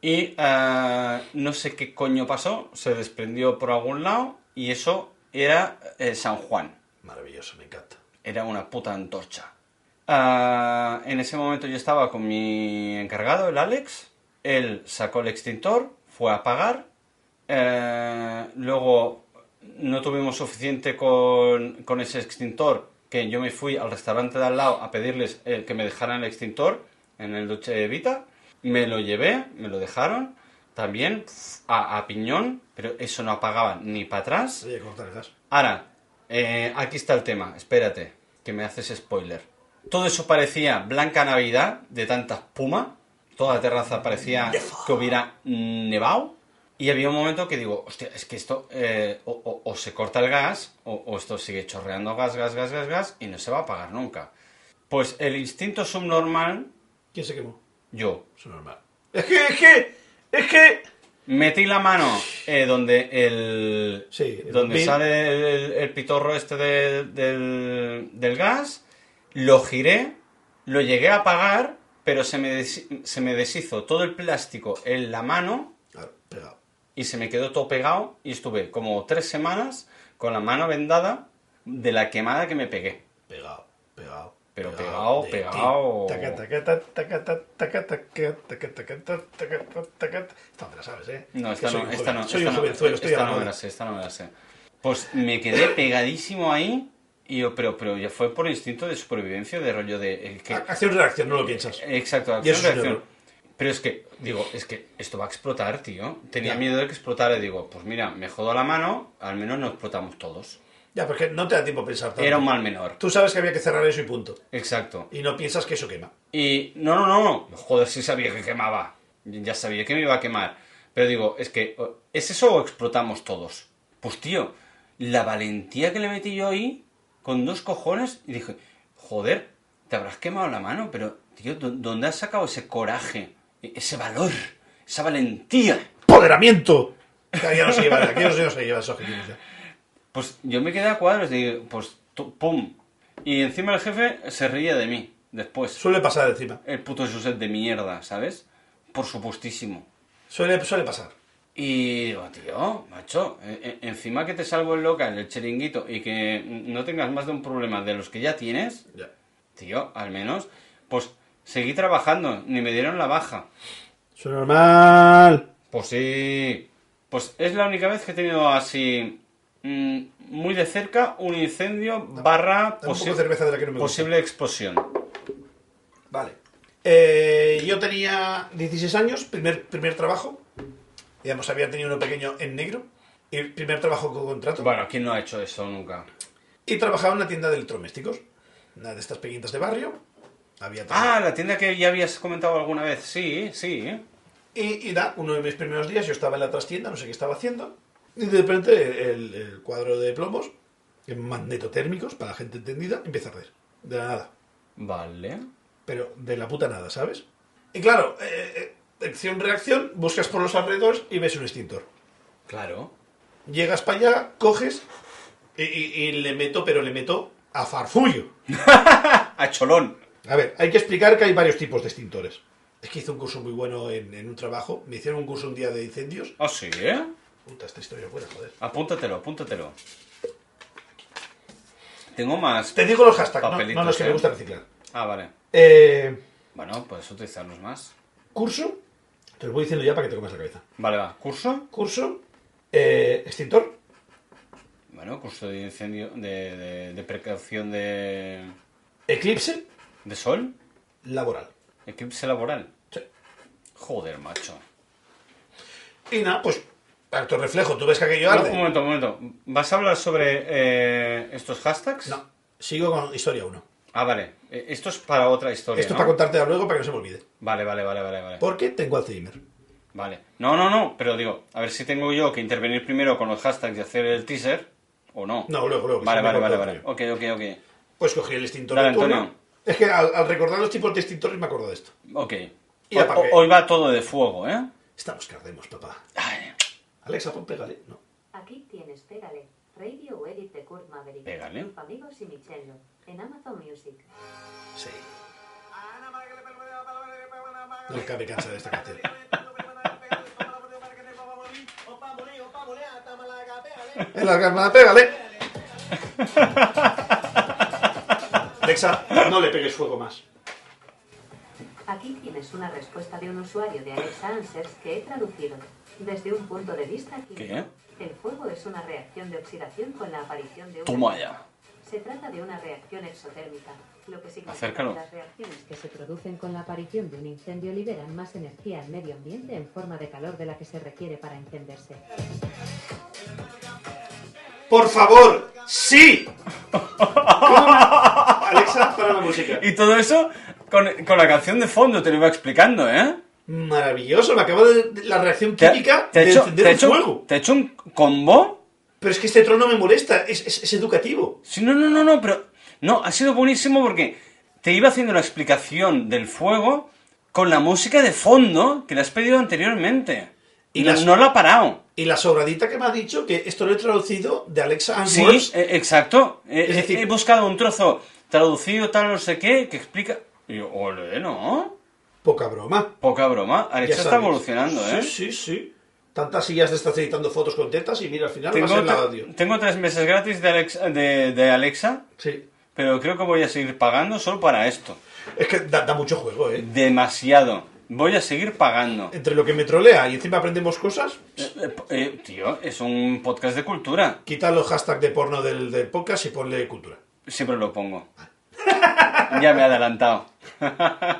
S1: y ah, no sé qué coño pasó, se desprendió por algún lado y eso era eh, San Juan.
S2: Maravilloso, me encanta.
S1: Era una puta antorcha. Ah, en ese momento yo estaba con mi encargado, el Alex. Él sacó el extintor, fue a apagar. Eh, luego no tuvimos suficiente con, con ese extintor que yo me fui al restaurante de al lado a pedirles eh, que me dejaran el extintor en el Dolce Vita. Me lo llevé, me lo dejaron también pf, a, a piñón, pero eso no apagaba ni para atrás.
S2: Oye, cortar el gas.
S1: Ahora, eh, aquí está el tema, espérate, que me haces spoiler. Todo eso parecía blanca Navidad de tanta espuma, toda la terraza parecía que hubiera nevado. Y había un momento que digo, hostia, es que esto eh, o, o- o se corta el gas, o, o esto sigue chorreando gas, gas, gas, gas, gas, y no se va a apagar nunca. Pues el instinto subnormal,
S2: ¿Quién se quemó?
S1: yo,
S2: Eso es normal. Es que, es que, es que.
S1: Metí la mano eh, donde el.
S2: Sí, el
S1: donde
S2: bombín.
S1: sale el, el- el pitorro este de- del, del gas. Lo giré, lo llegué a apagar, pero se me, deshi- se me deshizo todo el plástico en la mano
S2: Claro, pegado.
S1: y se me quedó todo pegado. Y estuve como tres semanas con la mano vendada de la quemada que me pegué.
S2: Pegado, pegado.
S1: Pero pegado,
S2: de ti.
S1: pegado.
S2: Taca, taca, ta, taca, ta, taca, taca, taca, taca, ta, taca, ta, taca, ta. Esta te la sabes, ¿eh?
S1: No,
S2: Que
S1: esta
S2: soy
S1: no,
S2: un
S1: esta
S2: joven-
S1: no,
S2: Soy
S1: esta
S2: un
S1: no,
S2: jovenzuelo, estoy a
S1: esta
S2: la
S1: no me
S2: moda.
S1: la sé, esta no me la sé. Pues me quedé pegadísimo ahí y yo, pero, pero ya fue por instinto de supervivencia, de rollo de... eh, que-
S2: A- Acción-reacción, no lo piensas.
S1: exacto,
S2: Ah, Y eso
S1: acción,
S2: es un
S1: reacción.
S2: error.
S1: Pero es que, digo, es que esto va a explotar, tío. Tenía
S2: Ya.
S1: miedo de que explotara y digo, pues mira, me jodo la mano, al menos no explotamos todos.
S2: Ya, porque no te da tiempo a pensar tanto.
S1: Era un mal menor.
S2: Tú sabes que había que cerrar eso y punto.
S1: Exacto.
S2: Y no piensas que eso quema.
S1: Y no, no, no, no. Joder, sí sabía que quemaba. Ya sabía que me iba a quemar. Pero digo, es que, o- ¿es eso o explotamos todos? Pues tío, la valentía que le metí yo ahí, con dos cojones, y dije, joder, te habrás quemado la mano, pero tío, ¿dó- ¿dónde has sacado ese coraje, e- ese valor, esa valentía?
S2: ¡Poderamiento! Que ya no se lleva, que ya no se- no se lleva esos objetivos ya.
S1: Pues yo me quedé a cuadros, digo, pues tu- pum. Y encima el jefe se reía de mí después.
S2: Suele pasar encima.
S1: El puto Josep de mierda, ¿sabes? Por supuestísimo.
S2: Suele, suele pasar.
S1: Y digo, tío, macho, e- e- encima que te salvo el local, el chiringuito y que no tengas más de un problema de los que ya tienes,
S2: Ya.
S1: tío, al menos, pues seguí trabajando, ni me dieron la baja.
S2: Suena normal.
S1: Pues sí. Pues es la única vez que he tenido así mm, muy de cerca un incendio barra
S2: Dame un poco
S1: posi-
S2: de cerveza de la que no me gusta.
S1: posible explosión.
S2: Vale. Eh, yo tenía 16 años, primer, primer trabajo. Digamos, había tenido uno pequeño en negro. Y primer trabajo con contrato.
S1: Bueno, ¿quién no ha hecho eso nunca?
S2: Y trabajaba en una tienda de electrodomésticos. Una de estas pequeñitas de barrio. Había
S1: Ah, la tienda que ya habías comentado alguna vez, sí, sí.
S2: Y, y da, uno de mis primeros días, yo estaba en la trastienda, no sé qué estaba haciendo, y de repente el, el cuadro de plomos, que es magnetotérmicos, para la gente entendida, empieza a arder. De la nada.
S1: Vale.
S2: Pero de la puta nada, ¿sabes? Y claro, eh, eh, acción-reacción, buscas por los alrededores y ves un extintor.
S1: Claro.
S2: Llegas para allá, coges y, y- y le meto, pero le meto a farfullo.
S1: A cholón.
S2: A ver, hay que explicar que hay varios tipos de extintores. Es que hice un curso muy bueno en, en un trabajo. Me hicieron un curso un día de incendios.
S1: Ah, sí, ¿eh?
S2: Puta, esta historia es buena, joder.
S1: Apúntatelo, apúntatelo. Tengo más.
S2: Te digo los hashtags, no,
S1: Papelitos,
S2: no los que
S1: ¿eh?
S2: me gusta reciclar.
S1: Ah, vale.
S2: Eh,
S1: Bueno, puedes utilizarlos más.
S2: curso, te lo voy diciendo ya para que te comas la cabeza.
S1: Vale, va. ¿Curso?
S2: Curso, eh, extintor,
S1: Bueno, curso de incendio, de, de, de precaución de,
S2: eclipse,
S1: de sol.
S2: laboral.
S1: Eclipse laboral.
S2: Sí.
S1: Joder, macho.
S2: Y nada, pues, para tu reflejo, tú ves que aquello
S1: No,
S2: arde.
S1: un momento, un momento. ¿Vas a hablar sobre eh, estos hashtags?
S2: No, sigo con historia 1.
S1: Ah, vale. Eh, Esto es para otra historia.
S2: Esto
S1: ¿no?
S2: para contarte luego para que no se me olvide.
S1: Vale, vale, vale, vale, vale.
S2: Porque tengo Alzheimer.
S1: Vale. No, no, no, pero digo, a ver si tengo yo que intervenir primero con los hashtags y hacer el teaser o no.
S2: No, luego, luego. que
S1: Vale,
S2: se me
S1: vale,
S2: ha
S1: vale,
S2: cortado
S1: vale.
S2: el rollo.
S1: Ok, ok, ok.
S2: Pues cogí el extintor
S1: Dale,
S2: de turno.
S1: Antonio.
S2: Es que al, al recordar los tipos de extintores me acuerdo de esto.
S1: Ok.
S2: Y
S1: Ho-
S2: apagué.
S1: ho- hoy va todo de fuego, ¿eh?
S2: Estamos que ardemos, papá.
S1: Ay,
S2: Alexa, pon pégale. No.
S10: Aquí tienes Pégale, Radio Edit de Kurt Maverick,
S1: Pégale.
S10: Tus amigos y Michello, en Amazon Music.
S2: Sí. No cabe cansar de esta canción. En la carnada, pégale. Alexa, no le pegues fuego más.
S10: Aquí tienes una respuesta de un usuario de Alexa Answers que he traducido. Desde un punto de vista químico, el fuego es una reacción de oxidación con la aparición de un...
S1: toma ya.
S10: Se trata de una reacción exotérmica, lo que significa
S1: Acércalo.
S10: que las reacciones que se producen con la aparición de un incendio liberan más energía al medio ambiente en forma de calor de la que se requiere para encenderse.
S2: ¡Por favor! ¡Sí! Alexa, para la música.
S1: Y todo eso con, con la canción de fondo, te lo iba explicando, ¿eh?
S2: Maravilloso, me acabo de, de la reacción
S1: Te ha-
S2: química
S1: te ha
S2: de
S1: hecho-
S2: encender
S1: te ha
S2: un
S1: hecho-
S2: fuego.
S1: Te ha hecho un combo.
S2: Pero es que este trono me molesta, es, es- es educativo.
S1: Sí, no, no, no, no, pero. No, ha sido buenísimo porque te iba haciendo la explicación del fuego con la música de fondo que le has pedido anteriormente.
S2: Y
S1: Y no,
S2: las-
S1: no la ha parado.
S2: Y la sobradita que me ha dicho, que esto lo he traducido de Alexa and
S1: Sí,
S2: Words.
S1: eh, exacto. Eh,
S2: Es
S1: eh,
S2: decir-
S1: he buscado un trozo traducido tal no sé qué que explica. Y yo, ole, ¿no?
S2: Poca broma.
S1: Poca broma.
S2: Ya
S1: Alexa está
S2: sabes.
S1: evolucionando, ¿eh?
S2: Sí, sí, sí. Tantas sillas de estas editando fotos con tetas y mira, al final va a
S1: Tengo,
S2: ser la
S1: tre-
S2: audio.
S1: tengo tres meses gratis de Alexa, de- de Alexa,
S2: Sí.
S1: pero creo que voy a seguir pagando solo para esto.
S2: Es que da, da mucho juego, ¿eh?
S1: Demasiado. Voy a seguir pagando.
S2: Entre lo que me trolea y encima aprendemos cosas,
S1: Eh, eh, eh, tío, es un podcast de cultura.
S2: quita los hashtags de porno del, del podcast y ponle cultura.
S1: Siempre lo pongo. Ya me he adelantado.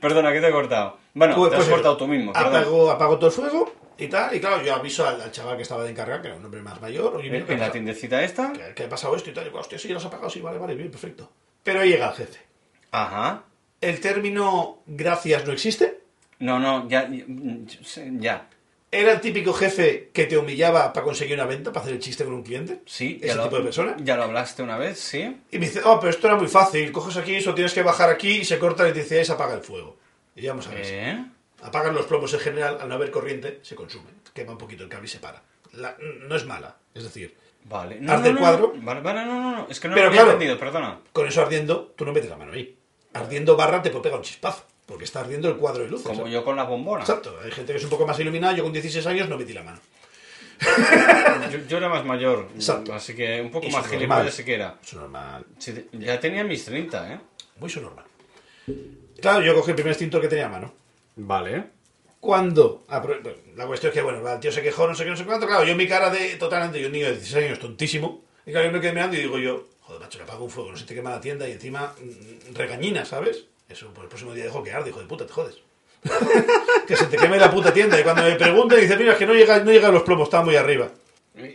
S1: Perdona, que te he cortado. Bueno,
S2: Pues-
S1: te has
S2: pues eso.
S1: cortado tú mismo. perdón.
S2: Apago, apago todo el fuego y tal. Y claro, yo aviso al, al chaval que estaba de encargar, que era un hombre más mayor. Oye, mira,
S1: En
S2: ¿qué ha
S1: en la
S2: pasado?
S1: tiendecita esta.
S2: que, que ha pasado esto y tal. Y digo, hostia, sí, ya los ha pagado, sí, vale, vale, bien, perfecto. Pero llega el jefe.
S1: Ajá.
S2: El término gracias no existe.
S1: No, no, ya. Ya. ya.
S2: Era el típico jefe que te humillaba para conseguir una venta, para hacer el chiste con un cliente.
S1: Sí, ya
S2: Ese
S1: lo-
S2: tipo de persona.
S1: Ya lo hablaste una vez, sí.
S2: Y me dice, oh, pero esto era muy fácil. Coges aquí, eso tienes que bajar aquí y se corta y te dice, "Ahí se apaga el fuego. Y ya vamos a ver.
S1: ¿Eh?
S2: Apagan los plomos en general, al no haber corriente, se consumen. Quema un poquito el cable y se para. La- no es mala. Es decir,
S1: Vale.
S2: Haz del cuadro.
S1: Vale, vale, no, no, no. Es que no
S2: Pero
S1: lo había
S2: claro.
S1: entendido, perdona.
S2: con eso ardiendo, tú no metes la mano ahí. Ardiendo barra te puede pegar un chispazo, porque está ardiendo el cuadro de luz.
S1: Como yo con la bombona.
S2: Exacto, hay gente que es un poco más iluminada, yo con 16 años no metí la mano.
S1: Yo, yo era más mayor.
S2: Exacto.
S1: Así que un poco
S2: Y
S1: más
S2: su
S1: gilipollas
S2: normal.
S1: siquiera.
S2: Eso normal,
S1: Sí, te- ya tenía mis 30, ¿eh?
S2: muy su normal. Claro, yo cogí el primer extintor que tenía a mano.
S1: Vale.
S2: Cuando, apro- la cuestión es que, bueno, va, el tío se quejó, no sé qué, no sé cuánto, claro, yo mi cara de totalmente, yo un niño de 16 años, tontísimo, y claro, yo me quedé mirando y digo yo, joder, macho, que apago un fuego, no se te quema la tienda y encima mm, regañina, ¿sabes? Eso, pues el próximo día dejo que arde, hijo de puta, te jodes. que se te queme la puta tienda y cuando me preguntan, dice, mira, es que no llega, no llegan los plomos, está muy arriba.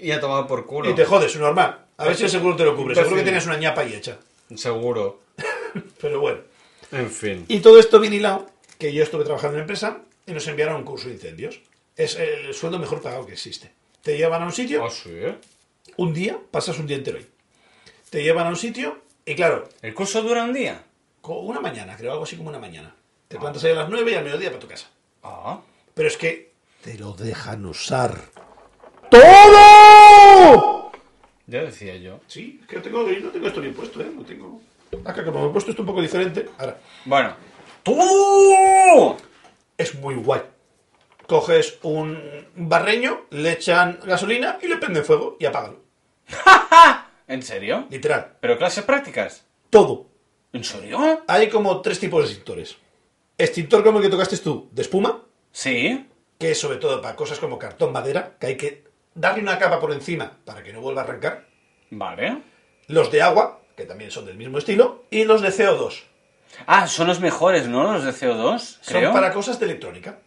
S1: Y ha tomado por culo.
S2: Y te jodes, normal. A ver si el seguro te lo cubre. Seguro que
S1: Imbécil.
S2: tienes una ñapa ahí hecha.
S1: Seguro.
S2: Pero bueno.
S1: En fin.
S2: Y todo esto bien hilado, que yo estuve trabajando en una empresa y nos enviaron a un curso de incendios. Es eh, el sueldo mejor pagado que existe. Te llevan a un sitio,
S1: Ah, sí.
S2: un día, pasas un día entero ahí. Te llevan a un sitio y claro,
S1: ¿El curso dura un día?
S2: co- una mañana, creo, algo así como una mañana. Te plantas ahí a las 9 y al mediodía para tu casa.
S1: Ah.
S2: Pero es que te lo dejan usar todo.
S1: Ya decía yo.
S2: Sí, es que tengo, yo no tengo esto bien puesto, ¿eh? No tengo... Acá como me he puesto esto un poco diferente, ahora...
S1: Bueno. ¡Todo!
S2: es muy guay. Coges un barreño, le echan gasolina y le prenden fuego y apágalo.
S1: ¿En serio?
S2: Literal,
S1: ¿Pero clases prácticas?
S2: todo.
S1: ¿En serio?
S2: Hay como tres tipos de extintores. Extintor como el que tocaste tú, de espuma,
S1: Sí.
S2: que es sobre todo para cosas como cartón madera, que hay que darle una capa por encima para que no vuelva a arrancar.
S1: Vale.
S2: Los de agua, que también son del mismo estilo, y los de CO2.
S1: Ah, son los mejores, ¿no? Los de CO2, creo.
S2: Son para cosas de electrónica.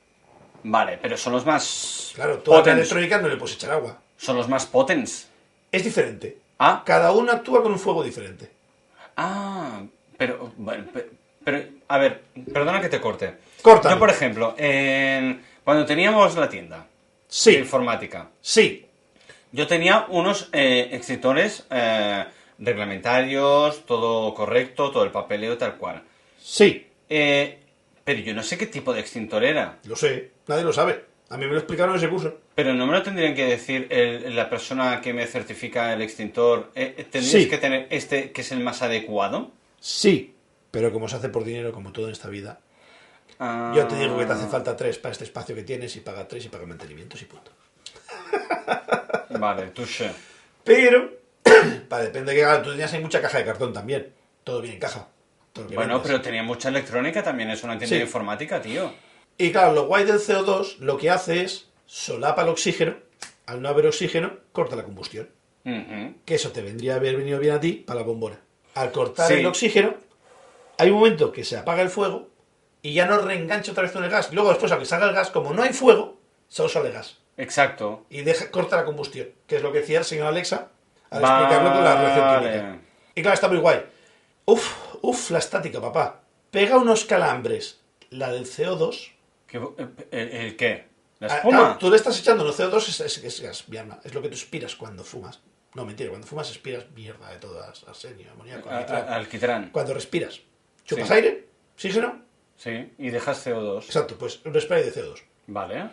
S1: Vale, pero son los más...
S2: Claro, toda la
S1: potents.
S2: electrónica no le puedes echar agua.
S1: Son los más potents.
S2: Es diferente.
S1: Ah,
S2: Cada uno actúa con un fuego diferente.
S1: ah, pero, bueno, pe- pero, a ver, perdona que te corte.
S2: Córtame.
S1: Yo, por ejemplo, en- cuando teníamos la tienda de
S2: Sí,
S1: informática,
S2: sí,
S1: yo tenía unos eh, extintores eh, reglamentarios, todo correcto, todo el papeleo tal cual.
S2: sí.
S1: Eh, pero yo no sé qué tipo de extintor era.
S2: Lo sé, nadie lo sabe. A mí me lo explicaron en ese curso.
S1: Pero no me lo tendrían que decir el- la persona que me certifica el extintor. Eh, eh, ¿Tendrías
S2: Sí.
S1: que tener este que es el más adecuado?
S2: Sí, pero como se hace por dinero, como todo en esta vida,
S1: Ah,
S2: yo te digo que te hace falta tres para este espacio que tienes y paga tres y paga mantenimientos y punto.
S1: Ah, Vale, touché.
S2: Pero, para depende de qué hagas, tú tenías ahí mucha caja de cartón también. Todo bien en caja. todo lo que
S1: Bueno,
S2: vendes.
S1: pero tenía mucha electrónica también, es una tienda
S2: Sí.
S1: de informática, tío.
S2: Y claro, lo guay del CO2 lo que hace es solapa el oxígeno. Al no haber oxígeno, corta la combustión.
S1: Ujú.
S2: Que eso te vendría a haber venido bien a ti para la bombona. Al cortar
S1: Sí.
S2: el oxígeno, hay un momento que se apaga el fuego y ya no reengancha otra vez con el gas. Luego, después, aunque salga el gas, como no hay fuego, se usa el gas
S1: Exacto.
S2: y deja, corta la combustión, que es lo que decía el señor Alexa al
S1: Vale.
S2: explicarlo con la reacción química. Y claro, está muy guay. Uf, uf, la estática, papá. Pega unos calambres, la del CO2.
S1: ¿Qué- el, eh, el qué? ¿La
S2: Ah,
S1: espuma?
S2: claro, tú le estás echando no CO2, es, es- es gas, mierda. Es lo que tú expiras cuando fumas. No, mentira, cuando fumas expiras mierda de todas, arsenio, amoníaco,
S1: A-
S2: alquitrán.
S1: a- alquitrán.
S2: Cuando respiras, chupas
S1: Ah, Sí.
S2: aire, oxígeno,
S1: Sí, y dejas CO2.
S2: exacto, pues un spray de CO2.
S1: Vale.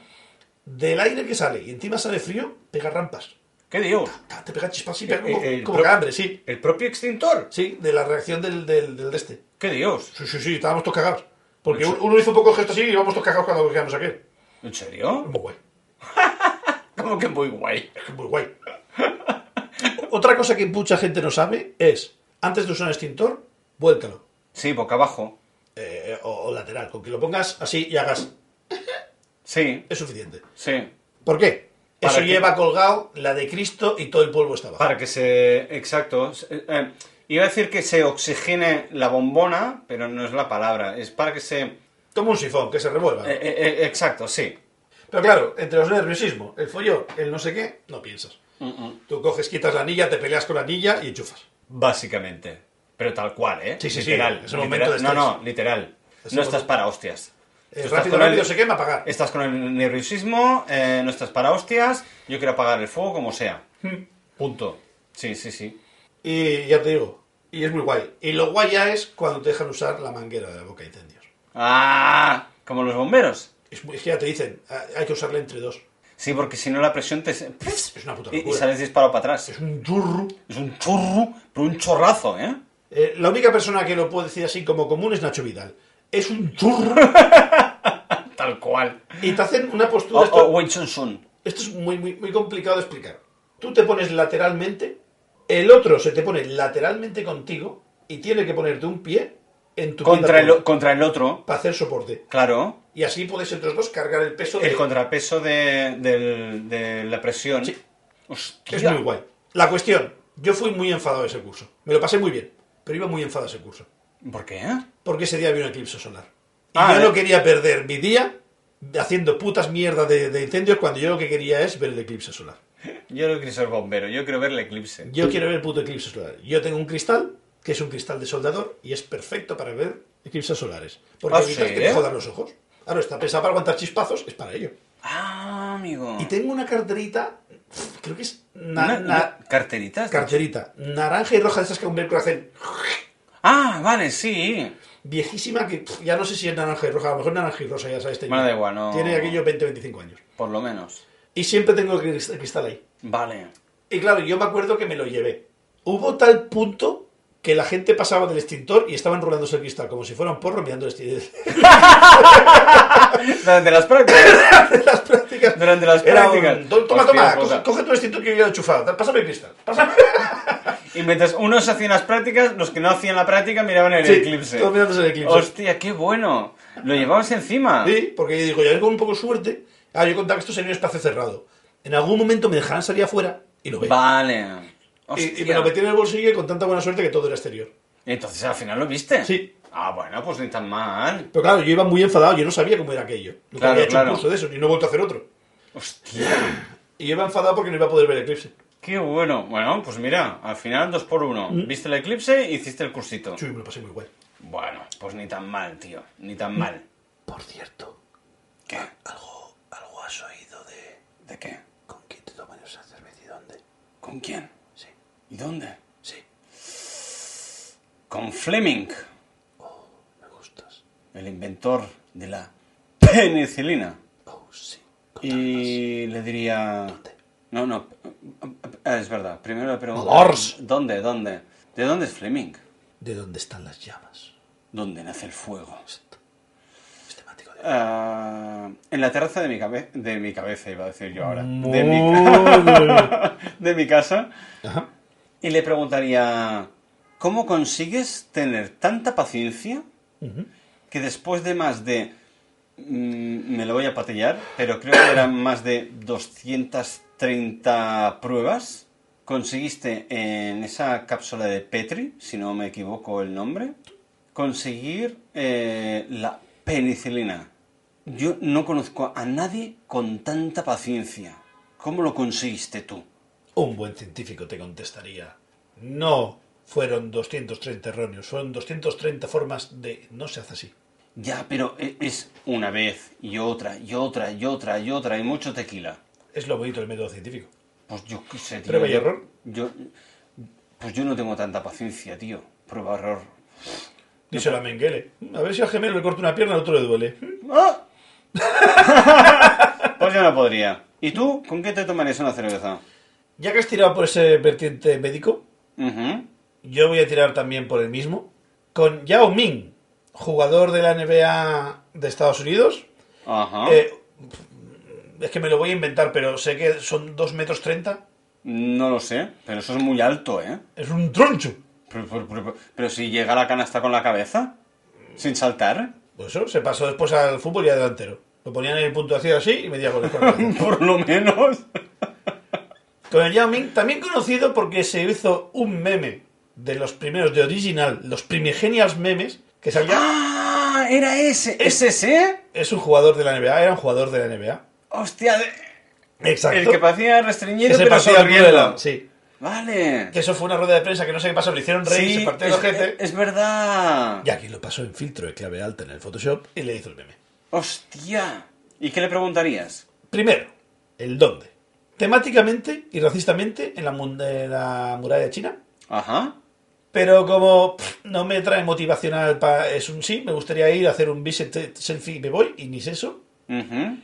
S2: Del aire que sale y encima sale frío, pega rampas.
S1: ¿Qué digo?
S2: Ta, Te pega chispas y pega
S1: Eh,
S2: como,
S1: eh, el
S2: como
S1: pro-
S2: calambre, sí.
S1: ¿El propio extintor?
S2: Sí, de la reacción del, del, del de este.
S1: ¿Qué dios?
S2: Sí, sí, sí, estábamos todos cagados. Porque un- uno hizo un poco de gesto así y íbamos todos cagados cuando quedamos aquí.
S1: ¿En serio?
S2: Muy guay,
S1: Como que muy guay.
S2: es que muy guay. Otra cosa que mucha gente no sabe es, antes de usar un extintor, vuélcalo.
S1: Sí, boca abajo.
S2: Eh, o, o lateral, con que lo pongas así y hagas,
S1: Sí,
S2: es suficiente.
S1: sí.
S2: ¿Por qué?
S1: Para
S2: Eso
S1: que-
S2: lleva colgado la de Cristo y todo el polvo está abajo.
S1: Para que se... Exacto. se- eh, iba a decir que se oxigene la bombona, pero no es la palabra. Es para que se... eh,
S2: Como un sifón, que se revuelva.
S1: eh, eh, exacto, sí.
S2: Pero claro, entre los nerviosismos, el follón, el no sé qué, no piensas. Tú coges, quitas la anilla, te peleas con la anilla y enchufas.
S1: Básicamente. Pero tal cual, ¿eh?
S2: Sí, sí, sí,
S1: literal,
S2: es un momento
S1: literal.
S2: de
S1: No,
S2: estrés.
S1: no, literal.
S2: Es un
S1: No estás
S2: momento-
S1: para hostias.
S2: Eh,
S1: Tú estás
S2: rápido,
S1: con el-
S2: rápido, se quema, apagar.
S1: Estás con el nerviosismo, eh, no estás para hostias, yo quiero apagar el fuego como sea.
S2: Hmm.
S1: Punto. Sí, sí, sí.
S2: Y ya te digo, y es muy guay. Y lo guay ya es cuando te dejan usar la manguera de la boca de incendios.
S1: ¡Ah! Como los bomberos.
S2: Es, muy- es que ya te dicen, ah, hay que usarla entre dos.
S1: Sí, porque si no la presión te... se-
S2: Es una puta
S1: Y, y
S2: locura.
S1: sales disparado para atrás.
S2: Es un churro.
S1: Es un churro, pero un chorrazo, ¿eh?
S2: Eh, la única persona que lo puede decir así como común es Nacho Vidal. Es un churro.
S1: Tal cual.
S2: y te hacen una
S1: O,
S2: postura. esto,
S1: o Winston Sun.
S2: esto es muy, muy, muy complicado de explicar. Tú te pones lateralmente, el otro se te pone lateralmente contigo y tiene que ponerte un pie en tu
S1: Contra
S2: pierna
S1: el, contra el otro,
S2: para hacer soporte.
S1: claro.
S2: Y así podéis entre los dos cargar el peso
S1: El
S2: de-
S1: contrapeso de, del- de la presión.
S2: Sí.
S1: Hostia.
S2: Es muy guay. La cuestión, yo fui muy enfadado de ese curso. Me lo pasé muy bien, pero iba muy enfadado de ese curso.
S1: ¿Por qué? eh?
S2: Porque ese día había un eclipse solar. Y
S1: Ah,
S2: yo
S1: eh.
S2: no quería perder mi día haciendo putas mierdas de, de incendios cuando yo lo que quería es ver el eclipse solar.
S1: Yo no quiero ser bombero, yo quiero ver el eclipse.
S2: Yo quiero ver el puto eclipse solar. Yo tengo un cristal, que es un cristal de soldador, y es perfecto para ver eclipses solares. Porque
S1: Ah,
S2: evitas
S1: ¿sí?
S2: que te jodan los ojos. Claro, está pensada para aguantar chispazos, es para ello.
S1: Ah, amigo.
S2: Y tengo una carterita, pff, creo que es na-
S1: Una-
S2: na-
S1: una carterita.
S2: carterita, naranja y roja de esas que con velcro hacen
S1: Ah, vale, sí.
S2: viejísima que pff, ya no sé si es naranja y roja, a lo mejor naranja y rosa, ya sabes. Este
S1: Bueno, da igual, no-
S2: Tiene aquello 20-25 años.
S1: Por lo menos.
S2: Y siempre tengo el crist- cristal ahí.
S1: Vale.
S2: Y claro, yo me acuerdo que me lo llevé. Hubo tal punto que la gente pasaba del extintor y estaban rolándose el cristal, como si fuera un porro mirando el extintor.
S1: Durante las prácticas.
S2: las prácticas.
S1: Durante las
S2: Era un,
S1: prácticas.
S2: "Toma, toma,
S1: Hostia
S2: toma,
S1: puta.
S2: coge, coge tu extintor que yo ya lo he enchufado. Pásame el cristal. Pásame.
S1: Y mientras unos hacían las prácticas, los que no hacían la práctica miraban el
S2: Sí,
S1: eclipse.
S2: todos mirándose el eclipse.
S1: Hostia, qué bueno. Lo llevabas encima.
S2: Sí, porque yo digo, ya con un poco de suerte. Ah, yo contaba que esto sería un espacio cerrado. En algún momento me dejarán salir afuera y lo veo.
S1: Vale. Hostia.
S2: Y, y me lo metí en el bolsillo y con tanta buena suerte que todo era exterior.
S1: Entonces al final lo viste.
S2: Sí.
S1: Ah, bueno, pues ni tan mal.
S2: Pero claro, yo iba muy enfadado, yo no sabía cómo era aquello. Nunca
S1: Claro,
S2: había hecho
S1: claro.
S2: un curso de eso, ni no he vuelto a hacer otro.
S1: Hostia.
S2: Y yo iba enfadado porque no iba a poder ver el eclipse.
S1: Qué bueno. Bueno, pues mira, al final dos por uno.
S2: Mm.
S1: Viste el eclipse y hiciste el cursito.
S2: Chuy, me lo pasé muy guay.
S1: Bueno, pues ni tan mal, tío. Ni tan mal.
S2: Por cierto,
S1: ¿Qué?
S2: algo, algo has oído de
S1: ¿De qué?
S2: con quién te toman esa cerveza y dónde.
S1: ¿Con quién?
S2: Sí,
S1: ¿Y dónde?
S2: sí,
S1: Con Fleming,
S2: Oh, me gustas.
S1: el inventor de la penicilina.
S2: Oh, sí.
S1: Y le diría... No, no. ah, Es verdad. Primero le pregunto...
S2: Valors.
S1: ¿Dónde? ¿Dónde? ¿De dónde es Fleming?
S2: ¿De dónde están las llamas?
S1: ¿Dónde nace el fuego?
S2: Es temático de...
S1: Ah, en la terraza de mi, cabe- de mi cabeza, iba a decir yo ahora. De mi,
S2: Madre.
S1: de mi casa.
S2: Ajá.
S1: Y le preguntaría, ¿cómo consigues tener tanta paciencia
S2: Ujú.
S1: que después de más de... mm, Me lo voy a patillar, pero creo que eran más de 230 pruebas. Conseguiste en esa cápsula de Petri, si no me equivoco el nombre, conseguir eh, la penicilina. Yo no conozco a nadie con tanta paciencia. ¿Cómo lo conseguiste tú?
S2: Un buen científico te contestaría. No fueron 230 erróneos, fueron 230 formas de... No se hace así.
S1: Ya, pero e- es una vez y otra y otra y otra y otra y mucho tequila.
S2: Es lo bonito del método científico.
S1: Pues yo qué sé, tío.
S2: ¿Prueba y
S1: yo-
S2: error?
S1: Yo, pues yo no tengo tanta paciencia, tío. Prueba error.
S2: Dice la Mengele. A ver si al gemelo le corto una pierna, al otro le duele.
S1: ¡Ah! pues yo no podría. ¿Y tú? ¿Con qué te tomarías una cerveza?
S2: Ya que has tirado por ese vertiente médico,
S1: Ujú.
S2: yo voy a tirar también por el mismo. Con Yao Ming, jugador de la NBA de Estados Unidos.
S1: Ajá.
S2: Eh, es que me lo voy a inventar, pero sé que son 2 metros 30.
S1: No lo sé, pero eso es muy alto, ¿eh?
S2: Es un troncho.
S1: Pero, pero- pero- pero si llega a la canasta con la cabeza, sin saltar,
S2: Pues eso, se pasó después al fútbol y a delantero. Lo ponían en el punto ácido así y me con el cuerpo.
S1: por lo menos.
S2: Con el Yao Ming, también conocido porque se hizo un meme de los primeros, de original, los primigenials memes, que salía...
S1: ¡Ah! Era ese. ¿Es ¿eh? ese?
S2: Es un jugador de la NBA, era un jugador de la NBA.
S1: Hostia, de-
S2: Exacto.
S1: el que parecía restreñido
S2: Que se
S1: pero
S2: partió el culo de la-
S1: sonriendo.
S2: Sí.
S1: Vale.
S2: Que eso fue una rueda de prensa que no sé qué pasó, le hicieron reír, se partió
S1: es, eh,
S2: la gente.
S1: es verdad.
S2: Y aquí lo pasó en filtro de clave alta en el Photoshop y le hizo el meme.
S1: Hostia. ¿Y qué le preguntarías?
S2: Primero, el dónde. Temáticamente y racistamente en la, mun- de la muralla china.
S1: Ajá.
S2: Pero como pff, no me trae motivacional, pa- es un sí, me gustaría ir a hacer un visit eh, selfie y me voy, y ni es eso.
S1: Ujú.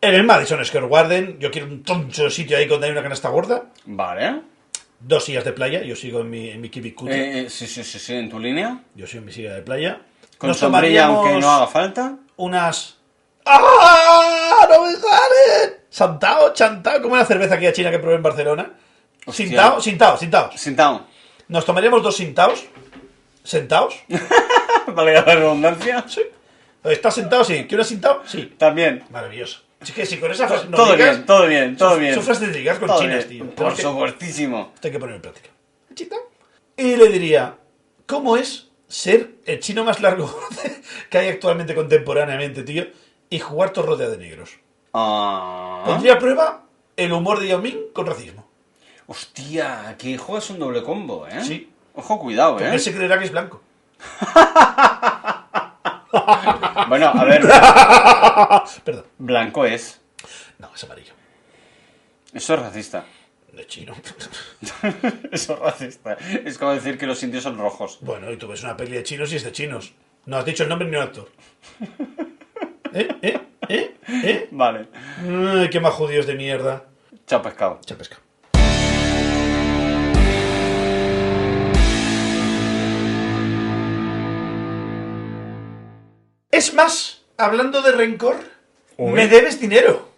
S2: En el Madison Square Garden, yo quiero un troncho de sitio ahí con una canasta gorda.
S1: Vale.
S2: Dos sillas de playa, yo sigo en mi, en mi kiwi cutie.
S1: Eh, eh, sí, sí, sí, sí, en tu línea.
S2: Yo soy en mi silla de playa.
S1: Con sombrilla, aunque no haga
S2: tomaríamos
S1: falta.
S2: unas... ¡Ah! ¡No me salen! Santao, chantao, como una cerveza aquí a China que probé en Barcelona.
S1: Hostia.
S2: Sintao, sintao, sintaos.
S1: Sentado.
S2: Nos tomaríamos dos sintaos. Sentaos.
S1: vale, la redundancia.
S2: Sí. ¿Estás sentado? Sí. ¿Quieres sentado? Sí.
S1: También.
S2: Maravilloso. Es que si con esa frase no
S1: todo
S2: ligas,
S1: bien, todo bien, todo
S2: son-
S1: bien.
S2: Son frases de ligar con
S1: todo bien.
S2: chinas, tío.
S1: Por
S2: Tenemos que-
S1: supuestísimo.
S2: Esto hay que poner en práctica. Chita. Y le diría, ¿cómo es ser el chino más largo que hay actualmente contemporáneamente, tío? Y jugar todo rodeado de negros.
S1: Ah.
S2: Pondría a prueba el humor de Yao Ming con racismo.
S1: Hostia, aquí juegas un doble combo, ¿eh?
S2: Sí.
S1: Ojo, cuidado,
S2: Porque
S1: ¿eh?
S2: él se creerá que es blanco.
S1: Bueno, a ver,
S2: Perdón.
S1: blanco es.
S2: No, es amarillo.
S1: Eso es racista.
S2: No es chino.
S1: Eso es racista. Es como decir que los indios son rojos.
S2: Bueno, y tú ves una peli de chinos y es de chinos. No has dicho el nombre ni un actor. ¿Eh? ¿Eh? ¿Eh? ¿Eh?
S1: Vale.
S2: Ay, qué más judíos de mierda.
S1: Chao pescado.
S2: Chapesca. Es más, hablando de rencor, me debes dinero.